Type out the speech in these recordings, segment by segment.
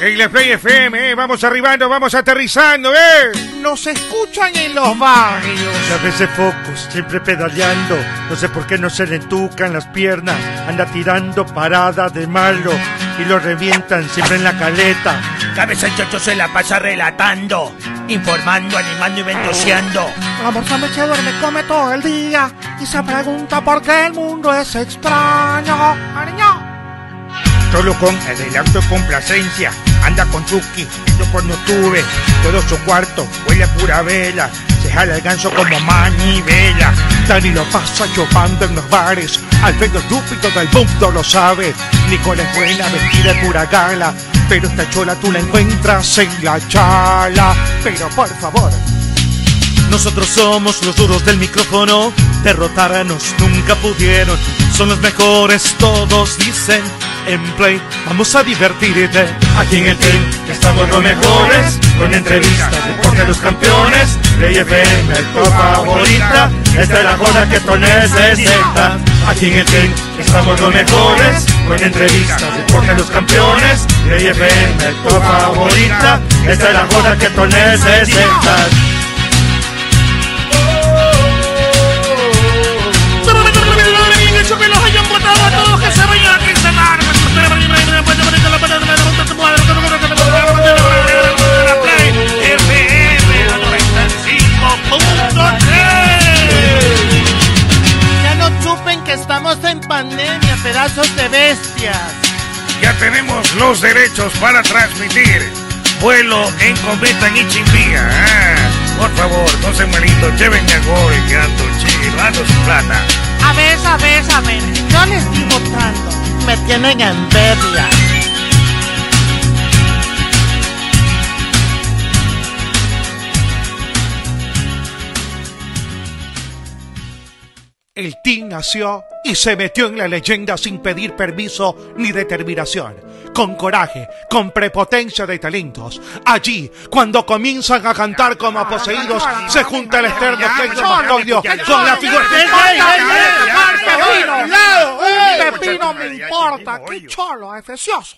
En la Play Em, FM, eh, vamos arribando, vamos aterrizando, ¿eh? Nos escuchan en los barrios. Y a veces focos, siempre pedaleando. No sé por qué no se le entucan las piernas. Anda tirando parada de malo y lo revientan siempre en la caleta. Cabeza el chocho se la pasa relatando, informando, animando y ventoseando. La morsa se duerme y come todo el día y se pregunta por qué el mundo es extraño. Ariño. Solo con el auto complacencia Anda con Chucky, yo por no tuve Todo su cuarto huele a pura vela Se jala el ganso como manivela Dani lo pasa chupando en los bares Alfredo estúpido del mundo lo sabe Nicole es buena, vestida de pura gala Pero esta chola tú la encuentras en la chala Pero por favor nosotros somos los duros del micrófono, derrotarnos nunca pudieron. Son los mejores, todos dicen. En Play, vamos a divertirte. Aquí en el team estamos los mejores, con entrevistas, deporte de los campeones. Play FM, tu favorita, esta es la joda que tú necesitas. Aquí en el team estamos los mejores, con entrevistas, deporte de los campeones. Play FM, tu favorita, esta es la joda que tú necesitas. Ya no chupen que estamos en pandemia, pedazos de bestias. Ya tenemos los derechos para transmitir vuelo en cometa en Ichimbía. Ah, por favor, no se malito, llévenme a gol, que ando chido, ando sin plata. A ver, a ver, a ver, yo les digo tanto, me tienen envidia. El Team nació y se metió en la leyenda sin pedir permiso ni determinación. Con coraje, con prepotencia de talentos. Allí, cuando comienzan a cantar como poseídos, se junta el externo tecnologio con la figura. Pepino me importa, qué cholo, es precioso.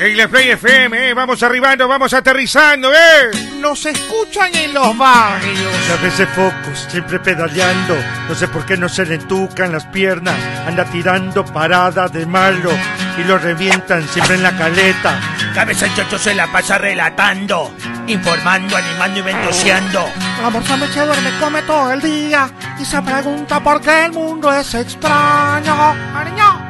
En la Play FM, eh, vamos arribando, vamos aterrizando, ¿eh? Nos escuchan en los barrios. Y a veces focos, siempre pedaleando. No sé por qué no se le entucan las piernas. Anda tirando parada de malo y lo revientan siempre en la caleta. Cabeza el chocho se la pasa relatando, informando, animando y ventoseando. La morsa se duerme y come todo el día y se pregunta por qué el mundo es extraño. Ariño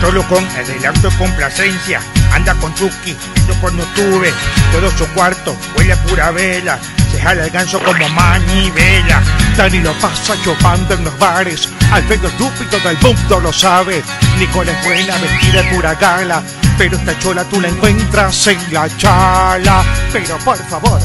solo con el auto complacencia anda con Chucky, yo por no tuve todo su cuarto huele a pura vela se jala el ganso como manivela Dani lo pasa chupando en los bares Alfredo estúpido del mundo lo sabe Nicole es buena vestida de pura gala pero esta chola tú la encuentras en la chala pero por favor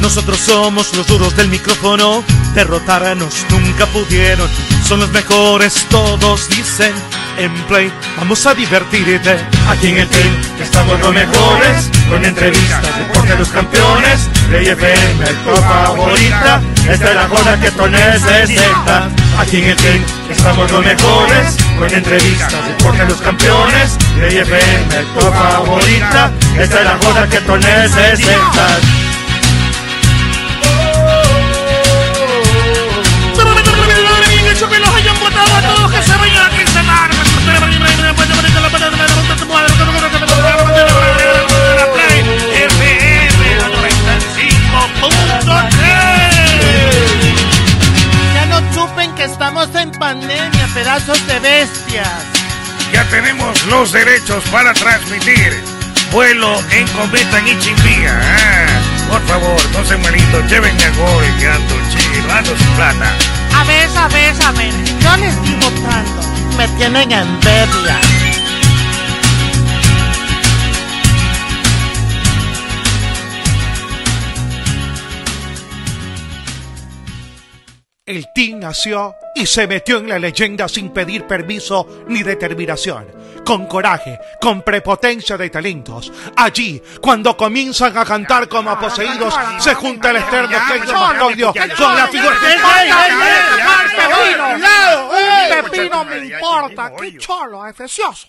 nosotros somos los duros del micrófono, derrotarnos nunca pudieron. Son los mejores, todos dicen. En Play, vamos a divertirte. Aquí en el team estamos los mejores, con entrevistas, deporte de los campeones. Play FM, tu favorita, esta es la joda que tú necesitas. Aquí en el team estamos los mejores, con entrevistas, deporte de los campeones. Play FM, tu favorita, esta es la joda que tú necesitas. Ya no chupen que estamos en pandemia, pedazos de bestias. Ya tenemos los derechos para transmitir vuelo en cometa en Ichimbía. Ah, por favor, no se malito, llévenme a gol, que ando chido, ando sin plata. A ver, a ver, a ver, yo les digo tanto, me tienen envidia. El Team nació y se metió en la leyenda sin pedir permiso ni determinación. Con coraje, con prepotencia de talentos. Allí, cuando comienzan a cantar como poseídos, se junta el externo tecnologio con la figura. No me importa, qué cholo, efecioso.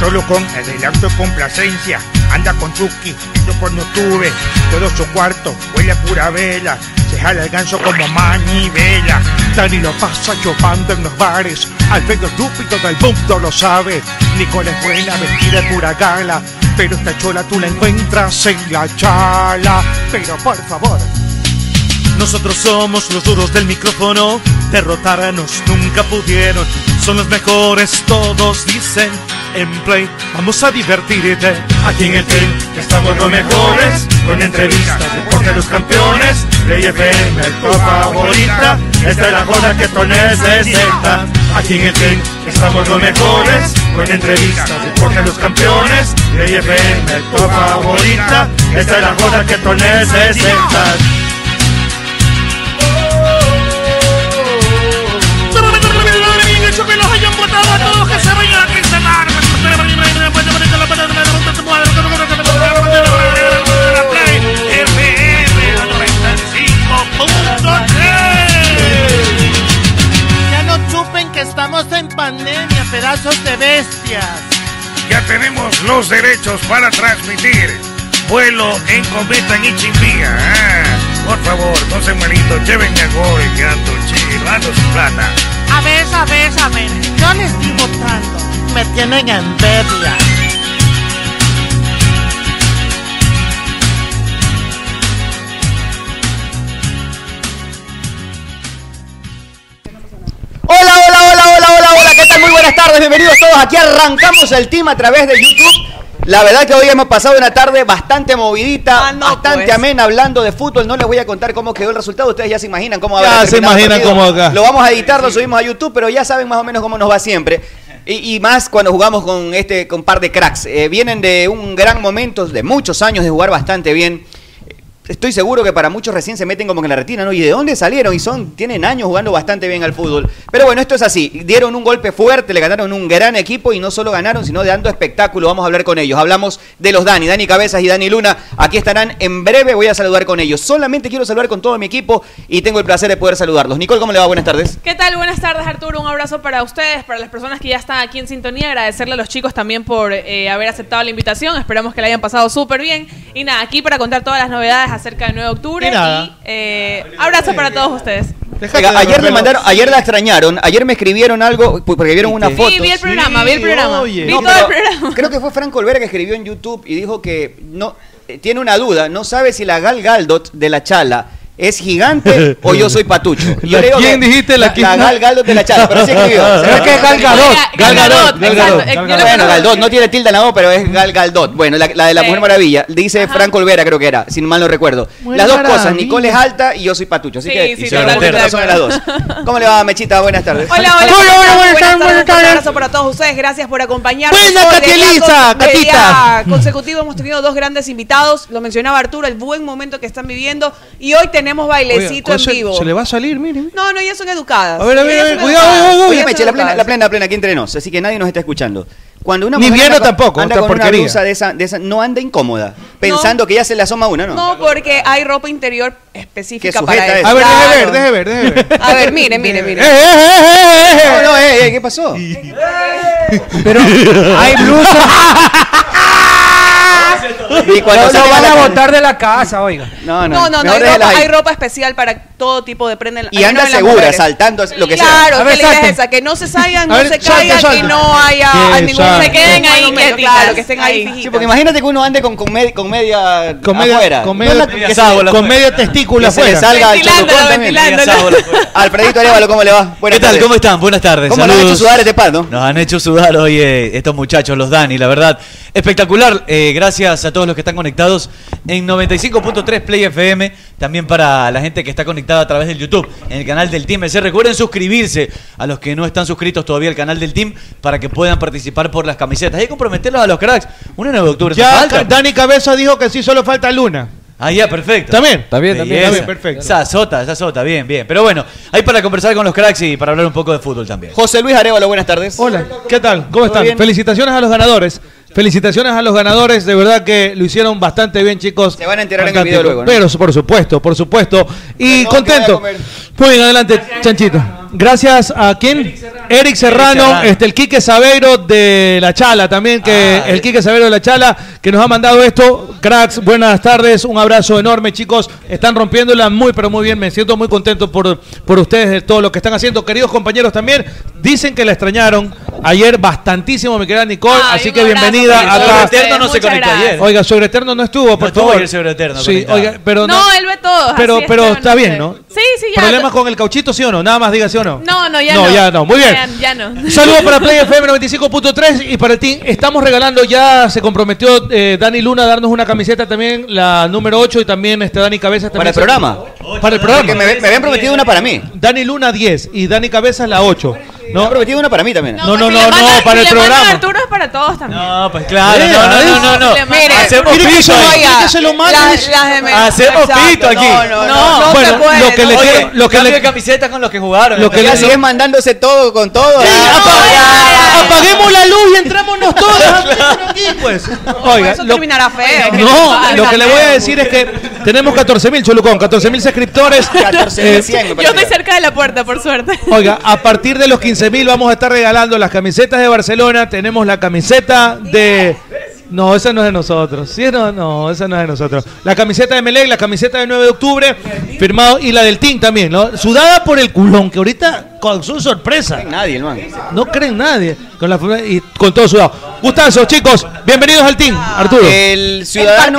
Solo con el relato de complacencia. Anda con Chucky, yo por no tuve. Todo su cuarto huele a pura vela. Se jala el ganso como manivela. Dani lo pasa chupando en los bares. Alfredo estúpido del mundo lo sabe. Nicole es buena, vestida de pura gala. Pero esta chola tú la encuentras en la chala. Pero por favor, Nosotros somos los duros del micrófono, derrotarnos nunca pudieron. Son los mejores, todos dicen. En play, vamos a divertirte. Aquí en el team estamos los mejores, con entrevistas, deporte de los campeones. Play FM, tu favorita, esta es la joda que tú necesitas. Aquí en el team estamos los mejores, con entrevistas, deporte de los campeones. Play FM, tu favorita, esta es la joda que tú necesitas. Ya no chupen que estamos en pandemia, pedazos de bestias. Ya tenemos los derechos para transmitir vuelo en cometa en Ichimbía. Ah, por favor, no se malito, llévenme a gol, que ando chido, ando sin plata. A ver, a ver, a ver, yo les estoy votando. Me tienen envidia. Hola, hola, hola, hola, hola, hola, ¿qué tal? Muy buenas tardes, bienvenidos todos. Aquí arrancamos el team a través de YouTube. La verdad que hoy hemos pasado una tarde bastante movidita, Ah, no, bastante pues. amena hablando de fútbol. No les voy a contar cómo quedó el resultado, ustedes ya se imaginan cómo habrá Ya se terminado el imaginan partido. cómo acá. Lo vamos a editar, lo subimos a YouTube, pero ya saben más o menos cómo nos va siempre. Y, y más cuando jugamos con este con par de cracks. Eh, vienen de un gran momento, de muchos años de jugar bastante bien. Estoy seguro que para muchos recién se meten como que en la retina, ¿no? ¿Y de dónde salieron? Y son, tienen años jugando bastante bien al fútbol. Pero bueno, esto es así. Dieron un golpe fuerte, le ganaron un gran equipo y no solo ganaron, sino dando espectáculo. Vamos a hablar con ellos. Hablamos de los Dani, Dani Cabezas y Dani Luna. Aquí estarán en breve, voy a saludar con ellos. Solamente quiero saludar con todo mi equipo y tengo el placer de poder saludarlos. Nicole, ¿cómo le va? Buenas tardes. ¿Qué tal? Buenas tardes, Arturo. Un abrazo para ustedes, para las personas que ya están aquí en sintonía. Agradecerle a los chicos también por eh, haber aceptado la invitación. Esperamos que la hayan pasado súper bien. Y nada, aquí para contar todas las novedades acerca del 9 de octubre. Y nada. Y, eh, abrazo para todos ustedes. Déjate Oiga, de ayer le verlo. mandaron, ayer la extrañaron, ayer me escribieron algo pu- porque vieron una Sí, foto. Sí, vi el programa, vi el Sí, programa. oye. Vi No, todo el pero programa. Creo que fue Franco Olvera que escribió en YouTube y dijo que no eh, tiene una duda, no sabe si la Gal Galdot de la Chala es gigante o yo soy patucho. Yo ¿La le digo quién que dijiste? ¿La quién? Gal Galdot de la Chala, pero así escribió. Creo que es Gal Gadot. Oiga, Gal Gadot, Gal exacto. Gadot. Eh, yo le Bueno, conozco. Galdot no tiene tilde en la O, pero es Gal Galdot. Bueno, la, la de la Sí. Mujer Maravilla. Dice Ajá. Franco Olvera, creo que era, si mal no recuerdo. Mujer las dos cosas, Maravilla. Nicole es alta y yo soy patucho. Así Sí, que sí, y se seguramente totalmente razón en las de dos. ¿Cómo le va, Mechita? Buenas tardes. Hola, hola, Hola, hola, buenas tardes, buenas tardes. Un abrazo para todos ustedes, gracias por acompañarnos. Buena, Por Katia el lado Elisa, de Catita. día consecutivo hemos tenido dos grandes invitados, lo mencionaba Arturo, el buen momento que están viviendo y hoy tenemos Oiga, bailecito en cosa- vivo. Se le va a salir, mire. mire. No, no, ellas son educadas. A ver, a ver, Ellas a ver, son cuidado, educadas. oye, oye, oye. Oye, Ellas son Meche, la plena, educadas. la plena, la plena, aquí entre nos, así que nadie nos está escuchando. Cuando una Ni mujer viendo anda con- tampoco, anda esta con una porquería. blusa de esa, de esa, no anda incómoda, pensando que ya se le asoma una, ¿no? No, porque hay ropa interior Que específica sujeta para eso. eso. A ver, Claro. déjeme ver, déjeme ver, déjeme ver. A ver, mire, mire, Eh, mire. eh, eh, eh, eh. No, no, eh, eh, ¿qué pasó? Pero hay blusas. ah. Y cuando sale a la- de la casa, oiga. No, no, No, no, no, mejor hay déjelas ropa, ahí. hay ropa especial para todo tipo de prenda. en- Y al menos anda en las segura, mujeres. saltando lo que sea. Claro, A ver, que la idea salte. es esa, que no se salgan, A no ver, se salte, caigan, salte. que no ah, haya Que ningún... salte. queden ahí claro, quietitas. que estén ahí Sí, fijitas. porque imagínate que uno ande con, con, med- con media Comedia, afuera. comedia, No la- que, se, comedia, testícula que se le afuera. salga al Ventilándola, cholucón también. ventilándola. Alfredito Arevalo, ¿cómo le va? Buenas ¿Qué tal? tardes. ¿Cómo están? Buenas tardes. ¿Cómo lo han hecho sudar este par, no? Nos han hecho sudar hoy eh, estos muchachos, los Dani, la verdad. Espectacular. Eh, gracias a todos todos los que están conectados en 95.3 Play FM, también para la gente que está conectada a través del YouTube, en el canal del Team. Se recuerden suscribirse a los que no están suscritos todavía al canal del Team para que puedan participar por las camisetas y comprometerlos a los cracks. 1 de 9 de octubre. Ya Ca- Dani Cabeza dijo que sí solo falta Luna. Ah, ya, perfecto. También. También, también, también, perfecto. Sazota, sazota, bien, bien. Pero bueno, ahí para conversar con los cracks y para hablar un poco de fútbol también. José Luis Arevalo, buenas tardes. Hola, ¿qué tal? ¿Cómo están? bien? Felicitaciones a los ganadores. Felicitaciones a los ganadores, de verdad que lo hicieron bastante bien, chicos. Se van a enterar en el Fantástico. video luego, ¿no? Pero por supuesto, por supuesto. Y contento. que voy a comer. Muy bien, adelante, Chanchito. Gracias a quién? Eric Serrano, Serrano. Ah, este el Quique Sabeiro de La Chala también, que eh. el Quique Sabeiro de La Chala, que nos ha mandado esto. Cracks, buenas tardes, un abrazo enorme, chicos. Están rompiéndola muy, pero muy bien. Me siento muy contento por, por ustedes, de todo lo que están haciendo. Queridos compañeros también, dicen que la extrañaron ayer bastantísimo, mi querida Nicole, así que bienvenida querido. acá. Sobre Eterno no se Muchas conectó gracias. ayer. Oiga, sobre Eterno no estuvo, por estuvo favor. ayer Sobre Eterno Sí, conectado. oiga, pero no. no, él ve todos. pero así pero bueno, está bien, sé. ¿no? Sí, sí, ya. ¿Problemas con el cauchito, sí o no? Nada más diga sí o no. No, no, ya No, no. ya no. Muy bien. Ya, ya no. Saludos para Play FM 95.3 y para el team. Estamos regalando, ya se comprometió eh, Dani Luna a darnos una camiseta también, la número 8 y también este, Dani Cabezas. ¿Para también el se- programa? Para el programa. Porque me- me habían prometido una para mí. Dani Luna 10 y Dani Cabezas la 8. No, prometido una para mí también. No, no, Si no, le mandan- no, para si el le mandan a programa. Arturo es para todos también. No, pues claro, Mira, no, no, no, no, no. Mire, Hacemos mire que pito se ahí. vaya. que se lo mandan. Las, las de menos. Hacemos Exacto. pito aquí. No, no, no, no se bueno, puede, lo que no le se quiero, puede. lo que Cambio le de camisetas con los que jugaron. Lo que Ya le- sigues mandándose todo con todo. ¿ah? Apaguemos la luz y entrémonos todos ¿ah? aquí, pues. Oiga, Eso lo- terminará feo. no, lo que le voy a decir es que tenemos 14.000, Cholucón, 14.000 suscriptores. Eh, Yo estoy cerca de la puerta, por suerte. Oiga, a partir de los 15.000 vamos a estar regalando las camisetas de Barcelona. Tenemos la camiseta de. No, esa no es de nosotros. Sí, no, no, esa no es de nosotros. La camiseta de Melec, la camiseta del 9 de octubre, firmado, y la del Team también, ¿no? Sudada por el culón, que ahorita con su sorpresa. Nadie, el man. No creen nadie. Con la y con todo sudado. Gustazo, chicos. Bienvenidos al Team, Ah. Arturo. El ciudadano.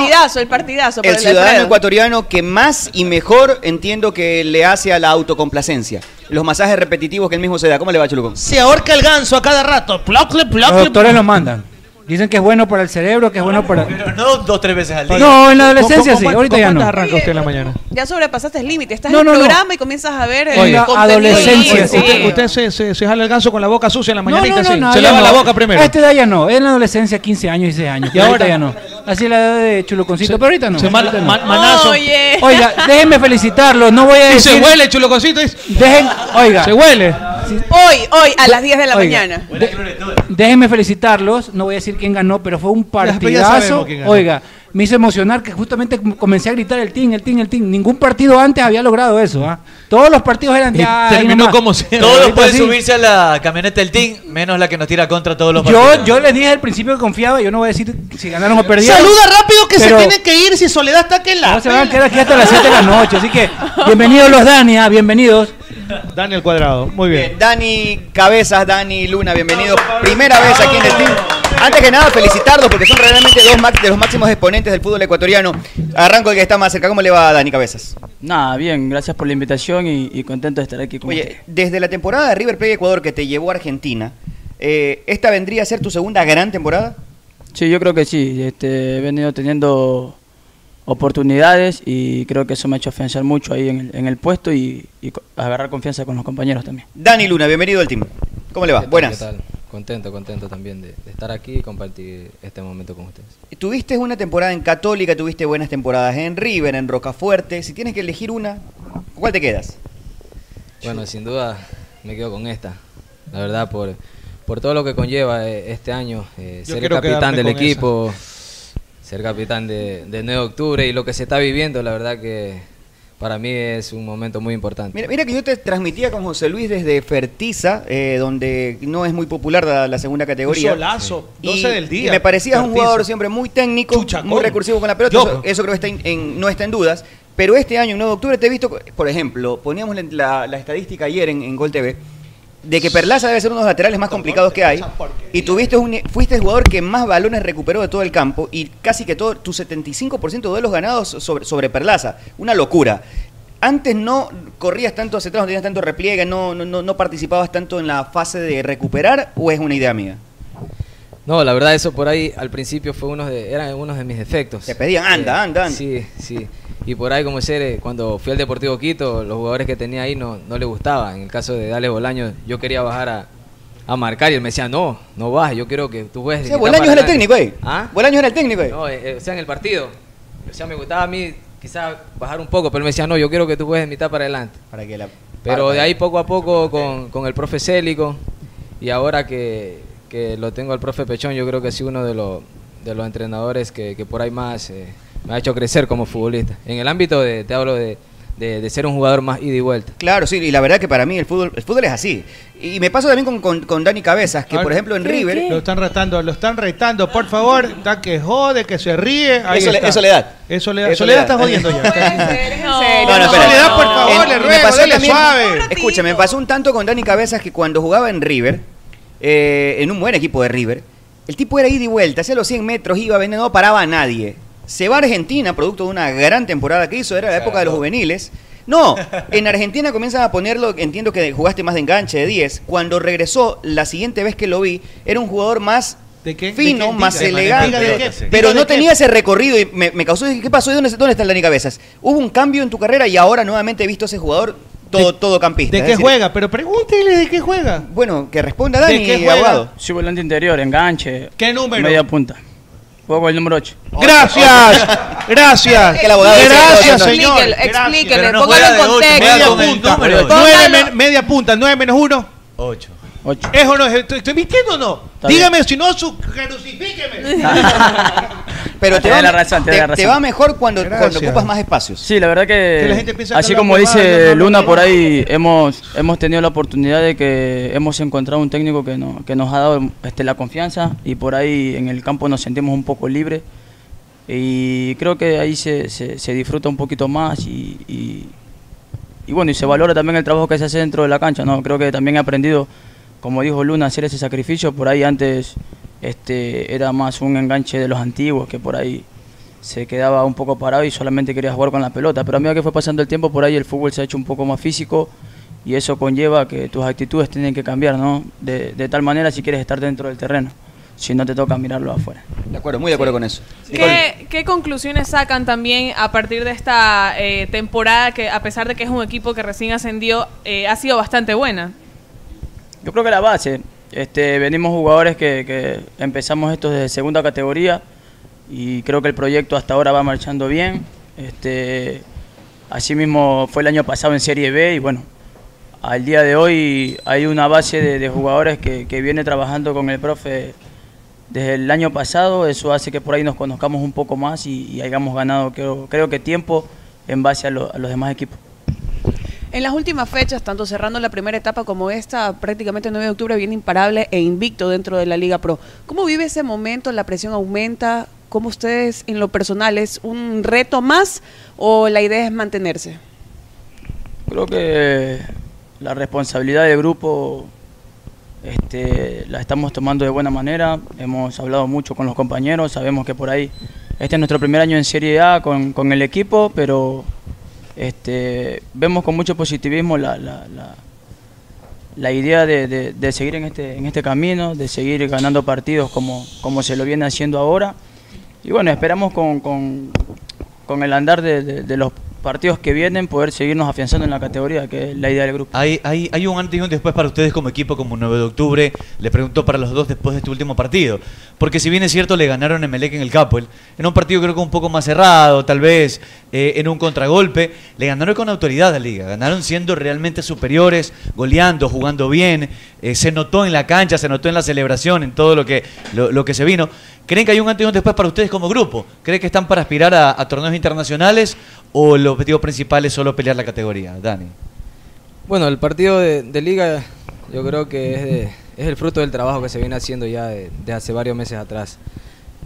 El partidazo, el partidazo. por El ciudadano Alfredo. ecuatoriano que más y mejor entiendo que le hace a la autocomplacencia. Los masajes repetitivos que él mismo se da. ¿Cómo le va, Chulucón? Se ahorca el ganso a cada rato. Los doctores lo mandan. Dicen que es bueno para el cerebro, que es bueno para. No dos, tres veces al día. No, en la adolescencia sí, ahorita ya no. arranca usted en la mañana? Ya sobrepasaste el límite. Estás No, en no, el no. programa y comienzas a ver el Oiga, contenido. Ah, adolescencia, Sí, Usted, sí. usted se, se, se jala el ganso con la boca sucia en la mañanita, sí. no, se ya lava no. la Este- boca primero. A esta edad ya no. En la adolescencia, 15 años, 16 años. Y Y ahorita ahora- ya no. Así la edad de chuloconcito, pero ahorita no. se mal- ahorita no. ma- manazo. Oye. Oiga, déjenme felicitarlos. No voy a Y decir. se huele, chuloconcito. es- Dejen, oiga. Se huele. Hoy, hoy, a las 10 de la Oiga, mañana. Déjenme felicitarlos, no voy a decir quién ganó, pero fue un pero ya partidazo. sabemos quién ganó. Oiga, me hizo emocionar que justamente com- comencé a gritar el tin, el tin, el tin. Ningún partido antes había logrado eso. ¿ah? Todos los partidos eran ya. ahí terminó nomás. como siempre. Todos Ahorita pueden sí. subirse a la camioneta del team, menos la que nos tira contra todos los Yo, yo les dije al principio que confiaba, yo no voy a decir si ganaron o perdieron. rápido Pero- que ir si Soledad está que la. No, se van a quedar aquí hasta las 7 de la noche, así que bienvenidos los Dania, bienvenidos. Daniel Cuadrado, muy bien. Dani Cabezas, Dani Luna, bienvenido. Primera vez aquí en el team. Antes que nada, felicitarlos porque son realmente dos max- de los máximos exponentes del fútbol ecuatoriano. Arranco el que está más cerca. ¿Cómo le va Dani Cabezas? Nada, bien, gracias por la invitación y, y contento de estar aquí con Oye, ustedes. desde la temporada de River Plate Ecuador que te llevó a Argentina, eh, ¿esta vendría a ser tu segunda gran temporada? Sí, yo creo que sí, este, he venido teniendo oportunidades y creo que eso me ha hecho afianzar mucho ahí en el, en el puesto y, y co- agarrar confianza con los compañeros también. Dani Luna, bienvenido al team. ¿Cómo le va? ¿Qué tal, Buenas. ¿Qué tal? Contento, contento también de, de estar aquí y compartir este momento con ustedes. Tuviste una temporada en Católica, tuviste buenas temporadas en River, en Rocafuerte. Si tienes que elegir una, ¿con ¿cuál te quedas? Bueno, sin duda me quedo con esta. La verdad, por, por todo lo que conlleva eh, este año, eh, Yo ser quiero capitán quedarme del con esa. equipo, ser capitán de, de 9 de octubre y lo que se está viviendo, la verdad que para mí es un momento muy importante. Mira, mira que yo te transmitía con José Luis desde Fertiza, eh, donde no es muy popular la, la segunda categoría. Un solazo, 12 del día, y me parecías un Fertiza. jugador siempre muy técnico, muy ¿cómo? recursivo con la pelota. Yo. Eso, eso creo que está en- en- no está en dudas. Pero este año, 9 de octubre, te he visto, por ejemplo, poníamos la, la- la estadística ayer en, en Gol TV, de que Perlaza debe ser uno de los laterales más complicados que hay. Y tuviste un, fuiste el jugador que más balones recuperó de todo el campo y casi que todo, tu 75% de los ganados sobre, sobre Perlaza. Una locura. Antes no corrías tanto hacia atrás, no tenías tanto repliegue, no, no, no- no participabas tanto en la fase de recuperar, o es una idea mía. No, la verdad eso por ahí al principio fue uno de, eran unos de mis defectos. Eh, Te pedían, anda, anda, anda. Sí, sí. Y por ahí como ser, eh, cuando fui al Deportivo Quito, los jugadores que tenía ahí no, no le gustaba. En el caso de Dale Bolaño, yo quería bajar a, a marcar y él me decía, no, no bajes, yo quiero que tú juegues. O de sea, mitad Bolaños para era el adelante". técnico, ¿eh? ¿Ah? Bolaños era el técnico, ¿eh? No, eh, eh, o sea, en el partido. O sea, me gustaba a mí quizás bajar un poco, pero él me decía, no, yo quiero que tú juegues de mitad para adelante. Para que la... Pero de ahí poco a poco con, con el profe Célico y ahora que, que lo tengo al profe Pechón, yo creo que sí uno de, los de los entrenadores que, que por ahí más eh, me ha hecho crecer como futbolista. En el ámbito de, te hablo de, de- de ser un jugador más ida y vuelta. Claro, sí, y la verdad que para mí el fútbol, el fútbol es así. Y me pasa también con, con, con Dani Cabezas, Ah, que por ejemplo en River... Lo están retando, lo están retando, por favor. Está que jode, que se ríe. Ahí Eso le- está. eso le da. Eso le da. Eso Soledad le da. está jodiendo ya. No, no, espera. Soledad, por favor, En- le me ruego, pasó dele también- suave. Escúchame, me pasó un tanto con Dani Cabezas que cuando jugaba en River, eh, en un buen equipo de River, el tipo era ida y vuelta, hacía los 100 metros, iba, venía, no paraba a nadie. Se va a Argentina, producto de una gran temporada que hizo, era la época de los juveniles. No, en Argentina comienzan a ponerlo, entiendo que jugaste más de enganche, de 10. Cuando regresó, la siguiente vez que lo vi, era un jugador más fino, quién? más Diga, diga, elegante. diga de qué, Pero diga no de qué. tenía ese recorrido y me, me causó, dije, ¿qué pasó? ¿Y dónde, dónde está Dani Cabezas? Hubo un cambio en tu carrera y ahora nuevamente he visto a ese jugador todo, todo campista. ¿De es qué decir, juega? Pero pregúntele de qué juega. Bueno, que responda Dani, abogado. Sí, volante interior, enganche. ¿Qué número? Media punta. Juego el número 8. Gracias, gracias. Que el abogado dice gracias, que no, no, no. señor. Explíquelo, Gracias. explíquelo, Pero póngalo juega en de ocho, contexto. Media Con el punta, número ocho. nueve Póngalo. men- media punta, 9 menos 1. 8. Ocho. ¿Es o no? ¿Estoy, estoy mintiendo o no? Está Dígame, si no, su, crucifíqueme. Pero te Tiene va, la razón, tiene te- la razón. te va mejor cuando, cuando Gracias. ocupas más espacios. Sí, la verdad que, Que la gente piensa que así habla como huevada, dice no, no, no, Luna no. por ahí, hemos, hemos tenido la oportunidad de que hemos encontrado un técnico que, no- que nos ha dado este, la confianza y por ahí en el campo nos sentimos un poco libres y creo que ahí se, se- se disfruta un poquito más y, y- y bueno, y se valora también el trabajo que se hace dentro de la cancha, ¿no? Creo que también he aprendido, como dijo Luna, hacer ese sacrificio, por ahí antes este, era más un enganche de los antiguos que por ahí se quedaba un poco parado y solamente quería jugar con la pelota. Pero a medida que fue pasando el tiempo, por ahí el fútbol se ha hecho un poco más físico y eso conlleva que tus actitudes tienen que cambiar, ¿no? De, de tal manera si quieres estar dentro del terreno, si no te toca mirarlo afuera. De acuerdo, muy de acuerdo con eso. ¿Qué, qué conclusiones sacan también a partir de esta eh, temporada que a pesar de que es un equipo que recién ascendió, eh, ha sido bastante buena? Yo creo que la base. Este, venimos jugadores que, que empezamos esto desde segunda categoría y creo que el proyecto hasta ahora va marchando bien. Este, asimismo fue el año pasado en Serie B y bueno, al día de hoy hay una base de, de jugadores que, que viene trabajando con el profe desde el año pasado. Eso hace que por ahí nos conozcamos un poco más y, y hayamos ganado creo, creo que tiempo en base a lo- a los demás equipos. En las últimas fechas, tanto cerrando la primera etapa como esta, prácticamente el 9 de octubre viene imparable e invicto dentro de la Liga Pro. ¿Cómo vive ese momento? ¿La presión aumenta? ¿Cómo ustedes en lo personal es un reto más o la idea es mantenerse? Creo que la responsabilidad del grupo este, la estamos tomando de buena manera. Hemos hablado mucho con los compañeros. Sabemos que por ahí este es nuestro primer año en Serie A con, con el equipo, pero este, vemos con mucho positivismo la, la- la- la idea de, de- de seguir en este, en este camino, de seguir ganando partidos como, como se lo viene haciendo ahora. Y bueno, esperamos con, con- con el andar de, de- de los partidos que vienen poder seguirnos afianzando en la categoría, que es la idea del grupo. Hay, hay, hay un antes y un después para ustedes como equipo, como 9 de octubre. Le pregunto para los dos después de este último partido. Porque si bien es cierto, le ganaron a Emelec en el Capel, en un partido creo que un poco más cerrado, tal vez, eh, en un contragolpe, le ganaron con autoridad a la liga. Ganaron siendo realmente superiores, goleando, jugando bien. eh, se notó en la cancha, se notó en la celebración, en todo lo que, lo, lo que se vino. ¿Creen que hay un antes y un después para ustedes como grupo? ¿Creen que están para aspirar a, a torneos internacionales o el objetivo principal es solo pelear la categoría? Dani. Bueno, el partido de, de liga yo creo que es, de- es el fruto del trabajo que se viene haciendo ya de- desde hace varios meses atrás.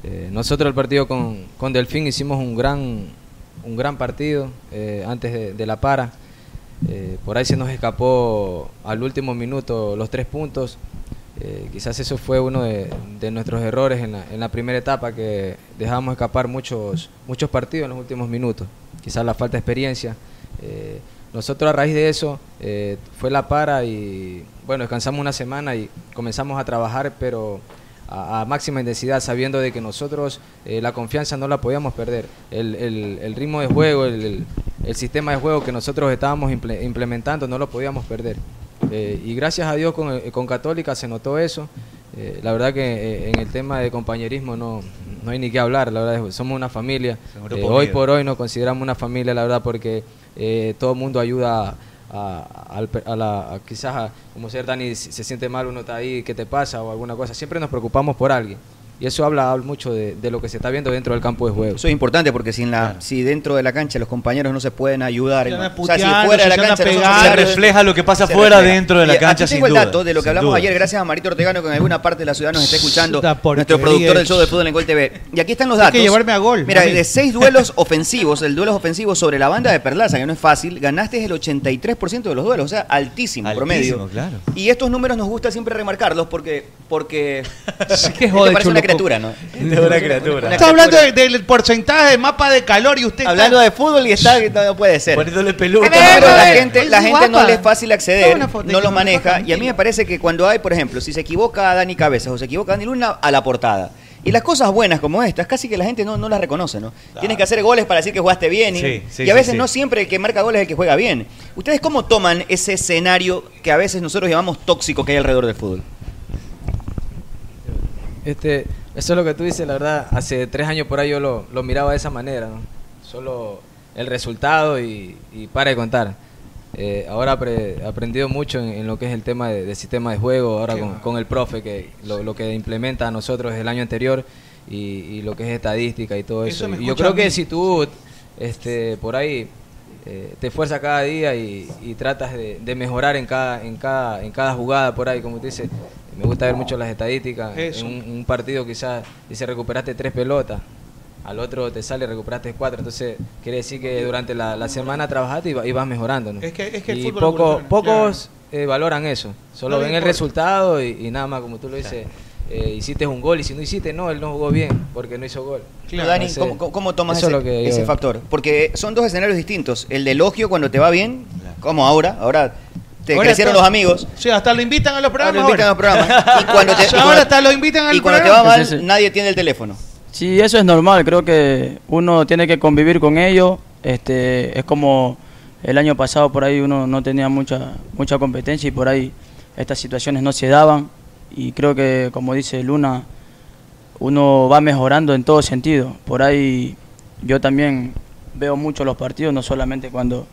Eh, nosotros el partido con, con Delfín hicimos un gran, un gran partido eh, antes de, de la para. Eh, por ahí se nos escapó al último minuto los tres puntos. Eh, quizás eso fue uno de, de nuestros errores en la, en la primera etapa, que dejamos escapar muchos, muchos partidos en los últimos minutos. Quizás la falta de experiencia. Eh, nosotros a raíz de eso eh, fue la para y bueno, descansamos una semana y comenzamos a trabajar, pero a, a máxima intensidad, sabiendo de que nosotros eh, la confianza no la podíamos perder. El, el- el ritmo de juego, el, el- el sistema de juego que nosotros estábamos imple- implementando no lo podíamos perder. Eh, y gracias a Dios con, eh, con Católica se notó eso. Eh, la verdad que eh, en el tema de compañerismo no, no hay ni que hablar, la verdad, somos una familia. un grupo Eh, hoy unido. por hoy nos consideramos una familia, la verdad, porque eh, todo el mundo ayuda a, al per- a la, a quizás, a- como ser Dani, si se siente mal, uno está ahí, ¿qué te pasa? o alguna cosa. Siempre nos preocupamos por alguien. Y eso habla, habla mucho de, de lo que se está viendo dentro del campo de juego. Eso es importante porque si, en la, si dentro de la cancha los compañeros no se pueden ayudar, Se van a hermano. o sea, si putear, fuera de se la van a cancha pegar. nosotros- Se refleja lo que pasa se fuera refleja. dentro de la Y aquí cancha, tengo sin el duda, dato de lo que sin hablamos duda. ayer, gracias a Marito Ortegano que en alguna parte de la ciudad nos está escuchando, Una nuestro porquería. productor del show de fútbol en Gol TV. Y aquí están los Hay datos. que llevarme a gol, Mira, a mí. de seis duelos ofensivos, el duelo ofensivo sobre la banda de Perlaza, que no es fácil, ganaste el 83% de los duelos, o sea, altísimo, promedio. claro. Y estos números nos gusta siempre remarcarlos porque porque que jode, te parece una Chuluco. criatura, ¿no? Es una criatura. Está hablando de- del porcentaje de mapa de calor y usted está- Hablando de fútbol y está que no puede ser. Poniéndole peluca. Pero la gente, Oye, la gente no guapa. le es fácil Toma acceder, una foto, no que los me maneja. Y a mí me parece que cuando hay, por ejemplo, si se equivoca Dani Cabezas o se equivoca Dani Luna, a la portada. Y las cosas buenas como estas, casi que la gente no, no las reconoce, ¿no? Tienes que hacer goles para decir que jugaste bien. Y, Sí, sí, y a sí, veces sí. no siempre el que marca goles es el que juega bien. ¿Ustedes cómo toman ese escenario que a veces nosotros llamamos tóxico que hay alrededor del fútbol? Este, eso es lo que tú dices, la verdad. Hace tres años por ahí yo lo, lo miraba de esa manera, ¿no? Solo el resultado y, y para de contar. Eh, ahora apre- he aprendido mucho en, en lo que es el tema de, de sistema de juego, ahora con, con el profe, que lo, lo que implementa a nosotros el año anterior y, y lo que es estadística y todo Eso eso. me Y yo escucha a creo que mí. si tú este, por ahí eh, te esfuerzas cada día y, y tratas de, de mejorar en cada, en, cada, en cada jugada por ahí, como te dice, me gusta ver mucho las estadísticas. Eso. En un, un partido quizás dice recuperaste tres pelotas, al otro te sale recuperaste cuatro, entonces quiere decir que durante la, la semana trabajaste y, va- y vas mejorando. ¿no? Es que- es que el y fútbol poco- evoluciona, pocos eh, valoran eso, solo No le ven el importa. resultado y, y nada más, como tú lo dices, eh, hiciste un gol y si no hiciste, no, él no jugó bien porque no hizo gol. Tú, Dani, Entonces, ¿cómo, cómo- cómo tomas eso ese, es lo que yo ese veo. factor? Porque son dos escenarios distintos. El de elogio cuando te va bien, como ahora, ahora te Ahora crecieron está- los amigos. Sí, hasta lo invitan a los programas. invitan ahora. a los programas. Y cuando te- Ahora y cuando- hasta lo invitan al Y cuando te va programa. mal, Sí, sí. nadie tiene el teléfono. Sí, eso es normal, creo que uno tiene que convivir con ellos. Este, es como el año pasado por ahí uno no tenía mucha mucha competencia y por ahí estas situaciones no se daban y creo que como dice Luna uno va mejorando en todo sentido. Por ahí yo también veo mucho los partidos, no solamente cuando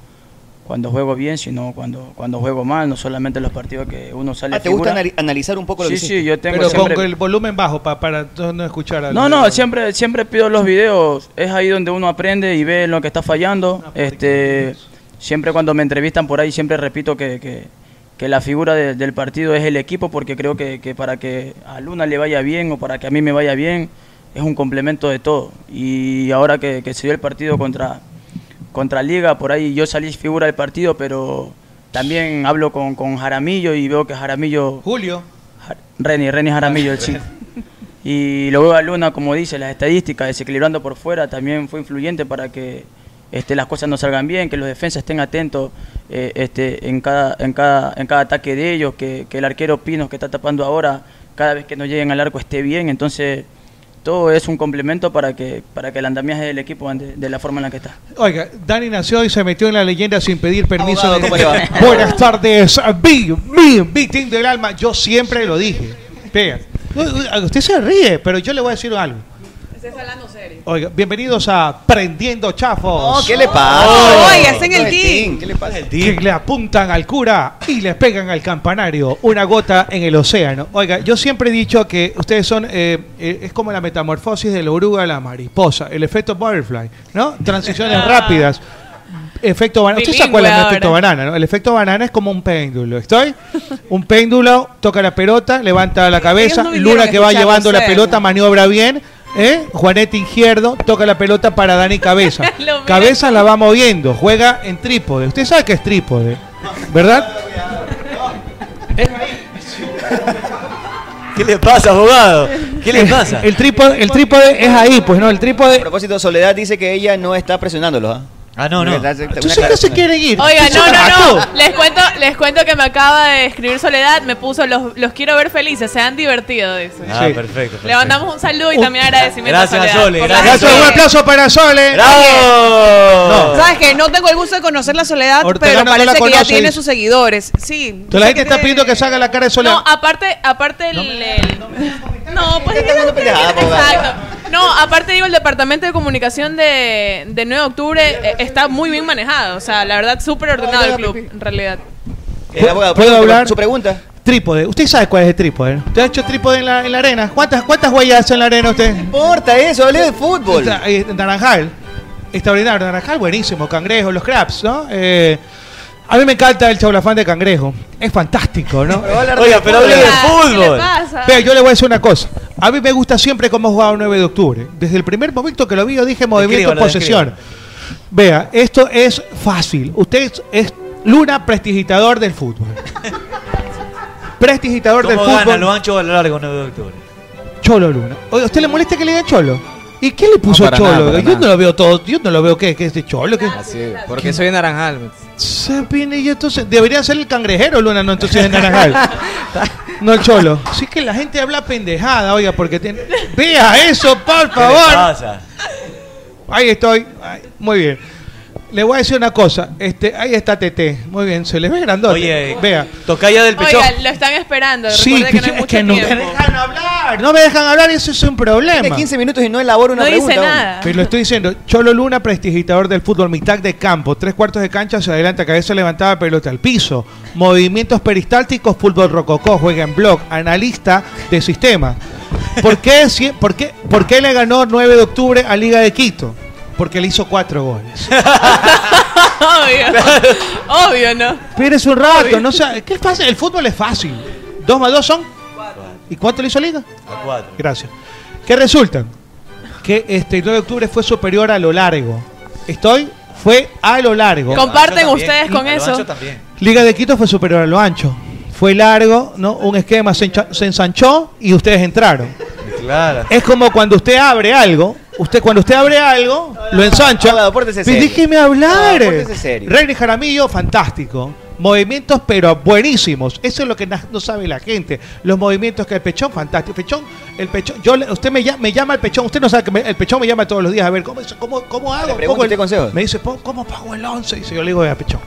cuando juego bien, sino cuando cuando juego mal, no solamente los partidos que uno sale Ah, ¿Te gusta figura. anali- analizar un poco lo Sí, que hiciste? sí, yo tengo Pero siempre- con el volumen bajo pa- para no escuchar a No, no, siempre, siempre pido los videos. Es ahí donde uno aprende y ve lo que está fallando. Este, siempre cuando me entrevistan por ahí, siempre repito que, que- que la figura de- del partido es el equipo, porque creo que, que para que a Luna le vaya bien o para que a mí me vaya bien, es un complemento de todo. Y ahora que, que se dio el partido contra, contra Liga, por ahí yo salí figura del partido, pero también hablo con, con Jaramillo y veo que Jaramillo... Julio. Reni, Reni Jaramillo, el chico. Y luego a Luna, como dice, las estadísticas, desequilibrando por fuera, también fue influyente para que este, las cosas no salgan bien, que los defensas estén atentos eh, este, en, cada, en, cada, en cada ataque de ellos, que, que el arquero Pinos que está tapando ahora, cada vez que no lleguen al arco esté bien. Entonces, todo es un complemento para que, para que el andamiaje del equipo ande de la forma en la que está. Oiga, Dani nació y se metió en la leyenda sin pedir permiso. Abogado, de- ¿cómo le va? Buenas tardes, vi, vi, Victim del alma. Yo siempre lo dije. Vea, u- u- Usted se ríe, pero yo le voy a decir algo. Estás hablando serio. Oiga, bienvenidos a Prendiendo Chafos. No, ¿qué le pasa? Oh, Oiga, está en el team. ¿Qué le pasa? Que le apuntan al cura y le pegan al campanario una gota en el océano. Oiga, yo siempre he dicho que ustedes son, eh, eh, es como la metamorfosis de la oruga a la mariposa, el efecto butterfly, ¿no? Transiciones Ah. rápidas. Efecto banana. ¿Usted se Bilingüe acuerdan del ahora. efecto banana? no? El efecto banana es como un péndulo. ¿Estoy? Un péndulo toca la pelota, levanta la cabeza, no vinieron Luna a que va escucharnos, llevando la ¿eh? pelota, maniobra bien. ¿Eh? Juanete Izquierdo toca la pelota para Dani Cabeza. Lo mismo. Cabeza la va moviendo, juega en trípode. Usted sabe que es trípode, ¿verdad? ¿Qué le pasa, abogado? ¿Qué le pasa? El trípode, el trípode es ahí, pues no, el trípode. A propósito, Soledad dice que ella no está presionándolos. ¿ah? Ah, no, no. Entonces ya se quieren ir. Oiga, no, no, no. Les cuento, les cuento que me acaba de escribir Soledad. Me puso los, los quiero ver felices, se han divertido, dice. Ah, perfecto. Le mandamos un saludo y también agradecimiento Gracias a a Soledad. Sole, por la gracias. gente Un que- aplauso para Sole. ¡Bravo! ¿Sabes que No tengo el gusto de conocer la soledad, Ortega pero no la parece que ya conoce, tiene dice. sus seguidores. Sí. Entonces la gente está pidiendo que salga la cara de Soledad. No, ah, aparte, aparte el. el- No, pues Está hablando pendejada, abogado. Exacto. No, aparte digo, el departamento de comunicación de, de 9 de octubre eh, está muy bien manejado. O sea, la verdad, súper ordenado el club, en realidad. El abogado, ¿Puedo perdón, hablar? Su pregunta. Trípode. Usted sabe cuál es el trípode. ¿no? ¿Usted ha hecho trípode en la, en la arena? ¿Cuántas, cuántas huellas hace en la arena usted? No importa eso, hablé de fútbol. Naranjal. Extraordinario. Naranjal, buenísimo. Cangrejo, los craps, ¿no? Eh, a mí me encanta el chaulafán de cangrejo. Es fantástico, ¿no? Oiga, pero hable de fútbol. Vea, yo le voy a decir una cosa. A mí me gusta siempre cómo jugaba el 9 de octubre. Desde el primer momento que lo vi, yo dije movimiento Descríbalo, posesión. Vea, esto es fácil. Usted es, es luna prestigitador del fútbol. prestigitador del ¿Cómo gana fútbol. lo ancho o a lo largo 9 de octubre? Cholo Luna. Oiga, ¿usted le molesta que le diga Cholo? ¿Y qué le puso No, para Cholo? nada, para yo nada. no lo veo todo, yo no lo veo que, que es de Cholo. Que... Sí, porque soy de naranjal. Se viene y entonces debería ser el cangrejero Luna, no entonces de Naranjal. no el Cholo. Sí que la gente habla pendejada, oiga, porque tiene... Vea eso, por ¿Qué le favor. pasa? Ahí estoy. Ay, muy bien. Le voy a decir una cosa. Este, ahí está TT. Muy bien, se les ve grandote. Oye, vea. Tocaya del pecho. Oiga, lo están esperando. Sí, Recuerde que no hay es mucho que no me tiempo. dejan hablar. No me dejan hablar, eso es un problema. Tiene 15 minutos y no elabora una No dice pregunta. hombre. nada. Pero lo estoy diciendo, Cholo Luna, prestigitador del fútbol, mitad de campo, tres cuartos de cancha, se adelanta, cabeza levantada, pelota al piso, movimientos peristálticos, fútbol rococó, juega en blog, analista de sistema. ¿Por qué, si- por qué- por qué le ganó 9 de octubre a Liga de Quito? Porque le hizo cuatro goles. Obvio. Obvio, ¿no? Espérese un rato, no sé, ¿qué es fácil? El fútbol es fácil. Dos más dos son. ¿Y cuánto le hizo Liga? A 4. Gracias. ¿Qué resulta? Que este el 9 de octubre fue superior a lo largo. Estoy, fue a lo largo. Comparten ustedes con eso. Liga de Quito fue superior a lo ancho. Fue largo, ¿no? Un esquema se, encha- se ensanchó y ustedes entraron. Claro. Es como cuando usted abre algo. Usted, cuando usted abre algo, lo ensancha. abogado, Pues pórtese serio. déjeme hablar. No, pórtese serio. Reina y Jaramillo, fantástico. Movimientos, pero buenísimos. Eso es lo que na- no sabe la gente. Los movimientos que el pechón, fantástico. Pechón, el pechón. Yo, le- usted me, llama, me llama el pechón. Usted no sabe que me- el pechón me llama todos los días. A ver, ¿cómo, es- cómo, cómo hago? pregunta ¿Cómo el- usted consejos. Me dice, "Po- ¿cómo pago el 11? Dice, yo le digo, a pechón.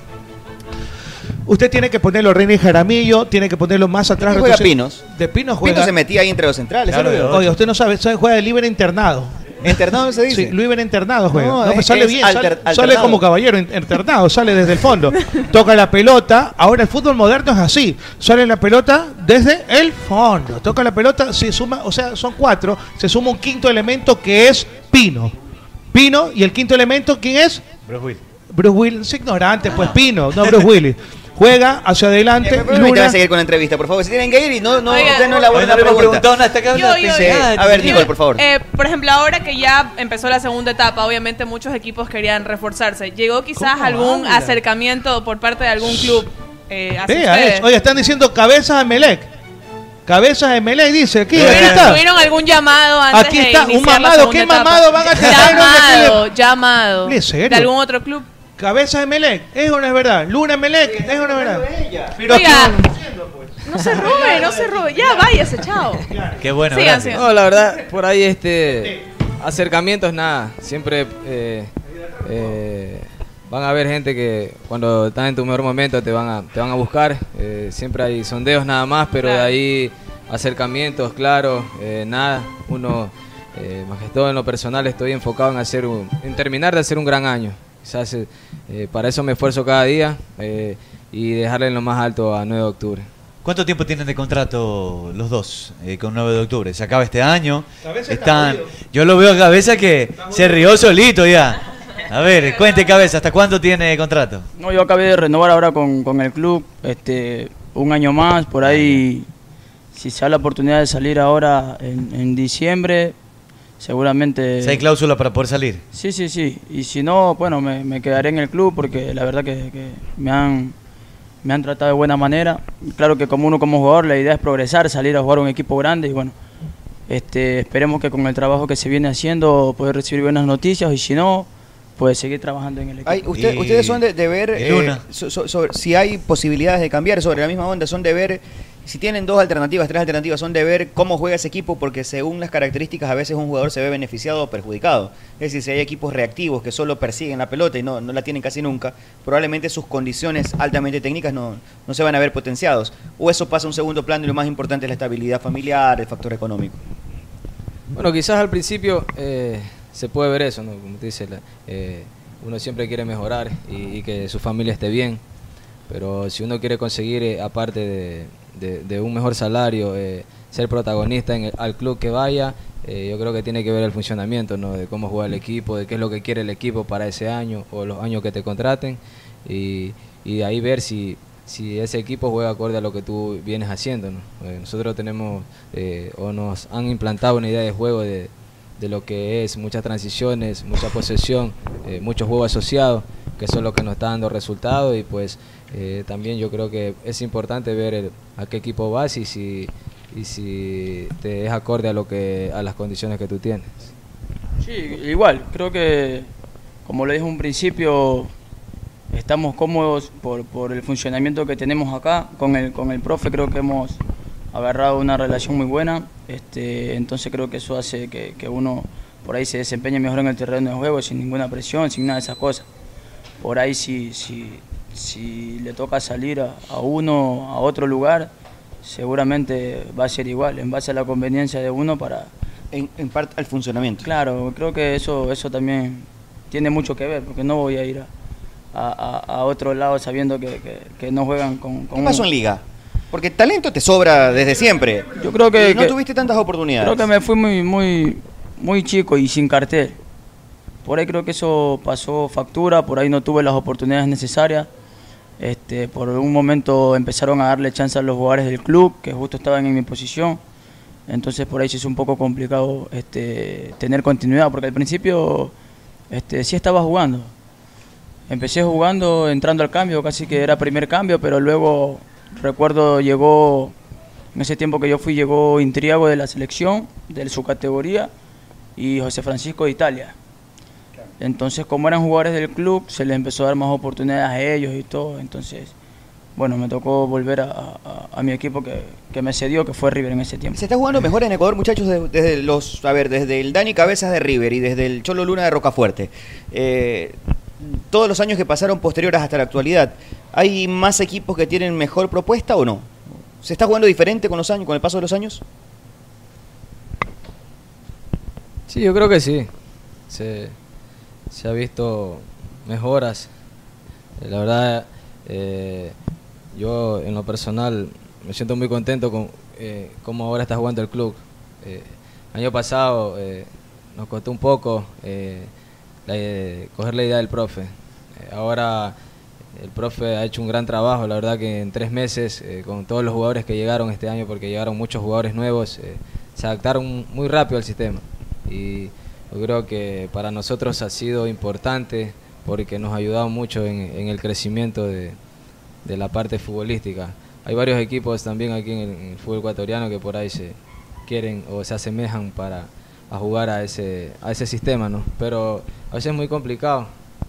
Usted tiene que ponerlo Reina y Jaramillo, tiene que ponerlo más atrás. ¿Quién juega retroceder- Pinos? De Pinos juega. Pinto se metía ahí entre los centrales. Claro, ¿sabes? oiga, usted no sabe, sabe, juega de libre internado. Internado se dice. Sí, libre internado juega. No, No, es- pues sale es bien, sale- alter- sale, alternado. como caballero in- internado, sale desde el fondo. Toca la pelota, ahora el fútbol moderno es así, sale la pelota desde el fondo. Toca la pelota, se suma, o sea, son cuatro, se suma un quinto elemento que es Pino. Pino y el quinto elemento, ¿quién es? Bruce Willis. Bruce Willis, ignorante, pues Pino, no Bruce Willis. Juega hacia adelante, Me permite Luna, a seguir con la entrevista, por favor. Si tienen que ir y no, no, Oiga. usted no Oye, no elaboran la le hemos pregunta. preguntado nada, está acá hablando Yo, yo, de yo. A ver, Nicole, por favor. Eh, por ejemplo, ahora que ya empezó la segunda etapa, obviamente muchos equipos querían reforzarse. ¿Llegó quizás ¿Cómo algún habla? acercamiento por parte de algún club eh, hacia Vea este. ustedes? eso. Oye, están diciendo cabezas de Melec. Cabezas de Melec, dice. Aquí, aquí ¿Tuvieron, está. tuvieron algún llamado antes Aquí de está, un iniciar la mamado. ¿Qué segunda etapa? mamado van a tener? Llamado, llamado. ¿En serio? ¿De algún otro club? Cabezas de Melec. Es una verdad. Luna Melec. Es una verdad. Pero Oiga, aquí- no se robe, no se robe. Ya, váyase, chao. Qué bueno, Sigan, gracias. sigan. No, la verdad, por ahí este acercamientos nada. Siempre eh, eh, van a haber gente que cuando estás en tu mejor momento te van a te van a buscar. Eh, siempre hay sondeos nada más, pero de Claro. ahí acercamientos, claro, eh, nada. Uno eh, más que todo en lo personal estoy enfocado en hacer un- en terminar de hacer un gran año. Quizás eh, eh, para eso me esfuerzo cada día eh, y dejarle en lo más alto a 9 de octubre. ¿Cuánto tiempo tienen de contrato los dos eh, con 9 de octubre? Se acaba este año. Cabeza está Están, yo lo veo a cabeza que se rió solito ya. A ver, cuente cabeza, ¿hasta cuándo tiene contrato? No, yo acabé de renovar ahora con, con el club, este, un año más, por ahí, si se da la oportunidad de salir ahora en, en diciembre, seguramente... Si hay cláusula para poder salir. Sí, sí, sí, y si no, bueno, me, me quedaré en el club porque la verdad que, que me, han, me han tratado de buena manera. Y Claro que como uno como jugador la idea es progresar, salir a jugar a un equipo grande y bueno, este, esperemos que con el trabajo que se viene haciendo poder recibir buenas noticias y si no, pues seguir trabajando en el equipo. Ay, usted- ustedes son de, de ver de eh, Luna. so- so- sobre- si hay posibilidades de cambiar sobre la misma onda, son de ver si tienen dos alternativas, tres alternativas, son de ver cómo juega ese equipo porque según las características a veces un jugador se ve beneficiado o perjudicado. Es decir, si hay equipos reactivos que solo persiguen la pelota y no, no la tienen casi nunca, probablemente sus condiciones altamente técnicas no, no se van a ver potenciados. O eso pasa a un segundo plano y lo más importante es la estabilidad familiar, el factor económico. Bueno, quizás al principio eh, se puede ver eso, ¿no? Como te dice, la- eh, uno siempre quiere mejorar y, y que su familia esté bien, pero si uno quiere conseguir, eh, aparte de, de- de un mejor salario, eh, ser protagonista en el- al club que vaya, eh, yo creo que tiene que ver el funcionamiento, ¿no? De cómo juega el equipo, de qué es lo que quiere el equipo para ese año o los años que te contraten y, y de ahí ver si, si ese equipo juega acorde a lo que tú vienes haciendo. ¿no? Eh, nosotros tenemos eh, o nos han implantado una idea de juego de, de lo que es muchas transiciones, mucha posesión, eh, mucho juego asociado, que eso es lo que nos está dando resultados y pues eh, también yo creo que es importante ver el- a qué equipo vas y si y si te es acorde a lo que a las condiciones que tú tienes. Sí, igual, creo que como lo dije en un principio, estamos cómodos por, por el funcionamiento que tenemos acá con el, con el profe, creo que hemos agarrado una relación muy buena, este, entonces creo que eso hace que, que uno por ahí se desempeñe mejor en el terreno de juego, sin ninguna presión, sin nada de esas cosas. Por ahí si, si, si le toca salir a, a uno a otro lugar, seguramente va a ser igual, en base a la conveniencia de uno para... En, parte al funcionamiento. Claro, creo que eso, eso también tiene mucho que ver, porque no voy a ir a, a- a- a otro lado sabiendo que, que- que no juegan con... con ¿Qué pasó en un- liga? Porque talento te sobra desde siempre. Yo creo que- Y no que- tuviste tantas oportunidades. Creo que me fui muy, muy, muy chico y sin cartel. Por ahí creo que eso pasó factura, por ahí no tuve las oportunidades necesarias. Este, por un momento empezaron a darle chance a los jugadores del club, que justo estaban en mi posición. Entonces por ahí se hizo un poco complicado este, tener continuidad, porque al principio este, sí estaba jugando. Empecé jugando, entrando al cambio, casi que era primer cambio, pero luego recuerdo llegó en ese tiempo que yo fui llegó Intriago de la selección, de su categoría, y José Francisco de Italia. Entonces, como eran jugadores del club, se les empezó a dar más oportunidades a ellos y todo. Entonces, bueno, me tocó volver a, a- a mi equipo que, que me cedió, que fue River en ese tiempo. Se está jugando mejor en Ecuador, muchachos, de- desde los, a ver, desde el Dani Cabezas de River y desde el Cholo Luna de Rocafuerte. Eh, todos los años que pasaron posteriores hasta la actualidad, ¿hay más equipos que tienen mejor propuesta o no? ¿Se está jugando diferente con los años, con el paso de los años? Sí, yo creo que sí. Se, se ha visto mejoras. Eh, La verdad, eh, yo en lo personal me siento muy contento con eh, cómo ahora está jugando el club. Eh, año pasado eh, nos costó un poco eh, la i- coger la idea del profe. Eh, ahora eh, el profe ha hecho un gran trabajo, la verdad que en tres meses, eh, con todos los jugadores que llegaron este año, porque llegaron muchos jugadores nuevos, eh, se adaptaron muy rápido al sistema. Y yo creo que para nosotros ha sido importante porque nos ha ayudado mucho en, en el crecimiento de, de la parte futbolística. Hay varios equipos también aquí en el, en el fútbol ecuatoriano que por ahí se quieren o se asemejan para a jugar a ese, a ese sistema, ¿no? Pero a veces es muy complicado.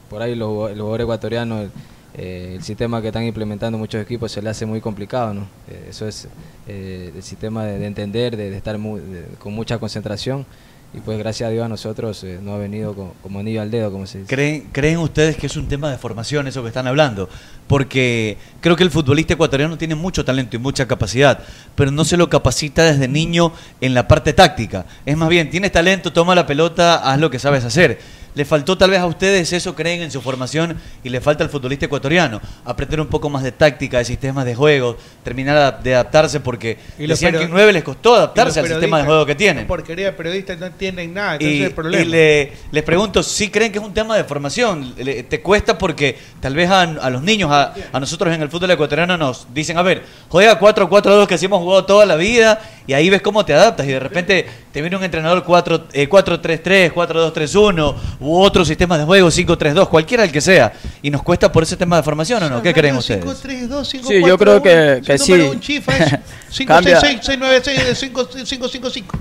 Por ahí los, jugo- el jugador ecuatoriano, el, eh, el sistema que están implementando muchos equipos se le hace muy complicado, ¿no? Eh, eso es eh, el sistema de, de entender, de, de estar mu- de- con mucha concentración. Y pues gracias a Dios a nosotros eh, nos ha venido co- como anillo al dedo, como se dice. ¿Creen, ¿Creen ustedes que es un tema de formación eso que están hablando? Porque creo que el futbolista ecuatoriano tiene mucho talento y mucha capacidad, pero no se lo capacita desde niño en la parte táctica. Es más bien, tienes talento, toma la pelota, haz lo que sabes hacer. ¿Le faltó tal vez a ustedes eso, creen en su formación y le falta al futbolista ecuatoriano? Aprender un poco más de táctica, de sistemas de juego, terminar a- de adaptarse porque Y los decían pero- que en 9 les costó Y adaptarse al los sistema de periodistas, juego que tienen. Porquería de periodistas no entienden nada, Ah, entonces Y, es el problema. y le- les pregunto si creen que es un tema de formación. Le- te cuesta porque tal vez a, a los niños, a, a nosotros en el fútbol ecuatoriano nos dicen, a ver, juega 4-4-2 que así hemos jugado toda la vida y ahí ves cómo te adaptas y de repente te viene un entrenador 4, eh, 4-3-3, 4-2-3-1 u otro sistema de juego 5-3-2, cualquiera el que sea. Y nos cuesta por ese tema de formación o no. ¿Qué creen ustedes? 5, 3, 2, 5, Sí, yo creo que- que sí. Un chifa es 5, 6, Cambia. 6, 6, 9, 6, 5, 5, 5, 5.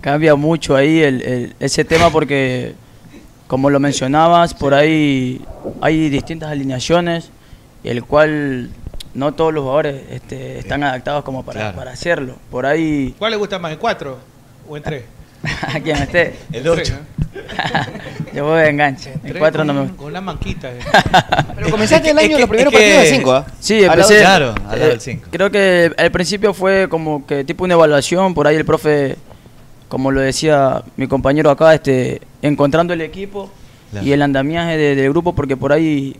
Cambia mucho ahí el- el- ese tema porque Como lo mencionabas, por ahí hay distintas alineaciones, el cual no todos los jugadores este, están adaptados como para, Claro. para hacerlo. Por ahí ¿Cuál le gusta más, en cuatro o en tres? ¿A quién esté? El ocho. yo voy de enganche. Tres El 4 no me con- Con la manquita. eh. Pero comenzaste el año, los primeros partidos de 5, ¿ah? Sí, Al lado empecé. del- Claro, al lado eh, del cinco. Creo que al principio fue como que tipo una evaluación, por ahí el profe, como lo decía mi compañero acá, este, encontrando el equipo Claro. y el andamiaje de- del grupo, porque por ahí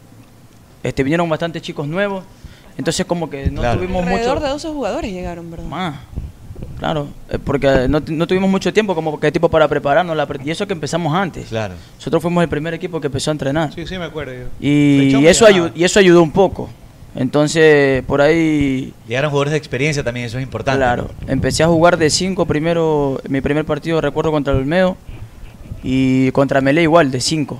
este, vinieron bastantes chicos nuevos, entonces como que no Claro. tuvimos mucho... Alrededor de 12 jugadores llegaron, ¿verdad? Más. Claro, eh, porque no, tu- no tuvimos mucho tiempo como que tipo para prepararnos, la pre- y eso que empezamos antes. Claro. Nosotros fuimos el primer equipo que empezó a entrenar. Sí, sí, me acuerdo yo. Y, Pechón y eso me ayu- y eso ayudó un poco. Entonces, por ahí... Llegaron jugadores de experiencia también, eso es importante. Claro, empecé a jugar de 5 primero, mi primer partido recuerdo contra el Olmedo y contra Melé igual, de 5.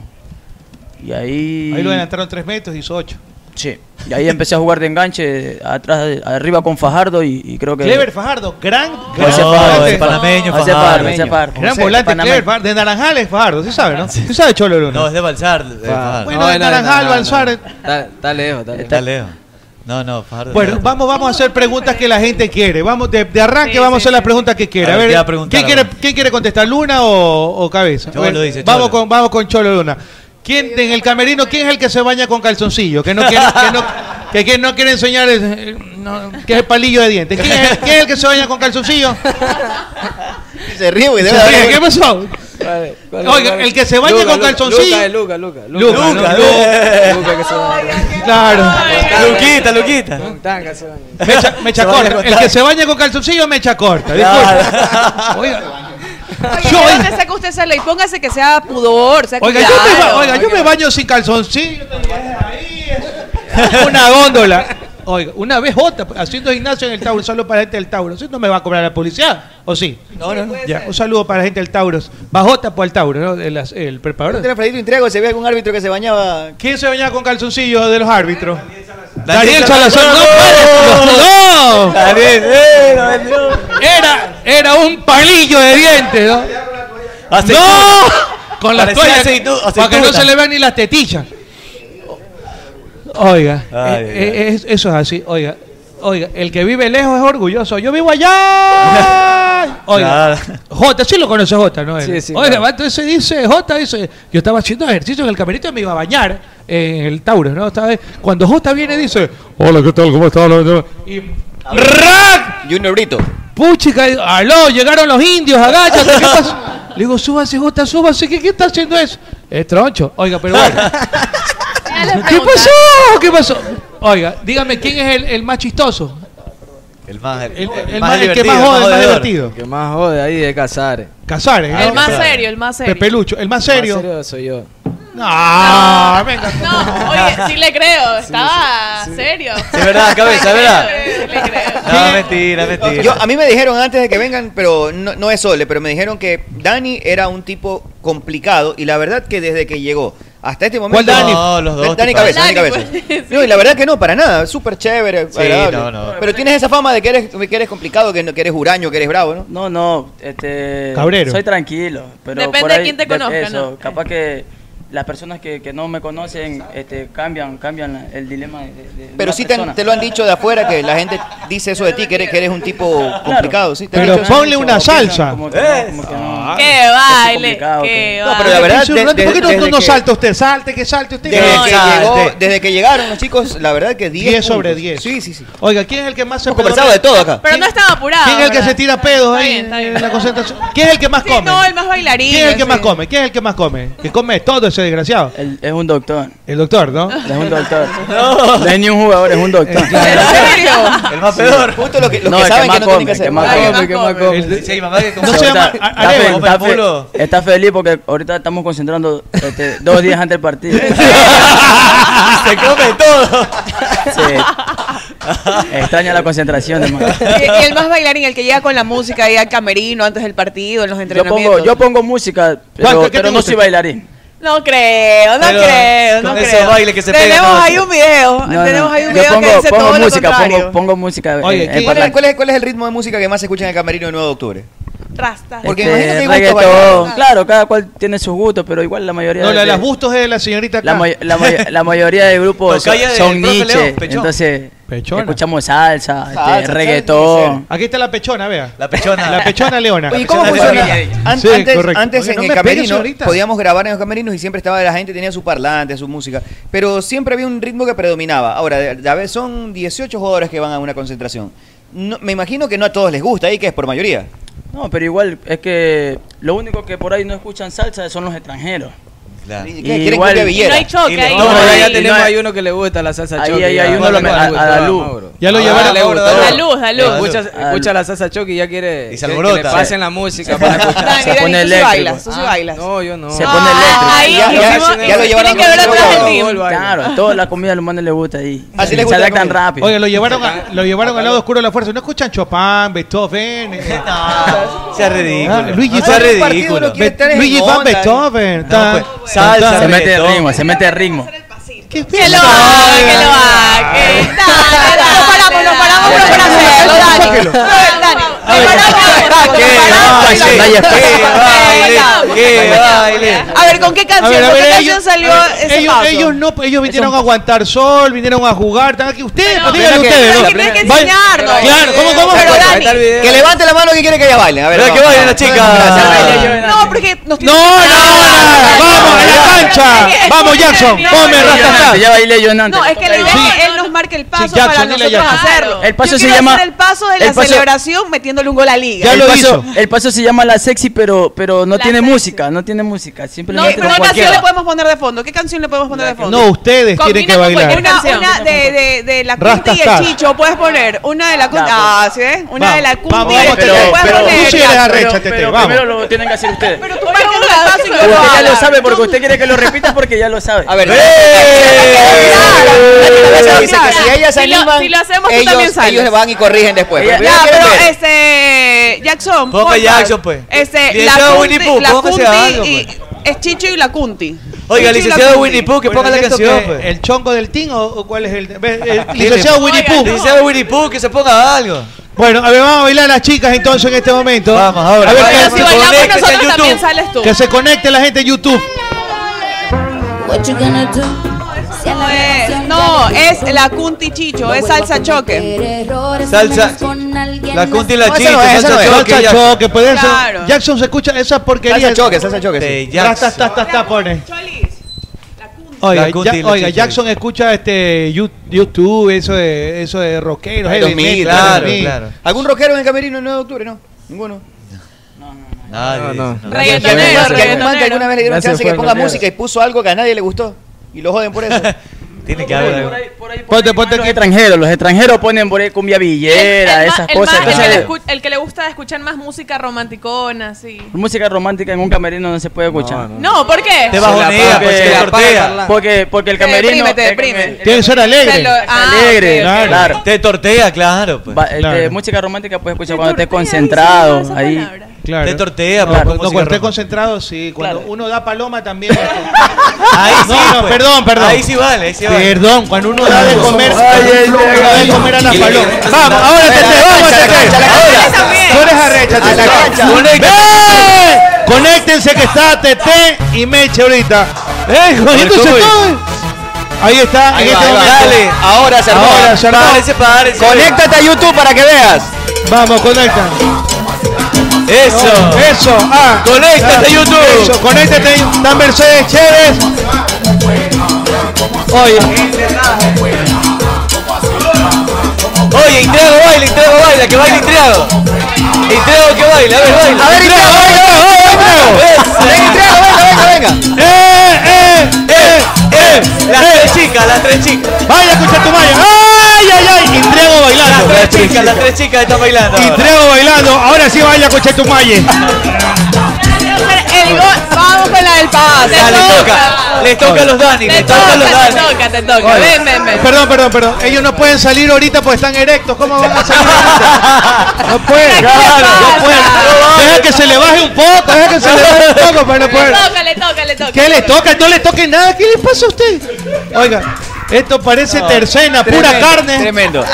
Y ahí... Ahí lo adelantaron tres metros, hizo ocho. Sí, y ahí empecé a jugar de enganche, atrás, arriba con Fajardo y, y creo que... Clever Fajardo, gran, gran Ese Fajardo, ese panameño, Ese Fajardo, Fajardo, ese Fajardo. Gran José, volante, panameño. Clever Fajardo. De Naranjales, Fajardo, ¿sí sabe, no? ¿Sí sabe Cholo Luna? No, es de Balsar. de Fajardo. Bueno, de Naranjal, Balsar. Está, está lejos, está lejos. Está Leo. No, no, Fajardo. Bueno, vamos, vamos a hacer preguntas que la gente quiere. Vamos, de, de arranque vamos a hacer las preguntas que quiere. A A ver, ver, te voy a preguntar ¿quién, quiere, quién quiere contestar, Luna o, o Cabeza? A Cholo ver, dice, vamos, Cholo. Con, vamos con Cholo Luna. ¿Quién en el camerino, quién es el que se baña con calzoncillo? Que no quiere, que no, que, que no quiere enseñar es, eh, no, que es el palillo de dientes. ¿Quién es, quién es el que se baña con calzoncillo? Se ríe, güey. Se ríe, ¿Qué pasó? Oiga, el que se baña con calzoncillo. Luca, Luca, Luca. Luca, Luca, Luca. Luca que se baña. Claro. Luquita, Luquita. Con tanga se baña. Mecha, mecha Se baña corta. con El que tanga. se baña con calzoncillo, mecha corta. Claro. Disculpe. Oiga, Oiga, Yo- ¿de dónde saca usted esa ley? Póngase que sea pudor. sea Oiga, yo me, ba- cuidado. oiga, yo me baño sin calzoncillo. Una góndola. Oiga, una vez otra, haciendo gimnasio en el Tauro, solo para gente del Tauro. ¿Sí no me va a cobrar la policía? ¿O sí? No, no, no. Ya, un saludo para la gente del Tauro. Bajota por el Tauro, ¿no? El, as- el preparador. Era Fredito Intriago, se ve algún árbitro que se bañaba. ¿Quién se bañaba con calzoncillos de los árbitros? Daniel Daniel Salazar. Salazar. ¡No, Daniel, eh, lo vendió. Era, era un palillo de dientes, ¿no? Aceituna. ¡No! Con las Parecía toallas. aceitu- Para que no aceituna. se le vean ni las tetillas. Oiga, Ay, eh, eh, es- eso es así. Oiga, oiga, el que vive lejos es orgulloso. Yo vivo allá. Oiga, Jota, sí lo conoce Jota, ¿no? Sí, sí, oiga, claro. va, entonces dice, Jota dice, yo estaba haciendo ejercicio en el camerito y me iba a bañar eh, en el Tauro, ¿no? Estaba- cuando Jota viene dice, Hola, ¿qué tal? ¿Cómo estás? Y ¡Rack! Junior Brito. Puchica, aló, llegaron los indios, agáchate, ¿qué pasa? Le digo, súbase, Jota, súbase, ¿qué, qué está haciendo eso? Es troncho. Oiga, pero bueno. ¿Qué pasó? ¿Qué pasó? Oiga, dígame, ¿quién es el, el más chistoso? El más, el, el más- el que más jode, el más divertido. Que más jode ahí de Casares. Casares, El más serio, el más serio. Pepelucho, el más serio. soy yo. No, venga. No, oye, sí le creo, estaba serio. Es verdad, cabeza, es verdad. No, mentira, Yo, mentira. a mí me dijeron antes de que vengan, pero no, no es Sole, pero me dijeron que Dani era un tipo complicado y la verdad que desde que llegó hasta este momento... ¿Cuál Dani? No, los dos Dani tipos. Cabeza, Dani Dani, pues. Cabeza. No, y la verdad que no, para nada, súper chévere, Sí, agradable. no, no. Pero tienes esa fama de que eres, que eres complicado, que, no- que eres huraño, que eres bravo, ¿no? No, no, este... Cabrero. Soy tranquilo, pero Depende por de ahí- quién te de- conozca, eso, ¿no? Capaz que las personas que, que no me conocen este, cambian cambian la- el dilema de, de- de Pero una sí te, han- persona. te lo han dicho de afuera, que la gente dice eso de ti, que eres, que eres un tipo complicado, ¿sí? ¿Te han Pero dicho eso? ponle una salsa. Como que no, ¿Eh? como que Ah, no. Que baile, complicado, que No, baile. pero la verdad, Dice, "Durante, ¿Por qué no, desde tú no que- salta usted? Salte, que salte usted. Desde, No, que salte. llegó- desde que llegaron los chicos, la verdad que 10 10 sobre puntos. 10. Sí, sí, sí. Oiga, ¿quién es el que más se conversado de todo acá. Pero no estaba apurado. ¿Quién es el que ¿verdad? se tira pedos ahí bien, está bien. en la concentración? ¿Quién es el que más Sí, come? no, el más bailarín, ¿Quién es el que sí. más come? ¿Quién es el que más come? Que come todo ese desgraciado. es un doctor. El doctor, ¿no? Es un doctor. No. es ni un jugador, es un doctor. El más peor. Justo lo que, No, el que más come, el que más come, el que más come. Dice mi mamá que como Está- Está- está está- fe- está- está fe- Pulo. Está feliz porque ahorita estamos concentrando este, dos días antes del partido. Se come todo. Sí. Extraña la concentración, hermano. Y, y el más bailarín, el que llega con la música ahí al camerino antes del partido, en los Yo entrenamientos. pongo, yo pongo música, Juan, pero, ¿qué te pero no gusta? soy bailarín. No creo, no Pero creo, no con creo. esos bailes que se pegan, Tenemos no, ahí sí. un video, No, no. tenemos ahí un Yo video pongo, que dice pongo todo lo música, contrario. pongo, pongo música. eh, Oye, en- en eh, ¿cuál, es, parlante. cuál es- cuál es el ritmo de música que más se escucha en el camerino de 9 de octubre? Rastas. Porque Este, imagino que hay gustos reggaetón. variados. Claro, cada cual tiene sus gustos, pero igual la mayoría. No, la de de- las bustos es de la señorita la, acá. may- la may- la mayoría de grupos son, Tocaya del son profe niche, León, Pechón. entonces Pechona. escuchamos salsa, este, Salsa, reggaetón. Aquí está la pechona, vea. La pechona. La pechona leona. Oye, ¿cómo funciona? An- Sí, antes correcto. antes Oye, en no me el pegues, camerino señorita. podíamos grabar en los camerinos y siempre estaba la gente, tenía su parlante, su música. Pero siempre había un ritmo que predominaba. Ahora, de- de- a ver, son 18 jugadores que van a una concentración. No- me imagino que no a todos les gusta, ahí que es por mayoría. No, pero igual es que lo único que por ahí no escuchan salsa son los extranjeros. Claro. Y quieren igual- cumbia villera? Y no hay choque Y le- ahí, no, ¿no? no, Ahí no, ya no, tenemos no, ahí uno que le gusta la salsa Ahí choque, hay, ya. hay uno No, que no, me- a, no, a no, Dalú. Mauro. Ah, Ya lo llevaron. Dalú, Dalú, Dalú. Dalú, Dalú. Dalú. Escucha- Dalú. escucha la salsa choque y ya quiere Y que- se que le alborota. pasen la música para escuchar. Se Dani, Dani, tú pone sí eléctrico. bailas, tú sí bailas. No, yo no. Se pone Ah, eléctrico. ahí Ya- ya- hicimos- ya lo llevaron tienen que ver atrás del team. Claro, a toda la comida a los manes les gusta ahí. Así Y les gusta se la adaptan comida. rápido. Oye, lo llevaron, a- lo llevaron al lado oscuro de la fuerza. ¿No escuchan Chopin, Beethoven? eh? Sea ridículo. Ah, Luigi No sea Fan- ridículo. Be- Luigi Van Beethoven. tan, tan, pues, salsa, tan. Se mete el ritmo, se mete el ritmo. ¿Qué Que lo haga, que lo haga. que- Nos paramos, nos paramos, pero para hacerlo, Dani. Sáquelo. Dani, Que baile, que baile, que baile. A ver, ¿con qué canción? A ver, a ¿Con qué ver, canción ellos- salió a ver, ese ellos, paso? ellos no, ellos vinieron a aguantar sol, vinieron a jugar, están aquí ustedes, pues, díganle Pero que- ustedes, pero ¿no? que tienen que Va- enseñarnos. Claro, ¿cómo, cómo? Pero, Dani, que levante la mano que quiere que ella baile. A ver, Pero que vamos, bailen vamos. las chicas. Gracias, Dani. No, porque nos No, vamos a la cancha. Vamos, Jackson, ponme ratatá. Ya bailé yo antes. No, es que la idea es que él nos marque el paso Jackson, para dile nosotros Jackson. hacerlo. El paso Yo se quiero llama- hacer el paso de el la paso- celebración metiéndole un gol a Liga. el paso, El paso se llama la sexy, pero, pero no tiene música, no tiene música. No, Simplemente pero ¿qué canción le podemos poner de fondo? ¿Qué canción le podemos poner de fondo? No, ustedes Combina tienen que con bailar. Una- cualquier Una, de, de, de la Rasta cumbia y Star. el chicho, puedes poner. Una de la cumbia. Ah, ¿sí ves? Una de la cumbia y el pero, chicho, puedes pero- poner. pero- ya. pero- Tete, pero vamos. primero lo tienen que hacer ustedes. Pero Tú marcas el paso y yo lo ya hago. lo sabe porque usted quiere que lo repita porque ya lo sabe. A ver, ¡Eh! Dice que si ellas se Si lo- animan, si lo hacemos, tú ellos, también sales. ellos van y corrigen después. Ya, Pero primero pero quieren ver. este. Jackson. Ponga porfa. Jackson, pues. Este, la Licenciado Kunti, Winnie Pooh, la póngase algo, Kunti y. Es Chicho y la Kunti. Oiga, Chicho y la licenciado Kunti. Winnie Pooh, que Bueno, ponga la ¿esto canción. qué? pues. ¿El chongo del tin o- o cuál es el, ve- el licenciado Winnie Pooh? Licenciado Winnie Pooh, que se ponga algo. Bueno, a ver, vamos a bailar las chicas entonces en este momento. Vamos, ahora. A ver, Vaya, que, si se bailamos conecte en nosotros YouTube. también sales tú. que se conecte la gente en YouTube. What you gonna do? No es, no, es la Kunti Chicho, es salsa choque. Salsa- la Kunti y la No, esa no Chicho, es, esa salsa no es. choque, Salsa Jackson. choque, pues eso. Claro. Jackson se escucha esa porquería. Salsa choque, salsa choque, sí. De Jackson. Ta, ta, ta, ta, pone. Oiga, La Kunti Ya- y la oiga, Chicho. Jackson escucha este You- YouTube, eso de, eso de rockeros. Ay, heavy los mil, metal, claro, mil. claro. ¿Algún rockero en el camerino el 9 de octubre? No, ninguno. Nadie. no. dice, Reggaetonero, reggaetonero. reggaetonero. alguna vez le Ya dieron se chance que fue, ponga no, música y puso algo que a nadie le gustó. Y lo joden por eso. Tiene que haber algo. Ponte, ponte eh. los extranjeros, los extranjeros ponen por ahí cumbia villera, El, esas ma- el cosas. ma- el que Entonces, le escu- el que le gusta escuchar más música romanticona, sí. música romántica en un camerino no se puede escuchar. No, ¿por qué? Se la apaga, porque- se la tortea. apaga. Porque, porque el Te camerino. deprime, te el deprime. camerino- Tiene que ser alegre. Ah, alegre, ok, ok. claro. Te tortea, claro. Pues. Va- este, Música romántica puedes escuchar cuando estés concentrado. Ahí. Claro. Te tortea, No, pues, cuando- con no, música cuando esté rock. concentrado, sí. Cuando Claro. uno da paloma también. Ahí sí, No, no, pues. perdón, perdón. Ahí sí vale, ahí sí vale. Perdón, cuando uno da de comer, cuando uno da de comer a las palomas. Vamos, ahora te vamos a Ahora. Tú eres arrecha, Tete. Conéctense. Conéctense que está Tete y Meche ahorita. Eh, cogiéndose Arturo. todo. Ahí está, Ahí en va, este ahí va. momento. Dale, ahora se armó. Ahora se armó. Párese, párese. Conéctate a YouTube para que veas. Vamos, conecta. Eso. Eso. Ah. Conéctate, Ah, YouTube. Eso, conéctate. Está Mercedes Chévez. Oye. Oye, Intriago baila, Intriago baila, que baila Intriago. Intriago que baila, a ver, baila. A ver, Intriago, venga, venga, venga, venga, venga, venga. ¡Eh, eh, eh, eh! Las tres chicas, las tres chicas. ¡Vaya, escucha tu malla! ¡Ay, ay, ay! Intriago bailando. Las tres chicas, las tres chicas están bailando. ahora. Ah, Intriago bailando. Ahora sí baila, escucha tu malla. Ah, El gol- vamos con la del paso. Ya, le toca, les toca a los Dani, les toca a los Te Dani. toca, te toca. Oye. Ven, ven, ven. Perdón, perdón, perdón. Ellos no pueden salir ahorita porque están erectos. ¿Cómo van a salir ahorita? No pueden. no pueden. Deja que se le baje un poco, deja que se le baje un poco para no Le poder. toca, le toca, le toca. ¿Qué le toca? No le toque nada. ¿Qué le pasa a usted? Oiga, Esto parece No. tercena, pura Tremendo, carne. Tremendo.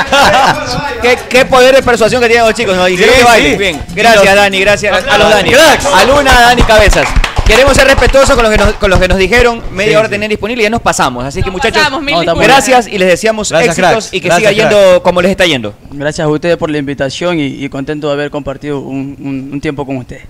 ¿Qué, qué poder de persuasión que tienen los chicos, ¿no? Y creo Sí, que bailen. sí. Bien. Y Gracias, los- Dani. Gracias a los Dani. Cracks. A Luna, a Dani Cabezas. Queremos ser respetuosos con los que nos, con los que nos dijeron media hora tener disponible y ya nos pasamos. Así que, muchachos, pasamos, mil no, estamos- disculpas. gracias y les deseamos Gracias, éxitos cracks. y que Gracias, siga cracks. yendo como les está yendo. Gracias a ustedes por la invitación y, y contento de haber compartido un, un- un tiempo con ustedes.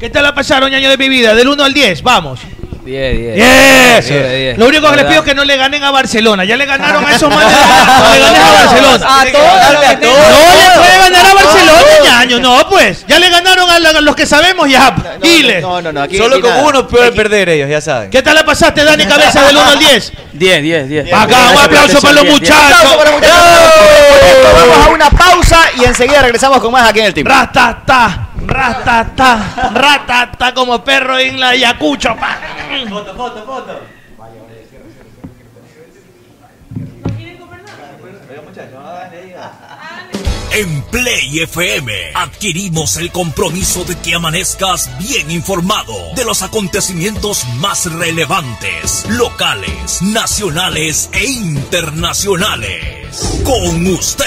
¿Qué tal la pasaron, año de mi vida? Del 1 al 10, vamos. 10, 10. Yes. Sobre 10. Lo único que les ¿Verdad? pido es que no le ganen a Barcelona. Ya le ganaron a esos manes. No le ganen a Barcelona. A todos, a todos. No le puede ganar a Barcelona, A todos. ñaño. No, pues. Ya le ganaron a, la- a los que sabemos ya. Diles. No, no, no. Aquí, Solo aquí con nada. uno pueden perder ellos, ya saben. ¿Qué tal la pasaste, Dani Cabeza, del 1 al 10? 10, 10, 10. Acá, un aplauso para los Un muchachos. aplauso para los muchachos. Bravo. Vamos a una pausa y enseguida regresamos con más aquí en el team. Ratatá, ratatá, ratatá como perro en la Ayacucho. Pa. Foto, foto, foto. En Play FM adquirimos el compromiso de que amanezcas bien informado de los acontecimientos más relevantes, locales, nacionales e internacionales. Con usted,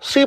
Si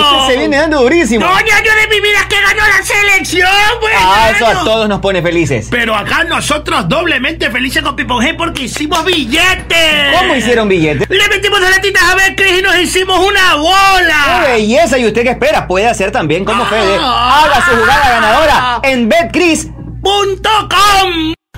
Usted se viene dando durísimo. año de mi vida que ganó la selección, pues. güey! Ah, eso a todos nos pone felices. Pero acá nosotros doblemente felices con Pipon G porque hicimos billetes. ¿Cómo hicieron billetes? Le metimos las latitas a ver y nos hicimos una bola. ¡Qué belleza! ¿Y usted qué espera? Puede hacer también como Fede. Ah. Haga su jugada ganadora en BetCris.com.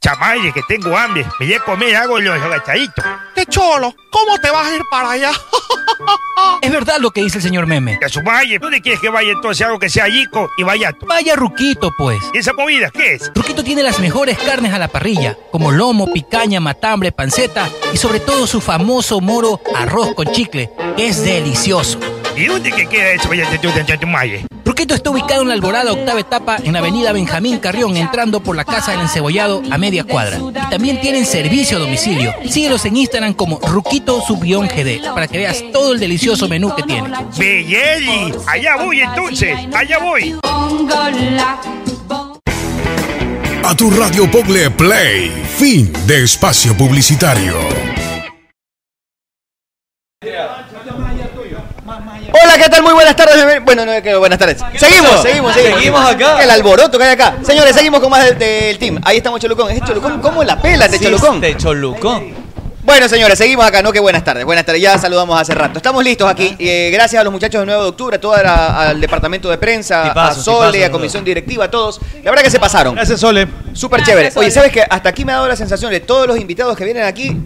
Chamaye, que tengo hambre. Me voy a comer algo los agachaditos. ¡Qué cholo! ¿Cómo te vas a ir para allá? Es verdad lo que dice el señor Meme. A su valle, ¿dónde quieres que vaya entonces algo que sea yico y vaya? Vaya Ruquito, pues. ¿Y esa comida qué es? Ruquito tiene las mejores carnes a la parrilla, como lomo, picaña, matambre, panceta y sobre todo su famoso moro arroz con chicle, que es delicioso. ¿Y dónde que queda eso, vaya, de tu- de tu malle? Ruquito está ubicado en la Alborada Octava Etapa en la avenida Benjamín Carrión, entrando por la Casa del Encebollado a media cuadra. Y también tienen servicio a domicilio. Síguelos en Instagram como Ruquito Subión GD para que veas todo el delicioso menú que tiene. Belleli, allá voy entonces, allá voy. A tu radio Pogle Play, fin de espacio publicitario. Hola, ¿qué tal? Muy buenas tardes. bienven- Bueno, no, que buenas tardes. Seguimos, pasó? seguimos, seguimos. Seguimos acá. El alboroto que hay acá. Señores, seguimos con más del, del team. Ahí estamos, Cholucón. Es Cholucón, ¿cómo la pela de Cholucón? De Cholucón. Bueno, señores, seguimos acá, ¿no? Que buenas tardes. Buenas tardes, ya saludamos hace rato. Estamos listos aquí. Eh, gracias a los muchachos de 9 de octubre, a todo la- al departamento de prensa, Tipazo, a Sole, tipazo, a comisión directiva, a todos. La verdad que se pasaron. Gracias, Sole. Súper chévere. Oye, ¿sabes qué? Hasta aquí me ha dado la sensación de todos los invitados que vienen aquí.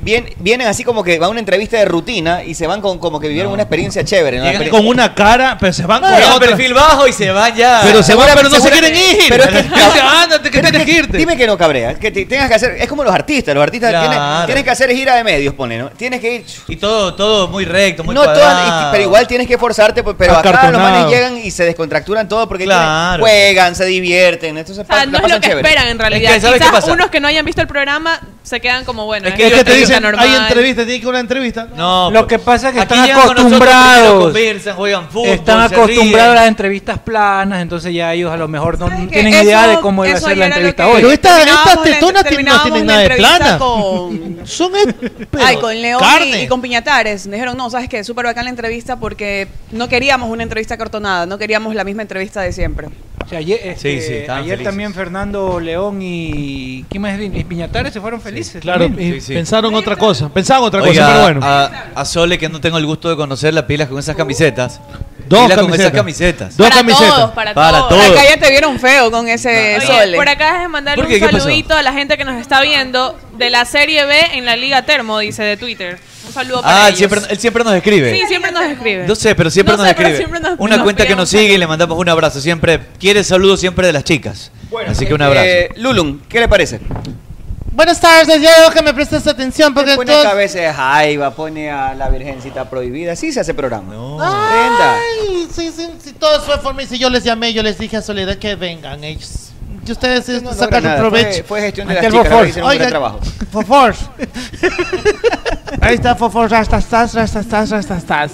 bien- vienen así como que va a una entrevista de rutina y se van con, como que vivieron una experiencia chévere. ¿no? Llegan con una cara, pero se van No, con ya, otra. perfil bajo y se van ya. Pero se van, pero no se quieren ir. Pero es que, Dice, ándate, que tienes que irte. Dime que no cabrea, que te- tengas que hacer, es como los artistas, los artistas Claro. tienen, tienen que hacer gira de medios, pone, ¿no? Tienes que ir. Y todo, todo muy recto, muy no todas, cuadrado. y- pero igual tienes que forzarte, pues, pero acá los Acartonado. manes llegan y se descontracturan todo porque Claro. tienen- juegan, se divierten, entonces O sea, no es lo que esperan en realidad. ¿sabes Quizás unos que no hayan visto el programa se quedan como bueno. Es que te dicen, normal. hay entrevista, tiene que ir a una entrevista. No, Lo que pasa es que Aquí están llegan con nosotros, primero acostumbrados. Conversan, juegan fútbol, Están se ríen. acostumbrados a las entrevistas planas, entonces ya ellos a lo mejor no que tienen eso- idea de cómo iba a eso ser la ayer era lo entrevista que- hoy. Pero esta- Terminábamos estas la- tetonas no tienen nada de plana. Son Ay, con León carne. y, y con Piñatares. Nos dijeron, no, sabes que súper bacán la entrevista porque no queríamos una entrevista cartonada, no queríamos la misma entrevista de siempre. O sea, ayer este, Sí, sí, estaban ayer felices. también Fernando León y ¿quién más? Y Piñatares se fueron felices. Claro, también. y pensaron otra cosa, pensaban otra Oiga, cosa, pero bueno. a, a Sole, que no tengo el gusto de conocerla, pilas con esas camisetas. Dos Pilas con camisetas. esas camisetas. Dos Para camisetas. todos, para Para todos. todos. Acá ya te vieron feo con ese Oye, sol. por acá es de mandar ¿Por un qué? ¿Qué pasó? saludito a la gente que nos está viendo de la Serie B en la Liga Termo, dice de Twitter. Un saludo para Ah, él ellos. siempre, él siempre nos escribe. Sí, siempre nos escribe. No sé, pero siempre No nos sé, pero escribe. siempre nos- una nos cuenta que pegamos nos sigue y le mandamos un abrazo. Siempre quiere saludos siempre de las chicas. Así que un abrazo. este, Eh, Lulun, ¿qué le parece? Buenas tardes, ya veo que me prestas atención porque Pone acá a veces Jaiba, pone a la Virgencita Prohibida, sí se hace programa. Prenda. Ay, sí, sí, sí, todo fue forma y si yo les llamé, yo les dije a Soledad que vengan ellos. Y ustedes eh, logra sacan nada, el provecho. fue- fue gestión de Ante las el chicas, la verdad, Fofor. hicieron un gran Oiga, trabajo. Fofor. Ahí está Fofor, rastastas, rastastas, rastastas.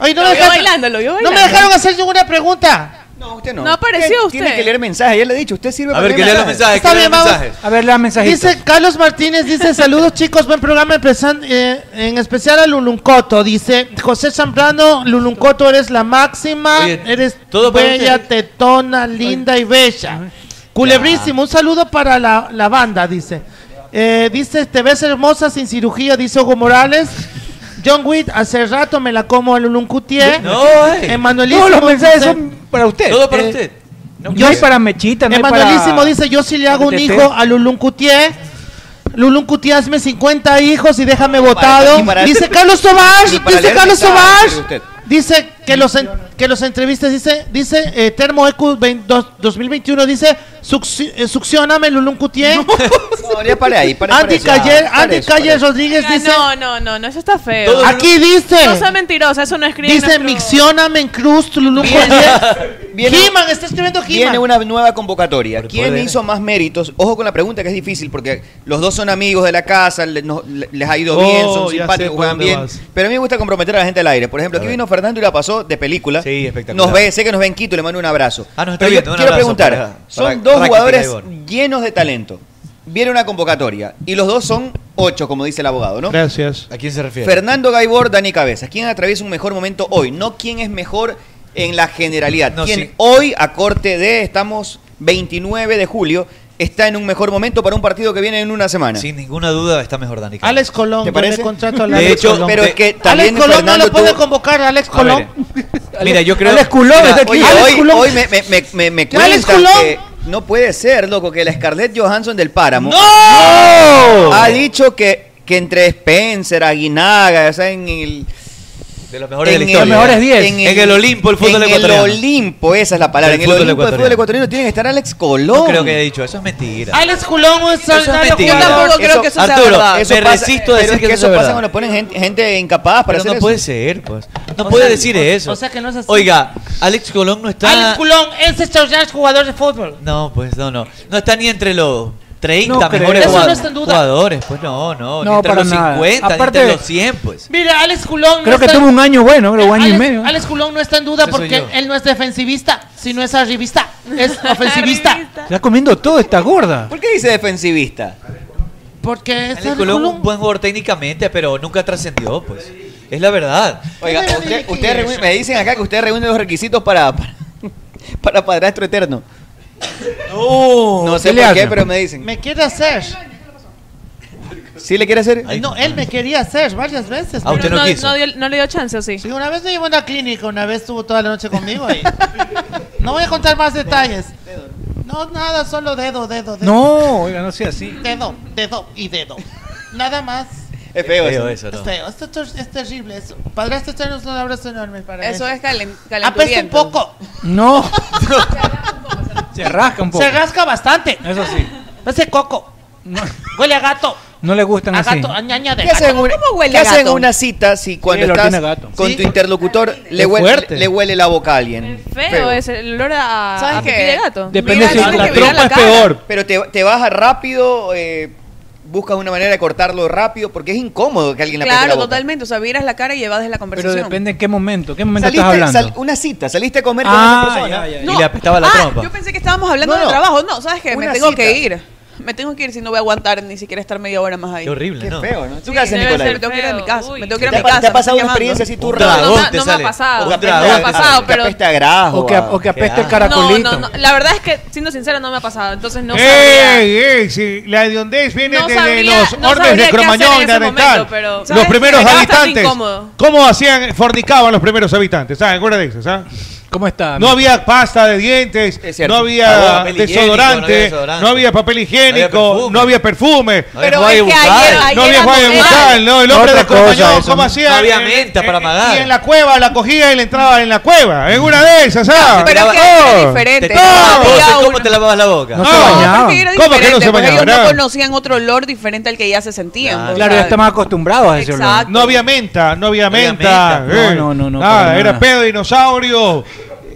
Oye, no Lo me vio dejaste- bailando, lo vio No me bailando. dejaron hacer ninguna pregunta. No, usted No apareció usted. Tiene que leer mensajes, ya le he dicho, usted sirve A ver, que lea los mensajes. Está que lea bien, los vamos. mensajes. A ver, lea mensajitos. Dice Carlos Martínez, dice saludos chicos, buen programa empezando, eh, en especial a Luluncoto, dice José Zambrano, Luluncoto eres la máxima, Oye, eres todo para bella, usted. tetona, linda y bella. Culebrísimo, un saludo para la, la banda, dice. Eh, dice, te ves hermosa sin cirugía, dice Hugo Morales. John Witt, hace rato me la como a Luluncutier. No, eh. Emanuelísimo, Todos los mensajes dice- son para usted. Todo para usted. No hay para Mechita, no hay para... Emanuelísimo dice, yo sí le hago un Tete. hijo a Lulun Cutié. Lulun Cutié, hazme 50 hijos y déjame votado. ni para- dice Carlos Tobar, ni para dice leer Carlos mensajes, Tobar. dice usted. Dice que los, en- que los entrevistas, dice, dice eh, Termo EQ 22 2021, dice, succi- eh, succioname Lulun Cutié. No, ya pare ahí, pare, Andy pare, ya, Calle, pare Andy eso, pare Calle eso. Rodríguez Oiga, dice, No, no, no, no, eso está feo. Todo- Aquí dice. No sea mentirosa, eso no escribe. dice, nuestro- miccioname en cruz, Lulun Cutié. He-Man, está escribiendo Viene He-Man. una nueva convocatoria. ¿Quién poder. hizo más méritos? Ojo con la pregunta que es difícil porque los dos son amigos de la casa, le- no- le- les ha ido Oh, bien, son ya sé simpáticos, por juegan dónde bien. vas. Pero a mí me gusta comprometer a la gente al aire. Por ejemplo, aquí vino Fernando y la pasó de película. Sí, espectacular. Nos ve, sé que nos ve en Quito, le mando un abrazo. Ah, nos está Pero yo viendo, un quiero abrazo preguntar, para- son para dos Rakitic jugadores Aibor. llenos de talento. Viene una convocatoria y los dos son ocho, como dice el abogado, ¿no? Gracias. ¿A quién se refiere? Fernando Gaibor, Dani Cabezas. ¿Quién atraviesa un mejor momento hoy? No quién es mejor en la generalidad. No, ¿Quién sí. hoy, a corte de, estamos 29 de julio, está en un mejor momento para un partido que viene en una semana? Sin ninguna duda está mejor Dani. Cabezas. Alex Colón, ¿Te yo parece? le contrato a De Alex hecho, Colón. pero es que Alex también Colón no Fernando lo puede tuvo- convocar a Alex A ver, Colón. Mira, yo creo. Alex Culón Mira, está aquí. Oye, Alex hoy, Culón. hoy me, me, me, me, me ¿Qué, Alex cuentan Culón? que no puede ser, loco, que la Scarlett Johansson del Páramo ¡No! ha dicho que, que entre Spencer, Aguinaga, o sea, en el... De los mejores de en la historia. el- En el, Olimpo, el fútbol en ecuatoriano. el Olimpo, esa es la palabra. Del en el fútbol Olimpo del fútbol ecuatoriano. ecuatoriano tiene que estar Alex Colón. No creo que haya dicho, eso es mentira. Alex Culón es Eso es mentira. Yo tampoco creo que eso sea Arturo, verdad. me resisto a pero decir es que eso eso es pasa verdad. cuando ponen gente, gente incapaz Ah, Pero para hacer no eso. puede ser, pues. No puede decir eso. o sea que no es así. Oiga, Alex Colón no está. Alex Culón es extraordinario jugador de fútbol. No, pues no, no. No está ni entre los 30 No creo. mejores Eso no jugado- está en duda. jugadores. Pues no, no. No, ni entre para los nada. 50, Aparte- ni entre los 100, pues. Mira, Alex Culón. Creo no que está- tuvo un año bueno, creo un año y Alex, medio. Alex Culón no está en duda Ese soy porque yo. él no es defensivista, sino es arribista. Es ofensivista. Está comiendo todo, está gorda. ¿Por qué dice defensivista? porque es Alex Colón un buen jugador técnicamente, pero nunca trascendió, pues. Es la verdad. Oiga, usted, usted reúne- me dicen acá que usted reúne los requisitos para, para, para padrastro eterno. No, sé ¿qué le por qué, hacen? pero me dicen. Me quiere hacer. ¿Sí le quiere hacer? No, él me quería hacer varias veces. Ah, usted pero no quiso. dio- no le dio chance, ¿o sí? Sí, una vez me llevó a una clínica, una vez estuvo toda la noche conmigo y... No voy a contar más detalles. No, nada, solo dedo, dedo, dedo. No, oiga, no sea así. Dedo, dedo y dedo. Nada más. Es feo, eso. Es Este, feo, esto es, es terrible. Eso. Padrastro, échanos un abrazo enorme para Eso es calen- Apesta un calenturiento. poco. No. Se rasca un poco. Se rasca bastante. Eso sí. Ese coco. Huele a gato. No le gustan Ah, A así. gato, a ñaña de ¿Qué hacen, gato. una, qué hacen una cita si cuando Sí, el estás orina gato. con Sí. tu interlocutor le Es huele, fuerte. le huele la boca a alguien? Feo, es el olor a, ¿Sabes a pipí qué? de gato. Depende si la Mira trompa la es cara. peor. Pero te, te baja rápido, eh, buscas una manera de cortarlo rápido porque es incómodo que alguien le apeste la Claro, boca. totalmente. O sea, viras la cara y llevas de la Pero conversación. depende en qué momento, qué momento Saliste, estás hablando. sal- una cita, saliste a comer Ah, con una persona ya, ya, y ya. le apestaba la ah, trompa. Yo pensé que estábamos hablando No, de no. trabajo. No, ¿sabes qué? Una Me tengo cita. que ir. Me tengo que ir si no voy a aguantar ni siquiera estar media hora más ahí. Qué horrible, Qué ¿no? feo, ¿no? ¿Tú qué haces, debe Nicolai? ser, Me tengo que ir a mi casa. me tengo que ir a ¿Te mi ha casa. pa- te ha me están pasado una llamando. experiencia así tú No, rara? no, Dragón no, te no me sale. ha pasado. O que no me ha apeste- pasado, que pero- apeste a grajo, O que- ah. o que Qué apeste asco. No, no, no. La verdad es que, siendo sincera, no me ha pasado. Entonces ¡Eh! no sabría. ¡Ey, ey! Si la hediondez viene No de, sabría- de los no órdenes sabría de qué hacer Cromañón en y ese de Arental. momento, pero- ¿Sabes Los qué? primeros Era bastante habitantes. incómodo. ¿Cómo hacían? Fornicaban los primeros habitantes. ¿Saben? ¿Alguna de esas? ah? ¿Cómo está? No había pasta de dientes, Es cierto. no Ah, había papel higiénico, desodorante, no había desodorante. no había papel higiénico, no había perfume, No había Pero juego es que bucal. ayer- ayer no había juego andaba- bucal, no, el hombre Otra de cosa compañero, eso, ¿cómo ¿no? hacía? No había Eh, menta para eh, pagar. Y en la cueva la cogía y le entraba en la cueva, en una de esas, ¿ah? ¿sabes? Pero es que era diferente. No, había ¿Cómo te lavabas la boca? No se No. bañaban. Porque era ¿Cómo que no diferente, se porque bañaban? Ellos no conocían otro olor diferente al que ya se sentían. pues, Ah, Claro, ya ¿sabes? estamos acostumbrados a ese olor. Exacto. No había menta, no había menta. menta. eh, No, no, no, no, nada, para era nada. pedo de dinosaurio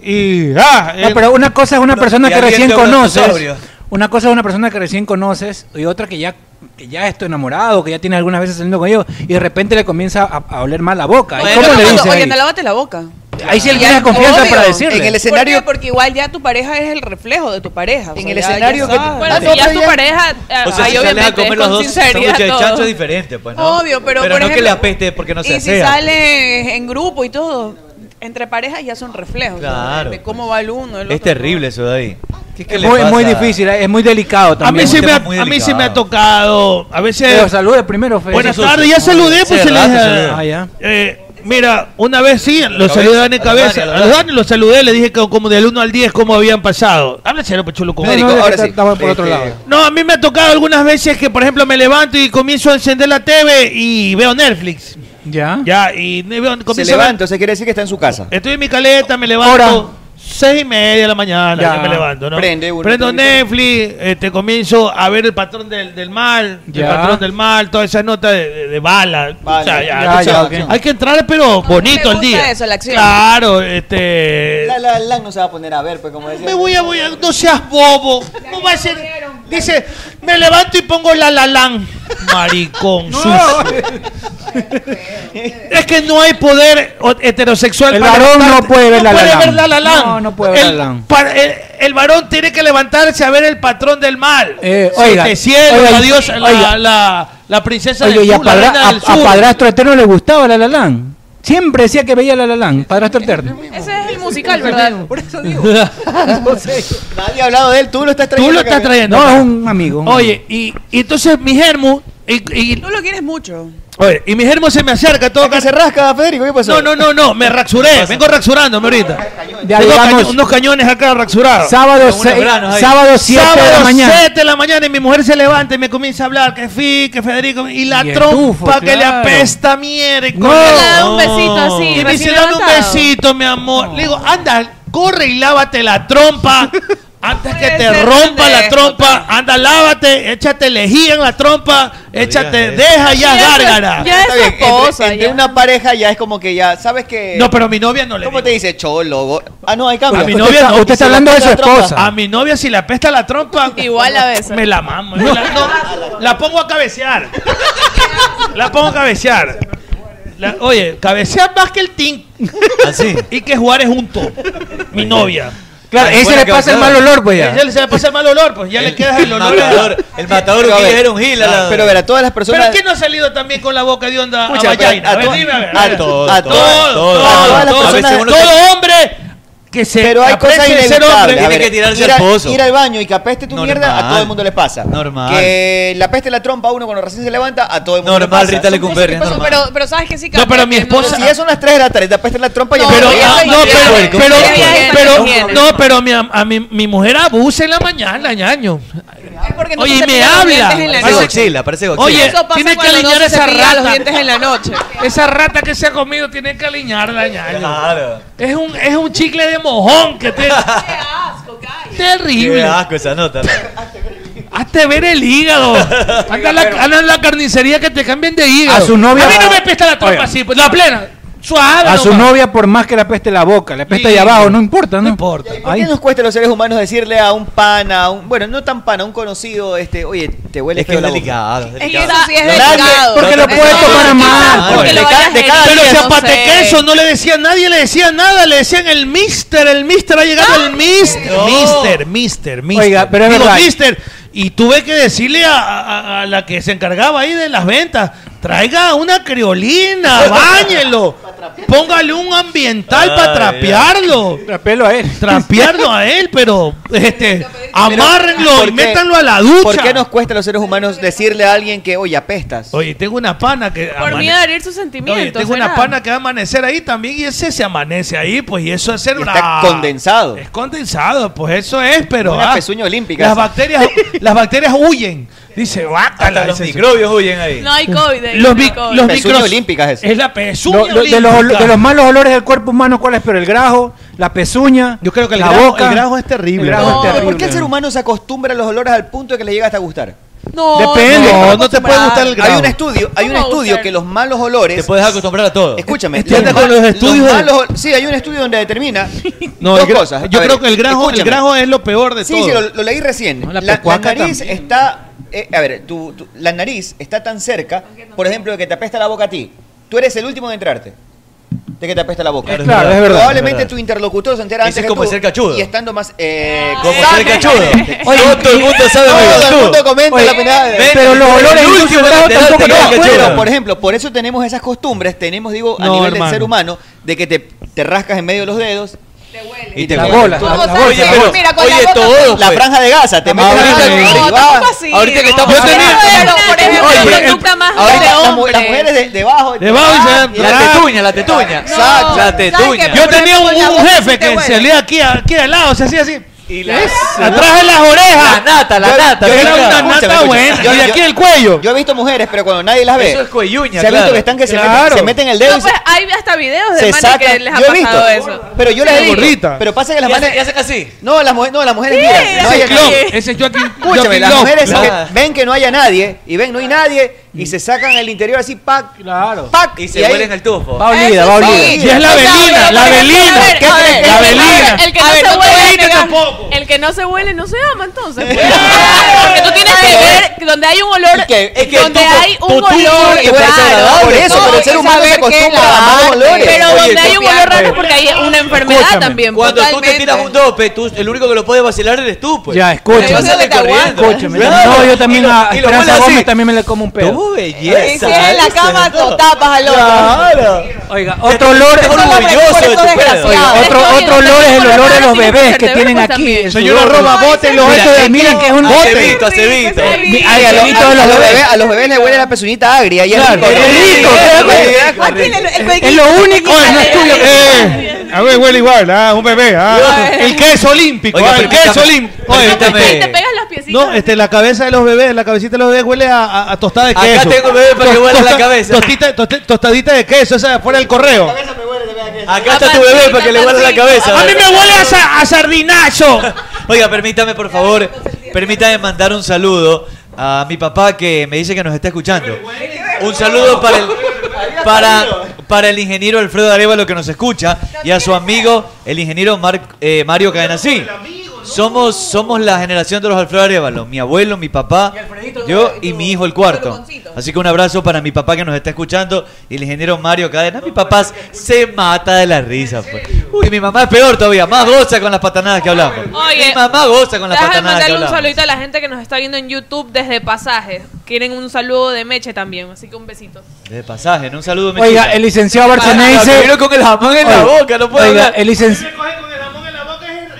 y ah, No, eh, pero una cosa es una persona y que aliento recién a conoces. dinosaurio. Una cosa es una persona que recién conoces y otra que ya que ya es tu enamorado, que ya tienes algunas veces saliendo con ellos y de repente le comienza a, a oler mal la boca. ¿Y Oye, ¿Cómo no, le cuando- dices Oye, ahí? no lávate la boca. Ahí sí él Ya, tiene confianza obvio. para decirle. ¿Por qué? Porque igual ya tu pareja es el reflejo de tu pareja. pues, En el escenario que- Bueno, si ya tu pareja. eh, O sea, ahí si sales a obviamente comer es los con dos sinceridad sándwiches de todo. chancho es diferente, pues, ¿no? Obvio, pero Pero por no que ejemplo- le apeste porque no Y se si sale en grupo y todo, entre parejas ya son reflejos. Claro, De cómo va el uno, el otro. Es terrible eso de ahí. ¿Qué- qué Es le muy, muy pasa? difícil, eh, es muy delicado A mí también. sí Un me ha- tema muy a mí sí delicado. me ha tocado. A Pero veces. salude primero, Fede. Buenas tardes, ya saludé, pues Hace se les- rato saludé. Ah, ya. ya. Eh, mira, una vez sí, los cabeza, saludé a Dani a los Dani, Cabeza. a los A los Dani los saludé, le dije que como del 1 al 10 cómo habían pasado. pues, Habla cero, Pechulo. como- Federico, No, no, ahora está- sí. estaba por otro Este, lado. No, a mí me ha tocado algunas veces que, por ejemplo, me levanto y comienzo a encender la TV y veo Netflix. Ya. Ya, y ne- veo, Se comienzo a ver- levanta, o sea, quiere decir que está en su casa. Estoy en mi caleta, me levanto. Ahora. Seis y media de la mañana Ya. que me levanto, ¿no? Prende uno Prendo el Netflix, este, comienzo a ver el patrón del, del mal, Ya. el patrón del mal, todas esas notas de, de- de bala. Vale. O sea, ya, Ya, o sea, ya, ok. Hay que entrar, pero bonito le al día. gusta eso, la acción. Claro, este. La, la, la no se va a poner a ver, pues como decía. Me voy a, voy a, no seas bobo. ¿Cómo va a ser? Dice, me levanto y pongo la la lan. Maricón, sucio. Es que no hay poder o- heterosexual. El varón levantarte. no puede ver La La Land. ver La Land. No, no puede ver El- La Land. para- el, el varón tiene que levantarse a ver el patrón del mal. Eh, Si oiga, te cielo, oiga, la diosa, la- oiga. la, la princesa Oye, del y a, sur, la padra- reina a- del a sur. Padrastro Eterno le gustaba la Lalan. Siempre decía que veía la Lalan, Padrastro Eterno. Ese es el musical, ¿verdad? Por eso digo. Nadie ha hablado de él, tú lo estás trayendo. Tú lo estás acá. trayendo. No, acá. es un amigo. Oye, y, y entonces mi germo. Y, y- Tú lo quieres mucho. oye, y mi germo se me acerca todo. ¿Qué se rasca, Federico? ¿Qué pasó? No, no, no, no, me raxuré, vengo raxurándome ahorita. Ya Tengo digamos- caño- unos cañones acá raxurados. Sábado Con unos seis- granos ahí. sábado siete de la Sábado mañana. siete de la mañana y mi mujer se levanta y me comienza a hablar que Fi, que Federico y la Y el trompa tufo, que le claro. apesta mierda. No. Le da un besito así, Y me dice, recién dame un levantado". besito, mi amor. Le digo, anda, corre y lávate la trompa. Antes que Puede te ser rompa la pendejo, trompa, anda, lávate, échate lejía en la trompa, échate, deja ya gárgara. Está bien, entre- Entre, una pareja ya es como que ya, ¿sabes que No, pero a mi novia no le ¿Cómo te dice cholo? go- Ah, no, hay cambio. A mi Usted novia está- no. usted está hablando de su esposa. A mi novia si le apesta la trompa. Igual a veces. Me la mamo. me la, no, la pongo a cabecear. La pongo a cabecear. La- oye, cabecear más que el team. Ah, Así. Y que jugar es junto. Mi novia. Claro, Ay, ese buena le pasa el causadora. mal olor, pues ya. Ella le- se le pasa el mal olor, pues Eh, ya le queda el olor. a- Matador, el matador Pero a Uribe ver, era un gil. a la- Pero verá, todas las Pero personas. ¿quién no ha salido también con la boca de onda Escucha, a pero Vallaina? a A ver, to- dime, a ver. a Todo, to- todo, a todo, todas las todo, personas- todo hombre que se Pero hay aprecie cosas de ser inevitables. hombre. A ver, ir a- Ir al baño y que apeste tu Normal. mierda, a todo el mundo le pasa. Ah, Normal. Que la peste la trompa a uno cuando recién se levanta, a todo el mundo Normal, le pasa. Rita Son Lecumberri, cosas que es pasan, normal. Pero, pero sabes que sí que pero mi esposa. Si ya son las 3 de la tarde, te apesta en la trompa ya Pero, ya ah, está no, bien. pero, Puerco, pero, puerco. pero- Puerco. no, pero mi, am- a mi, mi mujer abusa en la mañana, ñaño. no Oye, se y me cepilla los habla. dientes en la Parece noche. axila, parece axila. Oye, Eso pasa tiene que cuando no aliñar se esa cepilla los rata. dientes en la noche. Esa rata que se ha comido tiene que aliñarla, ñaño. Claro. Es un, es un chicle de mojón que te... Qué Terrible. asco esa nota. la- Hazte ver el hígado. Anda a la, anda a la carnicería que te cambien de hígado. A su novia- A mí no me pesta la trompa Oiga. así, pues, la plena. Suave. A su nomás. novia, por más que le apeste la boca, le apeste ahí abajo, no importa, ¿no? importa. ¿Por qué nos cuesta a los seres humanos decirle a un pana, a un, bueno, no tan pana, a un conocido, este, oye, te huele Es que es feo la boca"? delicado. Es que delicado. eso sí es delicado. Porque lo puede tomar a mal. Porque lo vayas herido, Pero si no a Patequeso sé. no le decía nadie, le decía nada, le decían el mister, el mister, ha llegado el mister. No. Mister, mister, mister. Oh. Oiga, pero es Digo, verdad. mister. Y tuve que decirle a, a- a la que se encargaba ahí de las ventas, traiga una criolina, báñelo, póngale un ambiental Ah, para trapearlo. Trapearlo a él. Trapearlo a él, pero este, amárrenlo ¿Por y qué- métanlo a la ducha. ¿Por qué nos cuesta a los seres humanos decirle a alguien que, oye, apestas? Oye, tengo una pana que... Por amane- miedo a herir Ah, sus No, sentimientos. Oye, tengo una ¿verdad? pana que va a amanecer ahí también y ese se amanece ahí, pues, y eso es ser Está una- condensado. Es condensado, pues eso es, pero. Una ah, pezuña olímpica Las esa. bacterias, las bacterias huyen. Dice, guácala. Hasta los dice- microbios huyen ahí. No hay COVID. ahí, Los, no hay mic- COVID. los Eh, micros- Es la pezuña Lo- lo- de, los, olo- de los malos olores del cuerpo humano, ¿cuál es? Pero el grajo, la pezuña, Yo creo la boca. El grajo es terrible. ¿Por qué el ser humano se acostumbra a los olores al punto de que le llega hasta gustar? No, Depende. no, no te puede gustar el Hay grado. un estudio, hay un ¿Cómo estudio gustar? que los malos olores. Te puedes acostumbrar a todo. Escúchame, Este anda con ma- los estudios de- malos ol- sí, hay un estudio donde determina No, dos el gra- cosas. yo A creo que el grajo- el escúchame. grajo es lo peor de sí, todo. Sí, lo, lo leí recién. No, la la, la pecuaca nariz también. está, eh, a ver, tu- tu- la nariz está tan cerca, por ejemplo, de que te apesta la boca a ti. Tú eres el último en entrarte. De que te apesta la boca. Claro, es Claro, verdad. es verdad, Probablemente es verdad. tu interlocutor se entera Ese antes es que como tú, ser cachudo. Y estando más. Eh, Como sabe- ser cachudo. Oye, Todo el mundo sabe menos Todo tú. el mundo comenta Oye, la penada. ven, pero los olores el incluso último del en lado enterarte, tampoco no, te da bueno, cachudo. Por ejemplo, por eso tenemos esas costumbres, tenemos, digo, a No, nivel hermano. del ser humano, de que te, te rascas en medio de los dedos. Te huele. Y te huele. La- la bolsa, Oye, la pero- bolsa. Mira, con la oye, boca- todo. pues. La franja de gasa, te metes la mano y va. Ahorita que estamos Yo tenía- Pero, por ejemplo, Oye, una el- conducta más ahorita de las mu- hombre. las mujeres de- debajo. Debajo y Ah, se- La tetuña, la tetuña. Exacto. La tetuña. Yo tenía un, un jefe que se leía aquí, aquí al lado, se hacía así. ¿Ves? Atrás de las orejas. La nata, la Yo- nata. yo he Era visto- una escúchame, nata escúchame. buena. Yo- Y yo- aquí el Yo he visto mujeres, pero cuando nadie las ve. Eso es cuelluña, Se ha visto claro. que están que se Claro. meten, se meten el dedo No, y se, pues, hay hasta videos de se manes sacan. que les ha yo he pasado visto. eso. Pero yo Sí. les digo. Gorrita. Pero pasa que las Y hace- manes. y hace así. No, las mujeres, no, las mujeres Sí, miran, no hace hay así. nadie. Ese es Joaquín. Escúchame, Joaquín las Lowe. mujeres Claro. que ven que no haya nadie y ven no hay nadie y se sacan el interior así, pac, pac, Y se huelen el tufo. Va olida, Eso va sí. olida. Y es la O sea, velina, pero la por ejemplo, velina. a ver, ¿Qué a crees? ver, La a ver, velina. El que a no ver, se no huele hueliste nega- tampoco. El que no se huele no se ama entonces. pues. Porque tú tienes que ver que donde hay un olor. donde tú- hay tú- un tú- tú- olor. y puede ser claro. agradable, Por eso, No, pero el ser y humano se saber acostumbra que la- a malos olores. Pero Oye, donde hay un Sofía, olor raro es pues, porque hay una enfermedad Escúchame, también. Cuando tú te totalmente. tiras un dope, tú, el único que lo puede vacilar eres tú, pues. Ya, escúchame. Te vas a salir Yo creo que te corriendo. Escúchame. Claro. No, yo también Y lo- a y lo Esperanza huele así. Gómez también me le como un pedo. ¡Tú, Oye, belleza! si es en la ese cama, es todo. tú tapas al otro. ¡Claro! Oiga, Te otro tú olor sientes Oiga, orgulloso de tu pedo. otro, otro olor es el olor de los bebés que tienen aquí. en su Señora dorso. Roba, bote los Mira, ocho de Miren aquí. que es un Bote. Acebito, acebito. Mi- Ay, a, el los- chivito de a los los bebés. bebés, a los bebés les huele la pezuñita agria y es Claro, rico. es rico, Es rico. Es lo único, no es tuyo. Eh, a ver, huele igual, ah, un bebé, ah. El queso olímpico, Oiga, ah, el permítame, queso olímpico. Oye, permítame. este- Pegas los piecitos. No, este, la cabeza de los bebés, la cabecita de los bebés huele a, a- a tostada de Acá queso. tengo un bebé para que Tos- huela la tosta- cabeza. tostita- toste- tostadita de queso, esa fuera del correo. Acá está tu bebé para que le huela la cabeza. A mí me huele a, sa- a sardinazo. Oiga, permítame, por favor, permítame mandar un saludo a mi papá que me dice que nos está escuchando. Un saludo para el, para, para el ingeniero Alfredo Arevalo que nos escucha y a su amigo, el ingeniero Mar- eh, Mario Cadenací. Somos, somos la generación de los Alfredo Arevalo, mi abuelo, mi papá, yo y mi hijo el cuarto. Así que un abrazo para mi papá que nos está escuchando y el ingeniero Mario Cadena. Mi papá se mata de la risa. pues. Uy, mi mamá es peor todavía, más goza con las patanadas que hablamos. Oye, Mi mamá goza con las Déjame patanadas que mandarle un hablamos. saludito a la gente que nos está viendo en YouTube desde pasajes. Quieren un saludo de Meche también, así que un besito. De pasaje, ¿no? un saludo. Ah, Oiga, el licenciado Barcelona Barcelona dice. con el jamón en la Oiga, boca, no puedo oiga, hablar. el licenciado.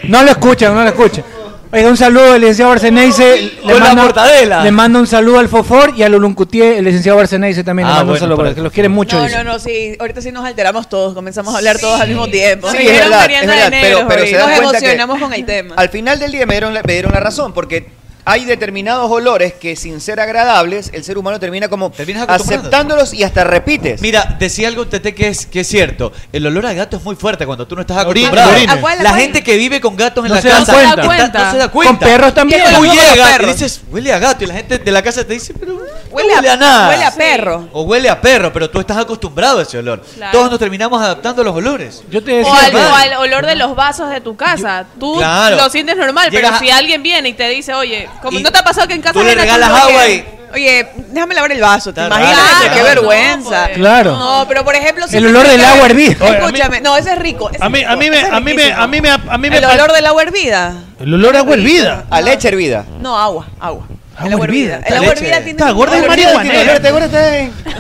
No lo escuchan, no lo escuchan. Oiga, un saludo al licenciado Arceneice. Con la mortadela. le mando un saludo al Fofor y al Oluncutié, el licenciado Arceneice también le Ah, bueno, mando un saludo, para- porque los quiere mucho. No, dice. no, no, sí. Ahorita sí nos alteramos todos. Comenzamos a hablar todos al mismo tiempo. Sí, Nos es dieron verdad, merienda es de verdad, negros pero- pero se ahorita. dan Nos cuenta que- emocionamos con el tema. Al final del día me dieron, la, me dieron la razón, porque hay determinados olores que sin ser agradables, el ser humano termina como acostumbrado. aceptándolos y hasta repites. Mira, decía algo Tete que es, que es cierto. El olor a gato es muy fuerte cuando tú no estás Orina, acostumbrado. orina. ¿A cuál, a La cuál? gente que vive con gatos en No la se dan casa cuenta. está- cuenta. no se da cuenta. Con perros también. Tú Con los llegas y perros. dices, huele a gato. Y la gente de la casa te dice, pero Huele, huele a nada. Huele a perro. O huele a perro, pero tú estás acostumbrado a ese olor. Claro. Todos nos terminamos adaptando a los olores. Yo te O al, o al olor de los vasos de tu casa. tú Claro. lo sientes normal, Llegas pero a- si alguien viene y te dice, oye, como ¿no te ha pasado que en casa tú le ajena regalas no- agua oye, Oye, déjame lavar el vaso. ¿Te Está imaginas? raro, qué ¿no? vergüenza. Claro. No, pero por ejemplo. El olor del agua hervida. pues. Oye, a mí- Escúchame. No, ese es rico. ese A mí, es a mí rico, me, ese es a mí me, riquísimo. a mí me, a mí me. El olor del agua hervida. El olor a agua hervida. A leche hervida. No, agua. Agua. Agua hervida. El agua hervida tiene. Está gorda es marihuana.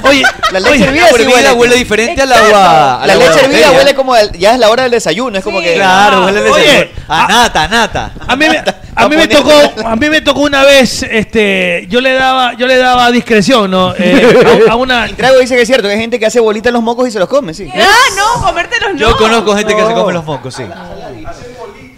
Oye, La leche oye, hervida, sí huele, diferente al agua. al La agua leche de hervida botella. huele como al- ya es la hora del desayuno, es como que Claro, huele a Oye, desayuno. A Ah, nata, a nata. Ah. A mí, me, a mí me tocó, a mí me tocó una vez, este, yo le daba, yo le daba discreción, ¿no? Eh, a, a una. Y Trago dice que es cierto, que hay gente que hace bolitas en los mocos y se los come, sí. ¿Eh? Ah, no, comértelos no. Yo conozco gente que se come los mocos, sí.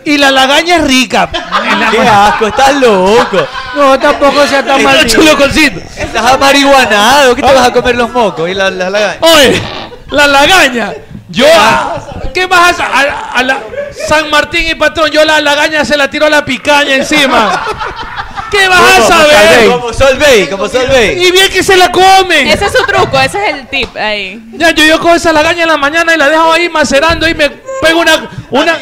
Y la lagaña es rica. Qué asco, estás loco. No, tampoco sea tan mal. maldito. Estás amariguanado. ah, ¿Qué te vas a comer los mocos y la, la, la- Oye, la lagaña. Yo, a- ¿qué más a, a- a la San Martín y patrón? Yo la lagaña se la tiro a la picaña encima. ¿Qué vas a Como saber? Solvay, Como Solvay, como Solvay. Y bien que se la comen. Ese Este es su truco, ese es el tip ahí. Ya, yo, yo cojo esa lagaña en la mañana y la dejo ahí macerando y me pego una una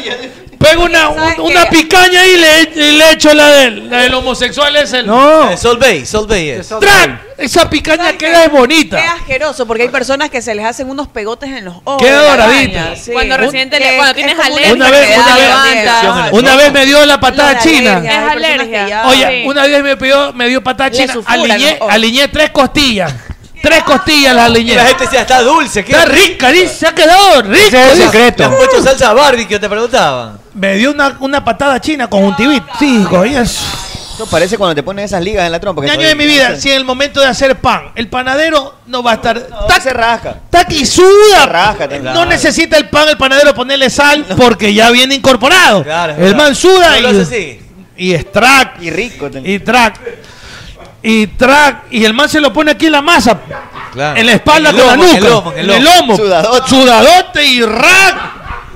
pego una, un- una picaña y le, y le echo la del, la del homosexual es el No. Eh, Solvay, Solvay es. ¡Trac! Esa picaña queda es Qué bonita. asqueroso, porque hay personas que se les hacen unos pegotes en los ojos. Queda de la doradita. araña, sí. Cuando recién te- Que cuando es tienes como una alergia, Una vez, una enfermedad, vez, levanta. una vez me dio la patada china. hay Es personas alergia. que ya- Oye, una vez me, pidió, me dio patada Le china. sufuran Aliñé, los ojos. aliñé tres costillas. Tres costillas las aliñé. La gente decía, está dulce. ¿qué? Está rica, dice, se ha quedado rico. dice. Le han puesto salsa Barbie que te preguntaban. Me dio una, una patada china con un tibit. Sí, coño. Eso parece cuando te ponen esas ligas en la trompa. que Un año todavía- de mi vida, si en el momento de hacer pan, el panadero no va a estar. se rasca. suda! rasca también. no Claro. necesita el pan, el panadero ponerle sal porque ya viene incorporado. Claro, es el verdad. man suda No lo hace y, y es track. Y rico. Y track. Y track. Y el man se lo pone aquí en la masa. Claro. En la espalda En el con la lomo, nuca. en el lomo, en el En lomo. Sudadote. Sudadote. y rack.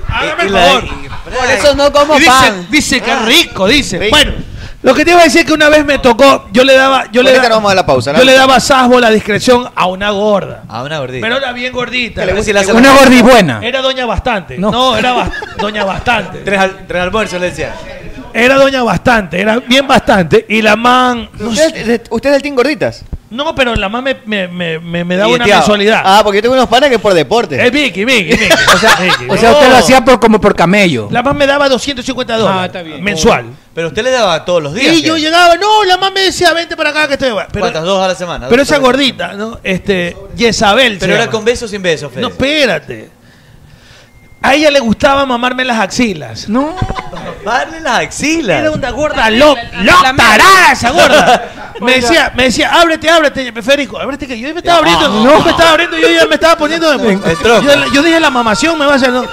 Hágame el favor. Por eso no como Y dice, pan. Dice que rico, dice. Bueno, lo que te iba a decir es que una vez me tocó, yo le daba, yo le Ahorita daba, nos vamos a la pausa, la yo le pausa. daba sasbo la discreción a una gorda. A una gordita. Pero era bien gordita. Que le gusta y le hace Una la- gordibuena. Era doña bastante. No, No. era bas- doña bastante. Tres, al- tres almuerzos le decía. Era doña bastante, era bien bastante. Y la man. No, sé, ¿Usted, usted es del team gorditas? no, pero la man me, me, me, me- me daba Y una teado. mensualidad. Ah, porque yo tengo unos panas que por deporte. Es Vicky, Vicky, Vicky. O sea, Vicky. Eh, O sea, usted lo hacía por, como por camello. La man me daba 250 dólares mensual. Pero usted le daba todos los días. Y yo ¿qué? llegaba, no, la mamá me decía, vente para acá que estoy. bueno". Pero, ¿Cuántas? Dos a la semana. pero Dos esa a la semana. gordita, ¿no? Este, Jezabel. Pero se era llama. con besos o sin besos, Fede. No, espérate. A ella le gustaba mamarme las axilas. No. Darle las axilas. Era una gorda lo, lo tarada esa gorda. Me decía, me decía, ábrete, ábrete, Federico, ábrete que yo me Ah, estaba abriendo, no me estaba abriendo, yo ya me estaba poniendo de El tronco. Yo, yo dije la mamación me va a hacer. no.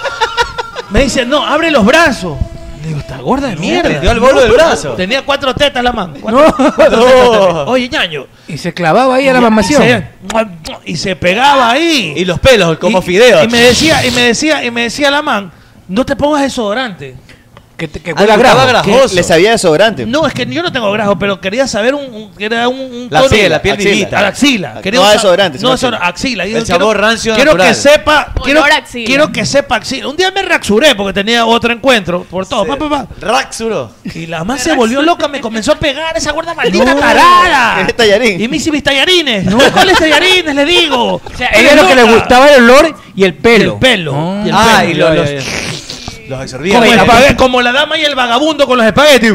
Me dice, no, abre los brazos. Le digo, está gorda de mierda. dio al bolo del brazo. Tenía cuatro tetas la mano. No. Oye, ñaño. Y se clavaba ahí a la Y mamación. se, y se pegaba ahí. Y los pelos, como Y- fideos. Y me decía, y me decía, y me decía la man, no te pongas desodorante. Que, te- que Ah, le huela a gustaba grajo. grajo. Que Oso. Le sabía desodorante. No, es que yo no tengo grajo, pero quería saber un, un- quería un, un La axila, la piel axila. vivita. A la axila. No Quería a un sa- No, desodorante, sino axila. desodorante, axila. Digo, El sabor rancio Quiero natural. que sepa, quiero, Olor a axila. quiero que sepa axila. Un día me raxuré porque tenía otro encuentro por todo. pa, pa, pa. Raxuro. Y la más se volvió loca, me comenzó a pegar esa gorda maldita No. tarada. Es tallarín. Y me hice mis tallarines. No, ¿cuáles tallarines? Le digo. Ella lo que le gustaba era el olor y el pelo. El pelo. Ah. Y el Ah, pelo. y lo- los. Los absorbía. Como, el espagueti- como la dama y el vagabundo con los espaguetis.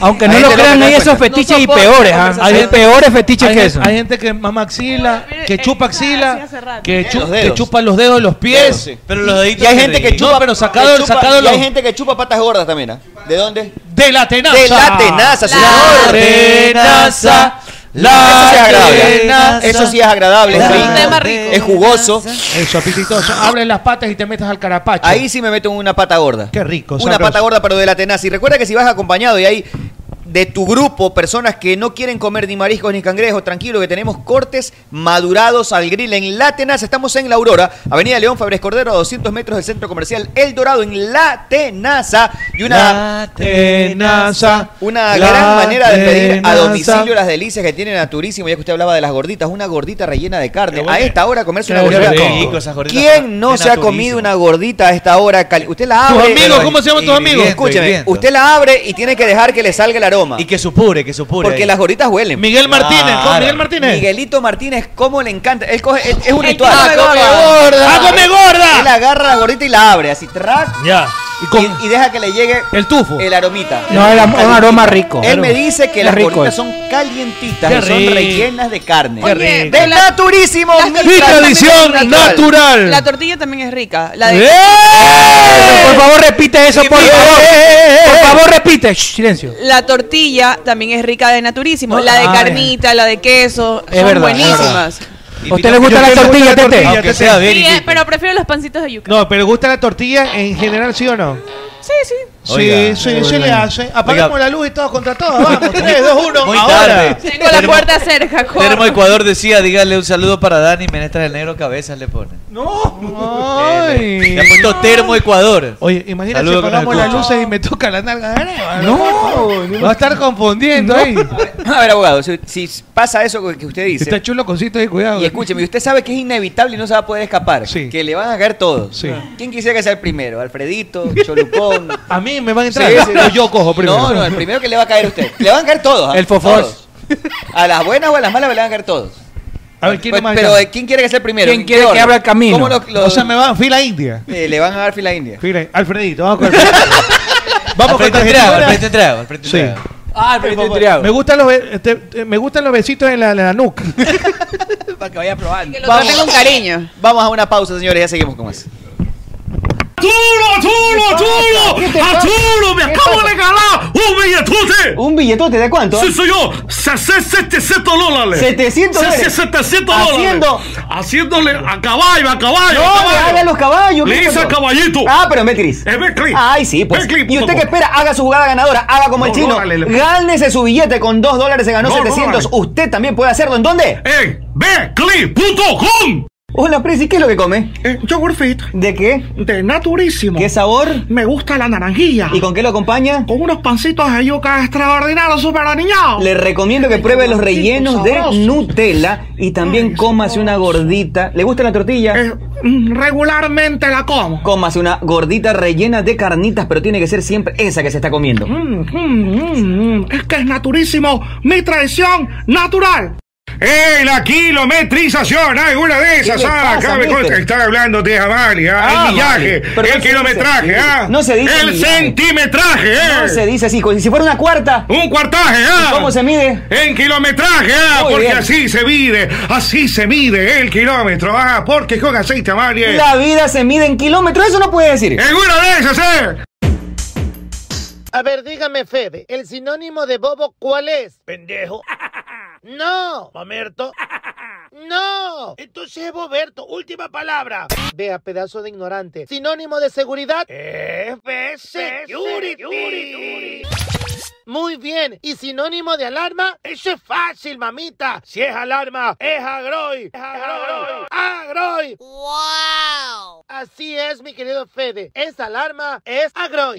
Aunque no lo crean, hay pues. esos fetiches y peores, ¿ah? Hay peores fetiches hay que gente- eso. Hay gente que mama axila, que chupa axila, que, chu- Los dedos. que chupa los dedos, los pies. Pero los deditos Y hay gente que chupa. No, pero sacado, que chupa- sacado y los- hay gente que chupa patas gordas también. ¿ah? ¿De dónde? De la tenaza. De la tenaza, La señor. tenaza, eso sí es agradable. ¿ah? tenaza. Eso sí es agradable. La es rico, tenaza. Es jugoso. Eso, apetitoso. Abre las patas y te metes al carapacho. Ahí sí me meto en una pata gorda. Qué rico. Una sabroso. pata gorda, pero de la tenaza. Y recuerda que si vas acompañado y hay de tu grupo personas que no quieren comer ni mariscos ni cangrejos, tranquilo que tenemos cortes madurados al grill en La Tenaza. Estamos en La Aurora, Avenida León Fabres Cordero, a 200 metros del centro comercial El Dorado, en La Tenaza. Y una, La tenaza. una La gran manera de pedir a tenaza. domicilio las delicias que tienen a Turísimo, ya que usted hablaba de las gorditas, una gordita rellena de carne. A esta hora comerse una Qué gordita. rico esas gorditas. ¿Quién no De se ha Naturísimo. comido una gordita a esta hora? cali- Usted la abre. amigos, ¿cómo se llaman tus amigos? Escúcheme, Hirviendo. usted la abre y tiene que dejar que le salga el aroma. Y que supure, que supure. Porque las gorditas huelen. Miguel Martínez, ¿cómo? Miguel Martínez. Miguelito Martínez, ¿cómo le encanta? Él coge, es, es un Él ritual. come gorda. ¡Hágame gorda! Él agarra la gordita y la abre, así, trac, Ya. y, y deja que le llegue el tufo, el aromita. No, era un aroma rico. Él me dice que Es las rico gorditas eso. son calientitas, Qué y son rico. rellenas de carne. Qué Oye, rico. De naturísimo. Las mi tortillas también tradición son natural. La tortilla también es rica. La de... ¡Eh! Por favor, repite eso, por favor. Eh, Por favor, repite. Shh, silencio. La tortilla también es rica de naturísimo. la de ah, carnita, la de queso. Es son verdad, es buenísimas. ¿A usted le gusta Yo la tengo tortilla, una Tete? tortilla, Tete. Sí, eh, pero prefiero los pancitos de yuca. No, pero ¿gusta la tortilla en general, sí o no? Sí, sí. Sí, Oiga, sí, muy se bueno. le hace. Apagamos Oiga. la luz y todos contra todos. Vamos, 3, 2, 1. Muy ahora. tarde. Tengo la Termo- puerta cerca, corro. Termo Ecuador decía, dígale un saludo para Dani Menestras del Negro Cabezas le pone. Ay. Le ha puesto Termo Ecuador. Oye, Imagínate si Saludo que nos apagamos las escucha. luces y me toca la nalga. No, va a estar confundiendo ahí. A ver, abogado, si, si pasa eso que usted dice. Está chulo cosito ahí, cuidado. Y escúcheme, usted sabe que es inevitable y no se va a poder escapar. Que le van a caer todos. ¿Quién quisiera que sea el primero? ¿Alfredito? ¿Cholucón? A mí me van a Sí, entrar. sí. O yo cojo primero. No, no, el primero que le va a caer a usted. Le van a caer todos. ¿ah? El fofós. Todos. A las buenas o a las malas le van a caer todos. A ver, ¿quién Pues, es más pero grande? eh, ¿quién quiere que sea el primero? ¿En ¿Quién qué quiere que orden? abra el camino? ¿Cómo los- los- O sea, me van fila india. eh, le van a dar fila india. Fila, Alfredito, vamos con Vamos Alfredo con Entriago, tarjetita. Alfredo Entriago, Alfredo Sí. Entriago. Ah, Me gustan los, be- este, eh, me gustan los besitos en la, en la nuca. Para que vaya probando. lo traten con cariño. Vamos a una pausa, señores, ya seguimos con más. ¡Chulo, ¡Oh, chulo, ¿Qué chulo! te pasa? ¡A chulo! ¡Me ¿Qué acabo pasa? de ganar un billetote! ¿Un billetote de cuánto? Sí, soy yo. Se- se- 700 dólares. 700 Se- se- dólares. Ah, 700 dólares. Haciendo- Haciéndole a caballo, a caballo. No, a caballo. le haga a los caballos. Le ¿qué hice pasó? a caballito. Ah, pero en Betcris. En Betcris. Ay, sí, pues. Betcris punto y usted com. que espera, haga su jugada ganadora, haga como el No, chino. no, dale, le- Gánese su billete con 2 dólares, se ganó No, no, 700. dale. usted también puede hacerlo. ¿En dónde? En Betcris.com. Hola, Prezi, ¿qué es lo que come? Yogurt fit. ¿De qué? De naturísimo. ¿Qué sabor? Me gusta la naranjilla. ¿Y con qué lo acompaña? Con unos pancitos de yuca extraordinarios, super aniñados. Le recomiendo que pruebe los rellenos de Nutella y también cómase una gordita. ¿Le gusta la tortilla? Eh, mm, Regularmente la como. Cómase una gordita rellena de carnitas, pero tiene que ser siempre esa que se está comiendo. Mm, mm, mm, mm. Es que es naturísimo, mi tradición natural. ¡Ey, la kilometrización! ¡Hay una de esas! ¿Qué le ¡Ah, pasa, acá me mister? consta- Estaba hablando de Amalia, Ah, el vale. millaje, Pero el no se kilometraje, dice así. ¿ah? No se dice ¡El millaje. centimetraje, ¿eh? No se dice así, como si fuera una cuarta. ¡Un cuartaje, ¿ah? ¿Cómo se mide? En kilometraje, ah, Muy porque bien. así se mide, así se mide el kilómetro, ah, porque con aceite, Amalia. La vida se mide en kilómetros, eso no puede decir. En una de esas, ¿eh? A ver, dígame, Fede, ¿el sinónimo de bobo cuál es? Pendejo. No. Mamerto. No. Entonces es boberto. Última palabra. Vea, pedazo de ignorante. Sinónimo de seguridad. Eh. Security. Muy bien. ¿Y sinónimo de alarma? Eso es fácil, mamita. Si es alarma, es agroy. Es agroy. Agroy. ¡Wow! Así es, mi querido Fede. Esa alarma es agroy.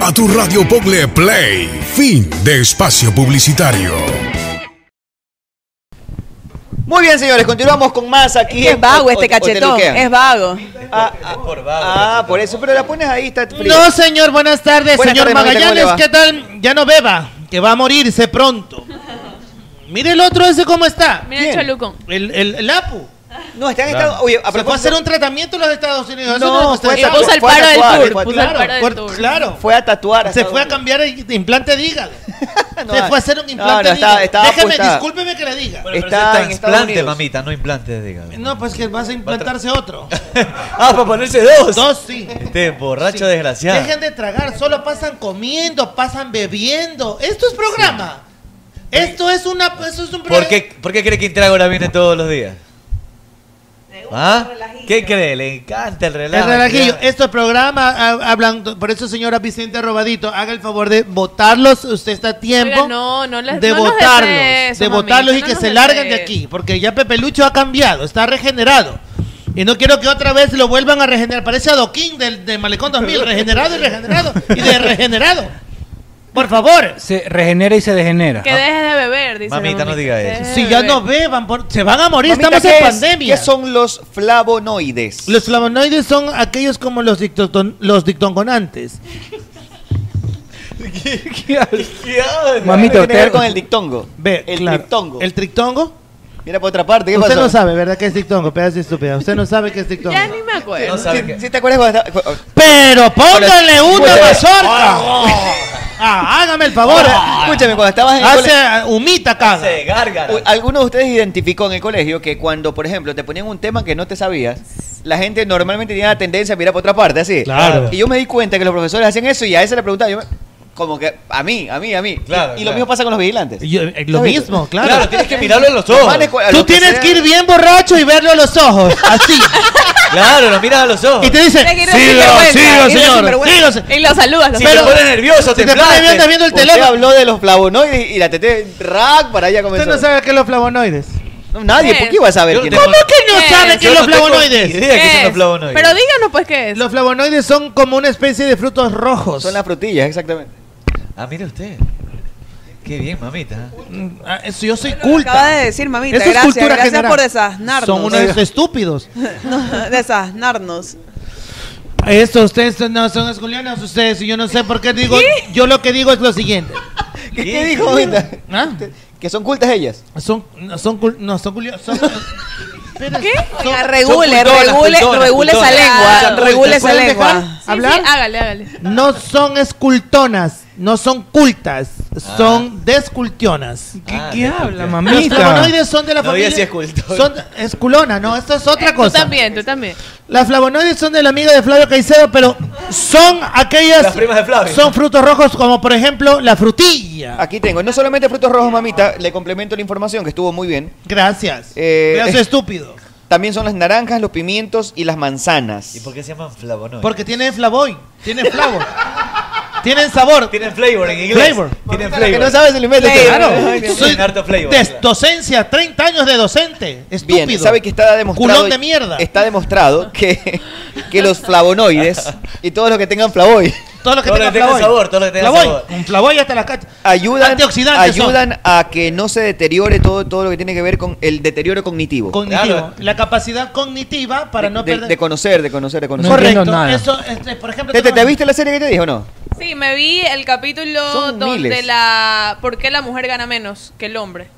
A tu radio Pogle Play, fin de espacio publicitario. Muy bien, señores, continuamos con más aquí. Es vago O- este o- o te cachetón, luquean. es vago. Ah, por eso, pero la pones ahí, está fría. No, señor, buenas tardes, Buenas señor tardes, mamita, Magallanes, ¿cómo le ¿qué va? tal? Ya no beba, que va a morirse pronto. Mire el otro ese cómo está. Mira el cholucón. El, el, el APU. No, está en Claro. estado- oye, a Se fue propósito- a hacer un tratamiento en los Estados Unidos. No, Eso fue a ustedes- tatu- Se puso el fue a paro del tatuar, tour, fue a puso el Claro, paro del por- tour. Claro. Fue a tatuar. a Se Estados fue a cambiar el implante de hígado. Se no, fue a hacer un no, implante no, de estaba- hígado. estaba Déjeme, apuntada. discúlpeme que le diga. Pero ese Está en implante, Estados Unidos. mamita, no implantes, diga. No, pues que vas a implantarse otro. Ah, para ponerse dos. Dos, sí. Este borracho desgraciado. Dejen de tragar, solo pasan comiendo, pasan bebiendo. Esto es programa. Esto es una esto es un programa. ¿Por qué, ¿Por qué cree que Intragora viene todos los días? ¿Ah? ¿Qué cree? Le encanta el relajo. El relajillo, esto es programa ha- hablando, por eso señora Vicente Robadito, haga el favor de votarlos, usted está a tiempo Oiga, no, no les- de no nos votarlos, desee eso, de mamita, votarlos y no que nos se desee larguen de aquí, porque ya Pepe Lucho ha cambiado, está regenerado. Y no quiero que otra vez lo vuelvan a regenerar, parece adoquín del de Malecón 2000, regenerado y regenerado y de regenerado. Por favor, Se regenera y se degenera. Que dejes de beber, dice. Mamita, no diga eso. si ya no beban, por- se van a morir, Mamita, estamos en ¿qué es- pandemia. ¿Qué son los flavonoides? Los flavonoides son aquellos como los, dictoton- los dictongonantes. Mamita, tiene que ver con el dictongo. Ve, el claro. dictongo. ¿El trictongo? Mira por otra parte, ¿qué Usted pasó? no sabe, ¿verdad? Que es dictongo, pedazo de estúpida. Usted no sabe que es dictongo. Ya ni me acuerdo. ¿Sí, sí te acuerdas cuando estaba- cu- Pero póngale Bueno, una escúchame. mazorca. Ah, hágame el favor. Escúchame, cuando estabas en el Hace colegio- ah, humita caga. U- Algunos de ustedes identificó en el colegio que cuando, por ejemplo, te ponían un tema que no te sabías, la gente normalmente tiene la tendencia a mirar por otra parte, así. Claro. Y yo me di cuenta que los profesores hacían eso y a ese le preguntaba, yo me- como que a mí, a mí, a mí. Claro, claro. y lo mismo pasa con los vigilantes. Yo- eh, lo ¿Has visto? mismo, claro. Claro, tienes que mirarlo en los ojos. Vale, cu- a Tú lo que tienes sea. Ah, que ir bien borracho y verlo a los ojos. Así. Claro, lo miras a los ojos. Y te dice, Te quiero sigo, sinvergüenza, sigo, te quiero señor. sinvergüenza". Sigo, Y los saludas. los Si te saludas. pone nervioso, si te te pone plante. nervioso, viendo el Usted teléfono. habló de los flavonoides y la tete rack para allá comenzó. Usted no sabe qué es los flavonoides. No, nadie, ¿por qué iba a saber? quién ¿Cómo es? que no ¿Qué sabe es? qué es Yo los no tengo flavonoides? idea qué son los es? flavonoides. Pero díganos pues qué es. Los flavonoides son como una especie de frutos rojos. Son las frutillas, exactamente. Ah, mire usted. Qué bien, mamita. Ah, eso yo soy culta. Acaba de decir, mamita, Eso es gracias, cultura gracias general. por desasnarnos. Son unos estúpidos. No, desasnarnos. Estos ustedes son- no son esculianos, ustedes, y yo no sé por qué digo, yo lo que digo es lo siguiente. ¿Ah? ¿Qué, qué dijo ahorita? Que son cultas ellas. Son, no, son, cul- no, son culio- son- ¿Qué? Oiga, regule, cultonas, regule, cultonas, regule esa cultonas. lengua, Son regule cultas. esa ¿Pueden dejar lengua. hablar? Sí, hágale, hágale. No son escultonas, no son cultas, Ah. son descultionas. ¿Qué, qué habla, mamita? Los flavonoides son de la No familia. diga si es cultona. Son esculona, no, esto es otra Eh, cosa. Tú también, tú también. Las flavonoides son de la amiga de Flavio Caicedo, pero son aquellas. Las primas de Flavio. Son frutos rojos, como por ejemplo la frutilla. Aquí tengo, no solamente frutos rojos, mamita, le complemento la información que estuvo muy bien. Gracias. Eh, Gracias, estúpido. También son las naranjas, los pimientos y las manzanas. ¿Y por qué se llaman flavonoides? Porque tiene flavoy, tiene flavor. tienen sabor. Tienen flavor en inglés. Flavor. Mamita, Tienen la flavor. que no sabes, se lo inventa. Claro. Soy Tienen harto flavor. de docencia, 30 años de docente. Estúpido. Bien, sabe que está demostrado. Culón de mierda. Está demostrado que, que los flavonoides y todos los que tengan flavoy Todo lo que tenga Todo lo que tenga flavoy. sabor, todo lo que tenga Flavoy, sabor. Un flavoy hasta la cacha. Ayudan, Antioxidantes son. ayudan a que no se deteriore todo, todo lo que tiene que ver con el deterioro cognitivo. Cognitivo. Claro. La capacidad cognitiva para no De, perder. de conocer, de conocer, de conocer. Correcto. Eso, este, por ejemplo, Tete, ¿Te, tenemos- viste la serie que te dije o no? Sí, me vi el capítulo Son donde miles. la ¿Por qué la mujer gana menos que el hombre?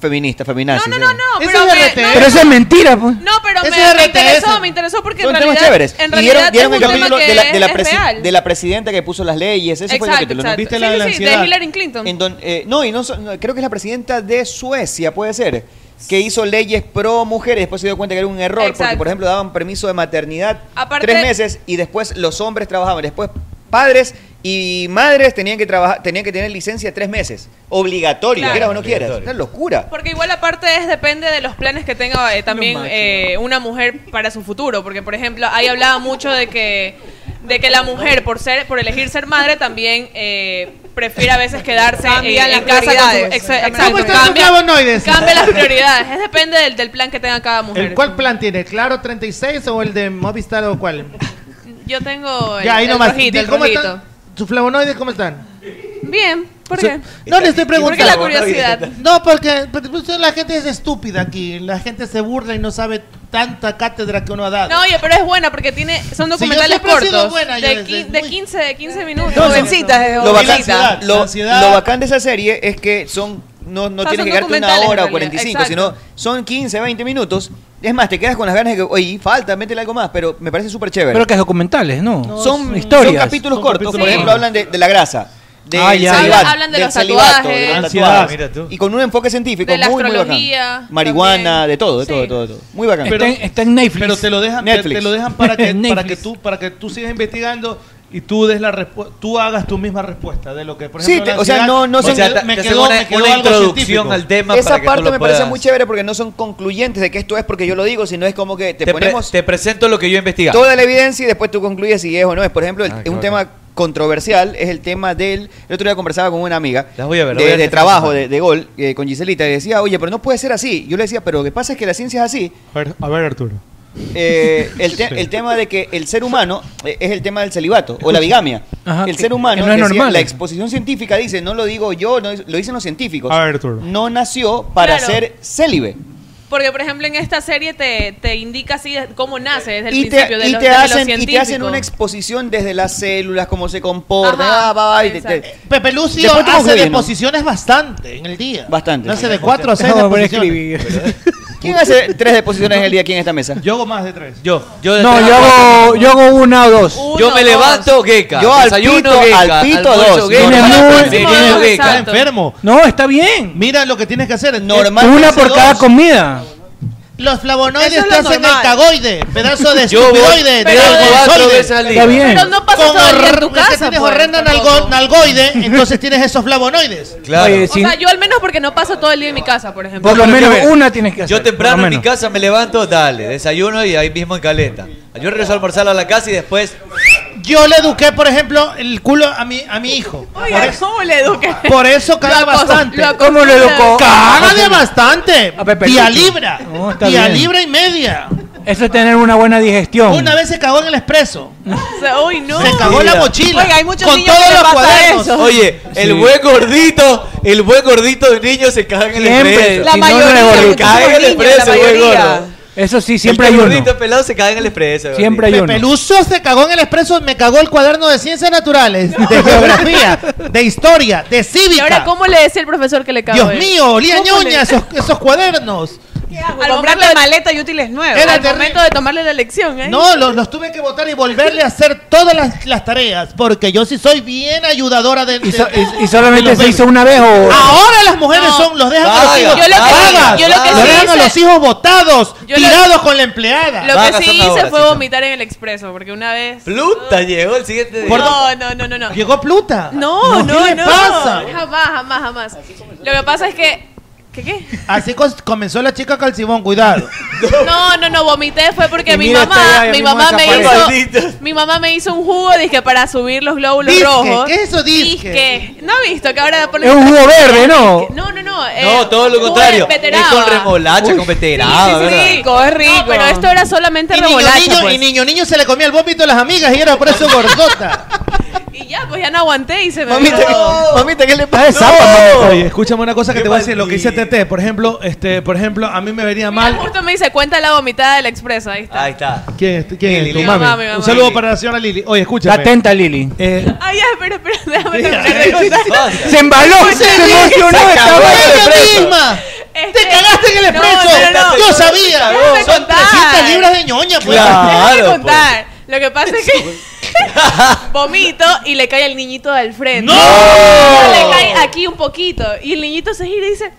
Feminista, feminazi. No, No, pero me- no, Pero eso es mentira, pues. no, pero me, Ese es me RTS. interesó, me interesó porque Son en temas realidad, chéveres. en Y dieron, realidad dieron es un el tema capítulo que de la, de la es presi- real. de la presidenta que puso las leyes. Ese fue el Exacto, capítulo, ¿no? exacto. Sí, sí, sí, de Hillary Clinton. En don- eh, no, y no, so- no, creo que es la presidenta de Suecia, puede ser, que hizo leyes pro mujeres, después se dio cuenta que era un error, porque Exacto. por ejemplo daban permiso de maternidad Aparte- tres meses y después los hombres trabajaban, después padres y madres tenían que trabajar, tenían que tener licencia tres meses, obligatorio, Claro. quieras o no quieras, Obligatorio. una locura. Porque igual aparte es depende de los planes que tenga eh, también Lo máximo. eh, una mujer para su futuro, porque por ejemplo ahí hablaba mucho de que de que la mujer por ser por elegir ser madre también eh, prefiere a veces quedarse eh, Cambian las en casa con su, prioridades. ex- Cambian. exacto, ¿Cómo están sus cambia, flavonoides? cambia las prioridades es depende del, del plan que tenga cada mujer ¿El cuál plan tiene? ¿Claro 36 o el de Movistar o cuál? yo tengo el, ya, ahí el nomás. rojito, Di, el ¿Cómo rojito. están? ¿Sus flavonoides cómo están? bien ¿por qué? No le estoy ¿Por preguntando. qué la curiosidad? No, porque pues, la gente es estúpida aquí. La gente se burla y no sabe tanta cátedra que uno ha dado. No, oye, pero es buena porque tiene son yo documentales siempre he sido cortos buena, yo de, desde Eh, qui- de 15 de 15 minutos. Entonces, lo, bacán, lo- Ansiedad. lo bacán de esa serie es que son no, O no sea, tienes son que quedarte una documentales, hora o en realidad, 45, exacto. sino son 15, 20 minutos. Es más, te quedas con las ganas de que, oye, falta, métele algo más, pero me parece súper chévere. Pero que es documentales, ¿no? son, historias. son capítulos Son cortos, por capítulos ejemplo, cortos. hablan de, de la grasa. De Ah, ya. salivato, Hablan de del los salivato, tatuajes. de los Ansiedad. tatuajes. Mira tú. Y con un enfoque científico De la muy, muy astrología bacán. Marihuana, de todo, de todo, de todo, de todo. Muy bacán. Está en- está en Netflix. Pero te lo dejan, te, Netflix. te lo dejan para que para que tú para que tú sigas investigando y tú des la respu- tú hagas tu misma respuesta de lo que por Sí, ejemplo te- la o sea, ansiedad, no, no me son- quedó, me quedó, me quedó algo científico. Esa parte me parece muy chévere porque no son concluyentes de que esto es porque yo lo digo, sino es como que te, Te, pre- ponemos te presento lo que yo he investigado. toda la evidencia y después tú concluyes si es o no es. Por ejemplo, el- Ah, qué un bacán. tema controversial es el tema del... El otro día conversaba con una amiga Las voy a ver. las de, voy a ver de este trabajo, fin de, de gol, eh, con Giselita, y decía, oye, pero no puede ser así. Yo le decía, pero lo que pasa es que la ciencia es así. A ver, a ver, Arturo. Eh, el, te- Sí. el tema de que el ser humano eh, es el tema del celibato o la bigamia. Ajá, el que- ser humano, que no es decía, normal. la exposición científica dice, no lo digo yo, no es- lo dicen los científicos. A ver, Arturo. No nació para Claro. ser célibe. Porque, por ejemplo, en esta serie te, te indica así de- cómo nace desde el Y te, principio de y los, te de los hacen, y te científicos. hacen una exposición desde las células, cómo se comportan. Ajá, ah, va, va, y te- te- Eh, Pepe Lucio Después te hace concluye, ¿no? deposiciones bastante en el día. Bastante. No hace de cuatro a seis No, pero deposiciones. ¿Quién hace tres deposiciones en el día aquí en esta mesa? Yo hago más de tres. Yo. No, yo hago, yo hago una o dos. Yo me levanto, Geka. Yo al pito, al pito dos. Normal, normal, normal, Está exacto. enfermo. No, está bien. Mira lo que tienes que hacer. Una por cada comida. Los flavonoides Eso es te lo hacen normal. el cagoide, pedazo de Yo voy- estupidoide. pero de- cuatro de- veces al día. Está bien. Pero no pasa Con todo el día en tu horror- es que casa, tienes pues, horrenda tampoco. nalgo- nalgoide, entonces tienes esos flavonoides. Claro. Oye, O sea, yo al menos porque no paso todo el día en mi casa, por ejemplo. Eh, Por lo menos una tienes que hacer. Yo temprano en mi casa me levanto, dale, desayuno y ahí mismo en caleta. Yo regreso a almorzar a la casa y después Yo le eduqué, por ejemplo, el culo a mi, a mi hijo. por, Oiga, eso, ¿cómo le eduqué? por eso caga Lo acos- bastante. lo acos- ¿Cómo lo educó? Caga de bastante. Día Lucho. libra. No, está Día bien. libra y media. Eso es tener una buena digestión. Una vez se cagó en el expreso. Uy, no. Se cagó la mochila. Oiga, hay muchos con niños todos que les los pasa cuadernos. eso. Oye, el buen gordito, el buen gordito de niño se caga en el Siempre. expreso. La Y no mayoría, me gordo. muchísimos Caga en el niños, expreso, la el buen mayoría. gordo. Eso sí, El siempre que hay es uno. gordito pelado se caga en el expreso. el Siempre hay gordito. uno. Peluso se cagó en el expreso, me cagó el cuaderno de ciencias naturales, de geografía, de historia, de Y cívica. ahora, ¿cómo le decía el profesor que le cagó? Dios mío, olía Lía ñoña esos, esos cuadernos. Al comprarle maleta y útiles nuevos. Era Era el terrible. momento de tomarle la lección, ¿eh? No, los, los tuve que votar y volverle a hacer todas las, las tareas, porque yo sí soy bien ayudadora de. Y, de- so- de y- y los solamente se babies. hizo una vez o. Ahora las mujeres son, los dejan a los Vaga, hijos. yo lo que sí- vagas, yo lo que los sí dejan a hice- los hijos botados, Yo lo- tirados con la empleada. Lo que sí hice fue vomitar. vomitar en el expreso, porque una vez. Pluta llegó el siguiente día. No, no, no, no, no. Llegó Pluta. No, no, ¿Qué le no. pasa? Jamás, jamás, jamás. Lo que pasa es que. ¿Qué qué? Así cos- comenzó la chica calcibón, cuidado. No, no, no, vomité fue porque Y mi mira, está mamá, allá, mi mismo mamá me desaparece. hizo, mi mamá me hizo un jugo, dije, para subir los glóbulos Disque, rojos. ¿qué es eso, disque? Disque. No he visto que ahora ponen- Es un jugo verde, ¿no? No, no, no. eh, No, todo lo jugo de contrario. Es beteraba. con remolacha, con veterana, Sí, ¿verdad? rico, es rico. pero esto era solamente Y niño, remolacha. niño, pues. y niño, niño se le comía el vómito a las amigas y era por eso gordota. Y ya, pues ya no aguanté y se me Mamita, vino- ¿qué- mamita, ¿qué le Ah, pasa? Oye, escúchame una cosa que te voy a decir. Lo que dice TT, por ejemplo, este, por ejemplo, a mí me vería mal. Justo me dice, cuenta la vomitada del expreso. Ahí está. Ahí está. ¿Quién es? ¿Quién es? Lili, tu Lili. mami? Mi mamá, mi Un mamá. saludo para la señora Lili. Oye, escúchame. Está atenta, Lili. Eh, Ah, ya, espera, espera, déjame ay, terminar de sí, contar. sí. Se embaló, se emocionó, Se estaba acabó en el expreso. Este- ¡Te cagaste en el expreso! ¡Yo sabía! Son 300 libras de ñoña, pues. Claro, Déjame contar. Lo que pasa es que vomito y le cae al niñito del frente. ¡No! Le cae aquí un poquito. Y el niñito se gira y dice,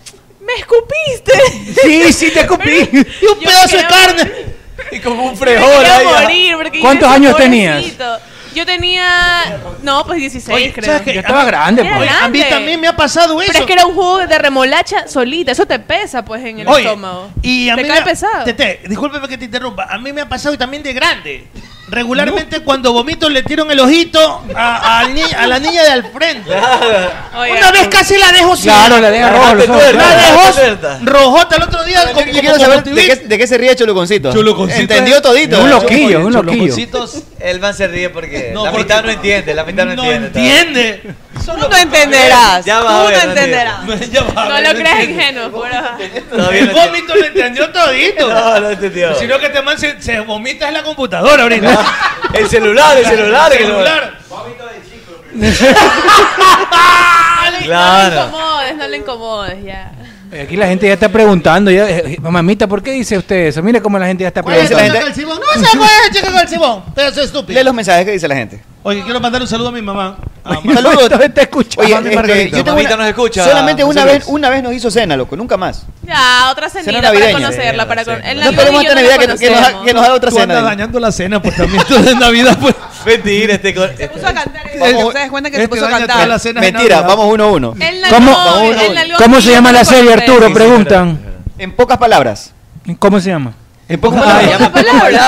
¡me escupiste! Sí, sí, te escupí. Y un pedazo de carne. Y como un Me frejol quería ahí. ah. morir, porque yo ¿Cuántos decía, años tenías? "Pobrecito". Yo tenía. No, pues 16, creo. ¿sabes qué? Yo estaba grande, Era pues. grande. A mí también me ha pasado Pero eso. es que era un jugo de remolacha solita. Eso te pesa, pues, en el Oye, estómago. Y a te mí cae me- pesado. Tete, discúlpeme que te interrumpa. A mí me ha pasado y también de grande. Regularmente cuando vomito le tiro en el ojito a, al ni- a la niña de al frente. Una vez casi la dejo sin. Claro, la deja roja, los ojos. La dejó Tuerta. rojota el otro día. como- Yo quiero como saber con de qué, de qué se ríe Choluconcito. Choluconcito Entendió es- todito. Un loquillo, un loquillo. Choluconcitos, el man se ríe porque la mitad no entiende, la mitad no, entiende. entiende. Tú no entenderás. Ya Tú vas a no ver, entenderás. Ya va, No no lo creas entiendo. ingenuo, pura. El vómito lo entendió todito. No, no entendió. Sino que este man se, se vomita en la computadora ahorita. El celular, el celular. El que lo- celular. No le Claro. incomodes, no le incomodes, ya. Aquí la gente ya está preguntando. Ya, eh, mamita, ¿por qué dice usted eso? Mire cómo la gente ya está ¿Cuál es el preguntando. chico del cibón? No sé cuál es el chico del cibón. Pero eso es estúpido. Lee los mensajes que dice la gente. Oye, quiero mandar un saludo a mi mamá. Saludos. te escucha. Oye, Mami este, Margarita. yo tengo Mamita una- nos escucha, Solamente José una Luis. vez, una vez nos hizo cena, loco. Nunca más. Ya, otra cenita para navideña. conocerla. Para con... en No esperemos hasta Navidad que, que nos, ha- que nos haga otra Tú cena. andas dañando la cena, pues también tú de Navidad, pues. Mentira, este. co- este- ¿Se das cuenta Este que se puso a cantar? Mentira, vamos uno a uno. Él ¿Cómo, Vamos uno a uno. ¿Cómo se llama la serie, Arturo? Preguntan. En pocas palabras. ¿Cómo se llama? Ah, En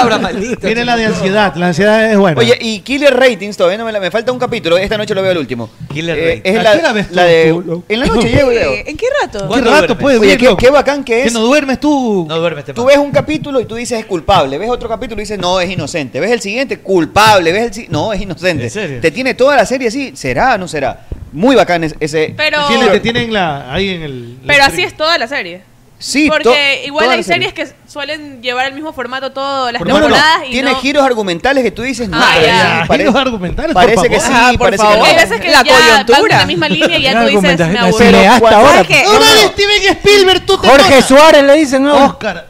pocas maldito. Tiene la de ansiedad. La ansiedad es buena. Oye, y Killer Ratings todavía no me la. Me falta un capítulo. Esta noche lo veo el último. Killer Ratings. Es ¿A la, qué hora ves tú, la de. tú, loco? en la noche llego, Oye, Leo. ¿En qué rato? ¿Qué rato puedes Oye, ver? qué, qué bacán que Que es. no duermes tú. No duermes, te Tú ves un capítulo y tú dices es culpable. Ves otro capítulo y dices no, es inocente. Ves el siguiente, culpable. Ves el si- no, es inocente. ¿En serio? Te tiene toda la serie así. ¿Será o no será? Muy bacán es- ese. Pero- Tiene- te tienen la, ahí en el. Pero así es toda la serie. Sí, to- Porque igual toda hay la serie. series que suelen llevar el mismo formato todas las No, no, no. temporadas y Tiene no... giros argumentales que tú dices no. Ah, pero ya. sí, Giros parece- argumentales, por Parece que sí, favor. Ajá, por parece que favor. no. Hay veces que La ya coyuntura. van en la misma línea y ya tú dices, me aburrí. Cineasta Pero ahora. ¿sabes qué? No mames, Steven Spielberg, tú te Jorge notas. Suárez le dicen. Oscar.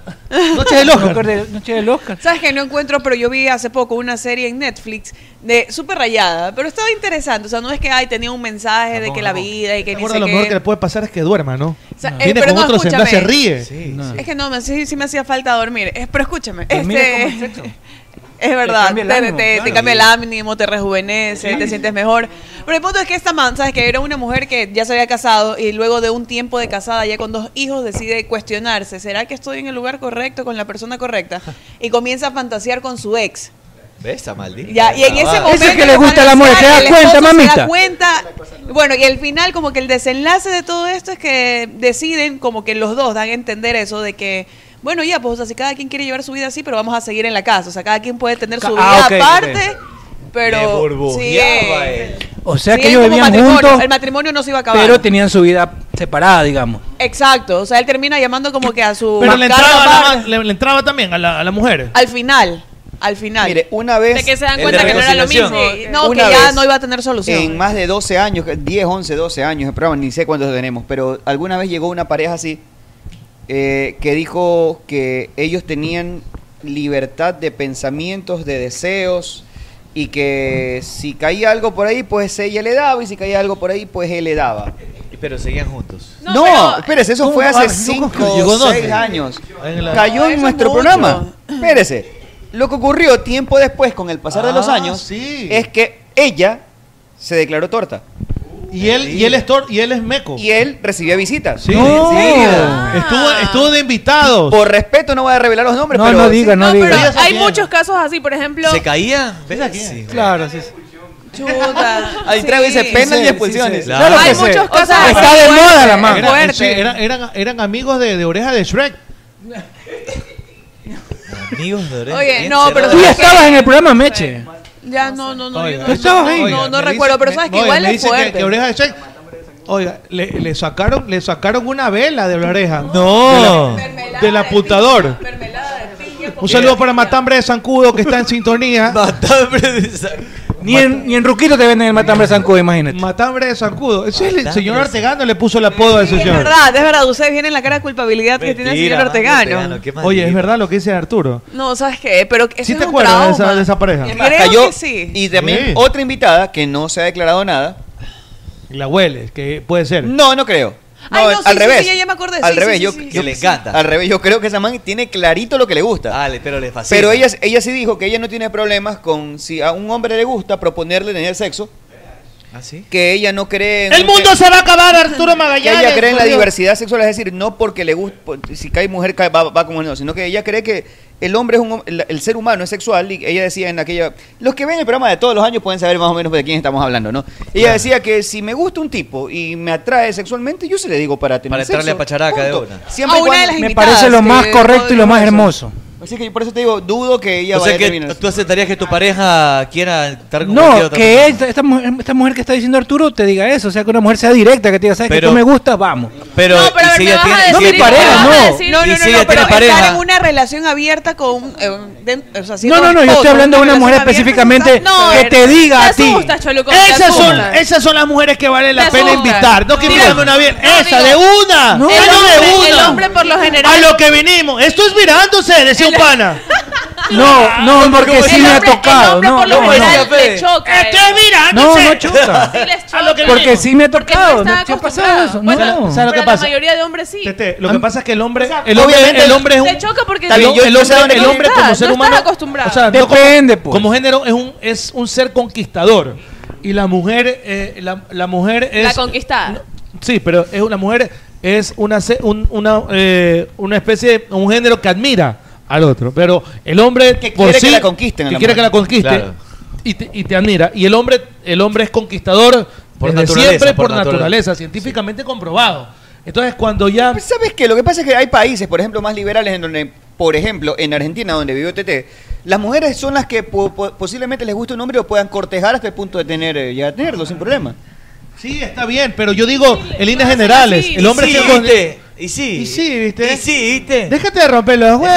Noche del Oscar. Noche del Oscar. Sabes que no encuentro, pero yo vi hace poco una serie en Netflix de súper rayada, pero estaba interesante. O sea, no es que ay, tenía un mensaje de que la vida y que ni Recuerda, sé lo mejor que qué. le puede pasar es que duerma, ¿no? O sea, eh, Viene pero con no, otro escúchame. semblante, se ríe. Es que no, me, sí, sí me hacía falta dormir. Es- pero escúchame, Dormir este- es como el sexo. es verdad, te, cambia el te, ánimo, te claro. cambia el ánimo, te rejuvenece, Sí. te sientes mejor. Pero el punto es que esta man, sabes que era una mujer que ya se había casado y luego de un tiempo de casada, ya con dos hijos, decide cuestionarse, ¿será que estoy en el lugar correcto, con la persona correcta? Y comienza a fantasear con su ex. ¿Ves esa maldita? Ya, y en ese Eso momento. que le gusta a la mujer, fantasear, ¿te das el cuenta, esposo Se mamita? da cuenta. Bueno, y al final, como que el desenlace de todo esto es que deciden, como que los dos dan a entender eso de que. Bueno, ya, pues, o sea, si cada quien quiere llevar su vida así, pero vamos a seguir en la casa. O sea, cada quien puede tener su vida Ah, ok, ok. aparte, pero. Sí, burbujeaba él. O sea sí, que es ellos como vivían matrimonio, juntos, El matrimonio no se iba a acabar. pero tenían su vida separada, digamos. Exacto. O sea, él termina llamando como que a su. Pero le carta entraba, a la aparte. ma- le, le entraba también a la, a la mujer. Al final. Al final. Mire, una vez. De que se dan El cuenta de que no era lo mismo. reconciliación. Sí, no, Una que ya vez no iba a tener solución. En más de 12 años, 10, 11, 12 años de programa, ni sé cuántos tenemos, pero alguna vez llegó una pareja así eh, que dijo que ellos tenían libertad de pensamientos, de deseos, y que si caía algo por ahí, pues ella le daba, y si caía algo por ahí, pues él le daba. Pero seguían juntos. No, espérese, eso fue hace 5 Llegó 6 12. años. En la- Cayó en eso nuestro es mucho. programa. Espérese. Lo que ocurrió tiempo después, con el pasar de los Ah, años, sí. es que ella se declaró torta. Y él, y él es tor- y él es meco. Y él recibía visitas. Sí. Sí. Ah. Estuvo, estuvo de invitados. Por respeto no voy a revelar los nombres, No, pero no diga, sí. no No, diga. pero Ella se hay quiere. muchos casos así, por ejemplo... ¿Se caían? ¿Ves aquí? Claro, sí. Chuta. Ahí trae dice penas y expulsiones. Claro que Hay sí. muchos casos sea, así. está de moda la mano. Era- sí, era- eh, eran, eran amigos de, de oreja de Shrek. Amigos de oreja. Oye, Bien no, pero cerrado. Tú ya estabas en el programa, Meche. Ya, no, no, no. yo ¿Tú estabas ahí? No, no Me recuerdo, dice- pero sabes que me- oiga, igual me es dice que- fuerte. que oreja de Shrek- Oiga, le, le sacaron, le sacaron una vela de la oreja. No. De la- Del apuntador. Un saludo para Matambre de Sancudo que está en sintonía. Matambre de Ni en, ni en Ruquito te venden el matambre de zancudo, imagínate. Matambre de zancudo. Ese es el señor de Artegano le puso el apodo a ese Es señor. verdad, es verdad. Ustedes vienen la cara de culpabilidad que tiene el señor Ortegano. Oye, es verdad lo que dice Arturo. No, ¿sabes qué? Pero eso ¿Sí es te un acuerdas de trauma. esa, de esa pareja? Es más, Creo cayó- que sí. Y también Sí. otra invitada que no se ha declarado nada. La hueles, que puede ser. No, no creo. No, Ay, no, sí, al sí, revés. sí, ya- ya me acordé. Al Sí, revés, sí, yo, sí, sí, yo- sí, sí. Al revés, yo creo que esa man tiene clarito lo que le gusta. pero le fascina. Pero ella, ella sí dijo que ella no tiene problemas con si a un hombre le gusta proponerle tener sexo. Que ella no cree en El un- mundo se va a acabar, Arturo que Magallanes. ella cree en por la Dios. diversidad sexual, es decir, no porque le gusta, si cae mujer cae- va, va como no, sino que ella cree que el hombre es un hom- el, el ser humano es sexual y ella decía en aquella los que ven el programa de todos los años pueden saber más o menos de quién estamos hablando, ¿no? Ella decía que si me gusta un tipo y me atrae sexualmente, yo se le digo para tener Para entrarle sexo, a pacharaca de punto. una. Siempre A Ah, y una cuando- de las Me parece lo más correcto y lo más hermoso. Así que por eso te digo, dudo que ella O sea vaya a que terminar. tú aceptarías que tu pareja quiera estar con cualquier No, otra que esta, esta mujer, esta mujer que está diciendo Arturo te diga eso, o sea, que una mujer sea directa, que te diga, ¿sabes que Pero- tú me gustas? Vamos. Pero, No, pero ¿y a ver, si me ella vas a tiene- decir- si No, ella- mi pareja, Ah, No, no. no, no, Y si no, ella no, pero tiene estar en pareja. una relación abierta con... eh, de- o sea, No, siendo no, no, yo estoy esposo, hablando de una mujer relación abierta, específicamente no, que no, te no, diga a te ti. asustas, Choluco, te Esas son, asustas. esas son las mujeres que vale la Te pena asustas. invitar. No que No. mirame una bien. Esa, de Ah, una. No. ¡Ya El no hombre- de el una. hombre por lo general- A lo que vinimos. Esto es mirándose, decía un pana. Ah, No, no, porque sí me ha tocado. No, no, no. choca. Estoy eh. No, mirándose. no choca. Porque sí me ha tocado. ¿no? ¿Te ha pasado eso? Bueno, No. ¿sabes lo que Pero la pasa? mayoría de hombres sí. Tete, lo que pasa es que el hombre, el obviamente hombre, el hombre es un, Te choca porque Está bien, no- yo- el no hombre, estás el hombre como acostumbrado, ser no humano, Estás acostumbrado. o sea, no como- Depende, pues. como, género es un es un ser conquistador y la mujer eh, la, la mujer es la conquistada. sí, pero es una mujer es una se- un- una eh, una especie de- un género que admira al otro, pero el hombre que quiere que la conquisten a que la quiere mujer. que la conquiste Claro. y, te, y te admira y el hombre el hombre es conquistador Por desde naturaleza, siempre por por, naturaleza, naturaleza, científicamente comprobado. Entonces cuando ya Pues, ¿Sabes qué? Lo que pasa es que hay países, por ejemplo, más liberales en donde, por ejemplo, en Argentina, donde vivió TT, las mujeres son las que po- po- posiblemente les guste un hombre o puedan cortejar hasta el punto de tener eh, ya tenerlo sin problema. Sí, está bien, pero yo digo en líneas generales, el hombre sí, que con- viste, Y sí. Y sí, ¿viste? Y sí, ¿viste? Déjate de romper los huevos.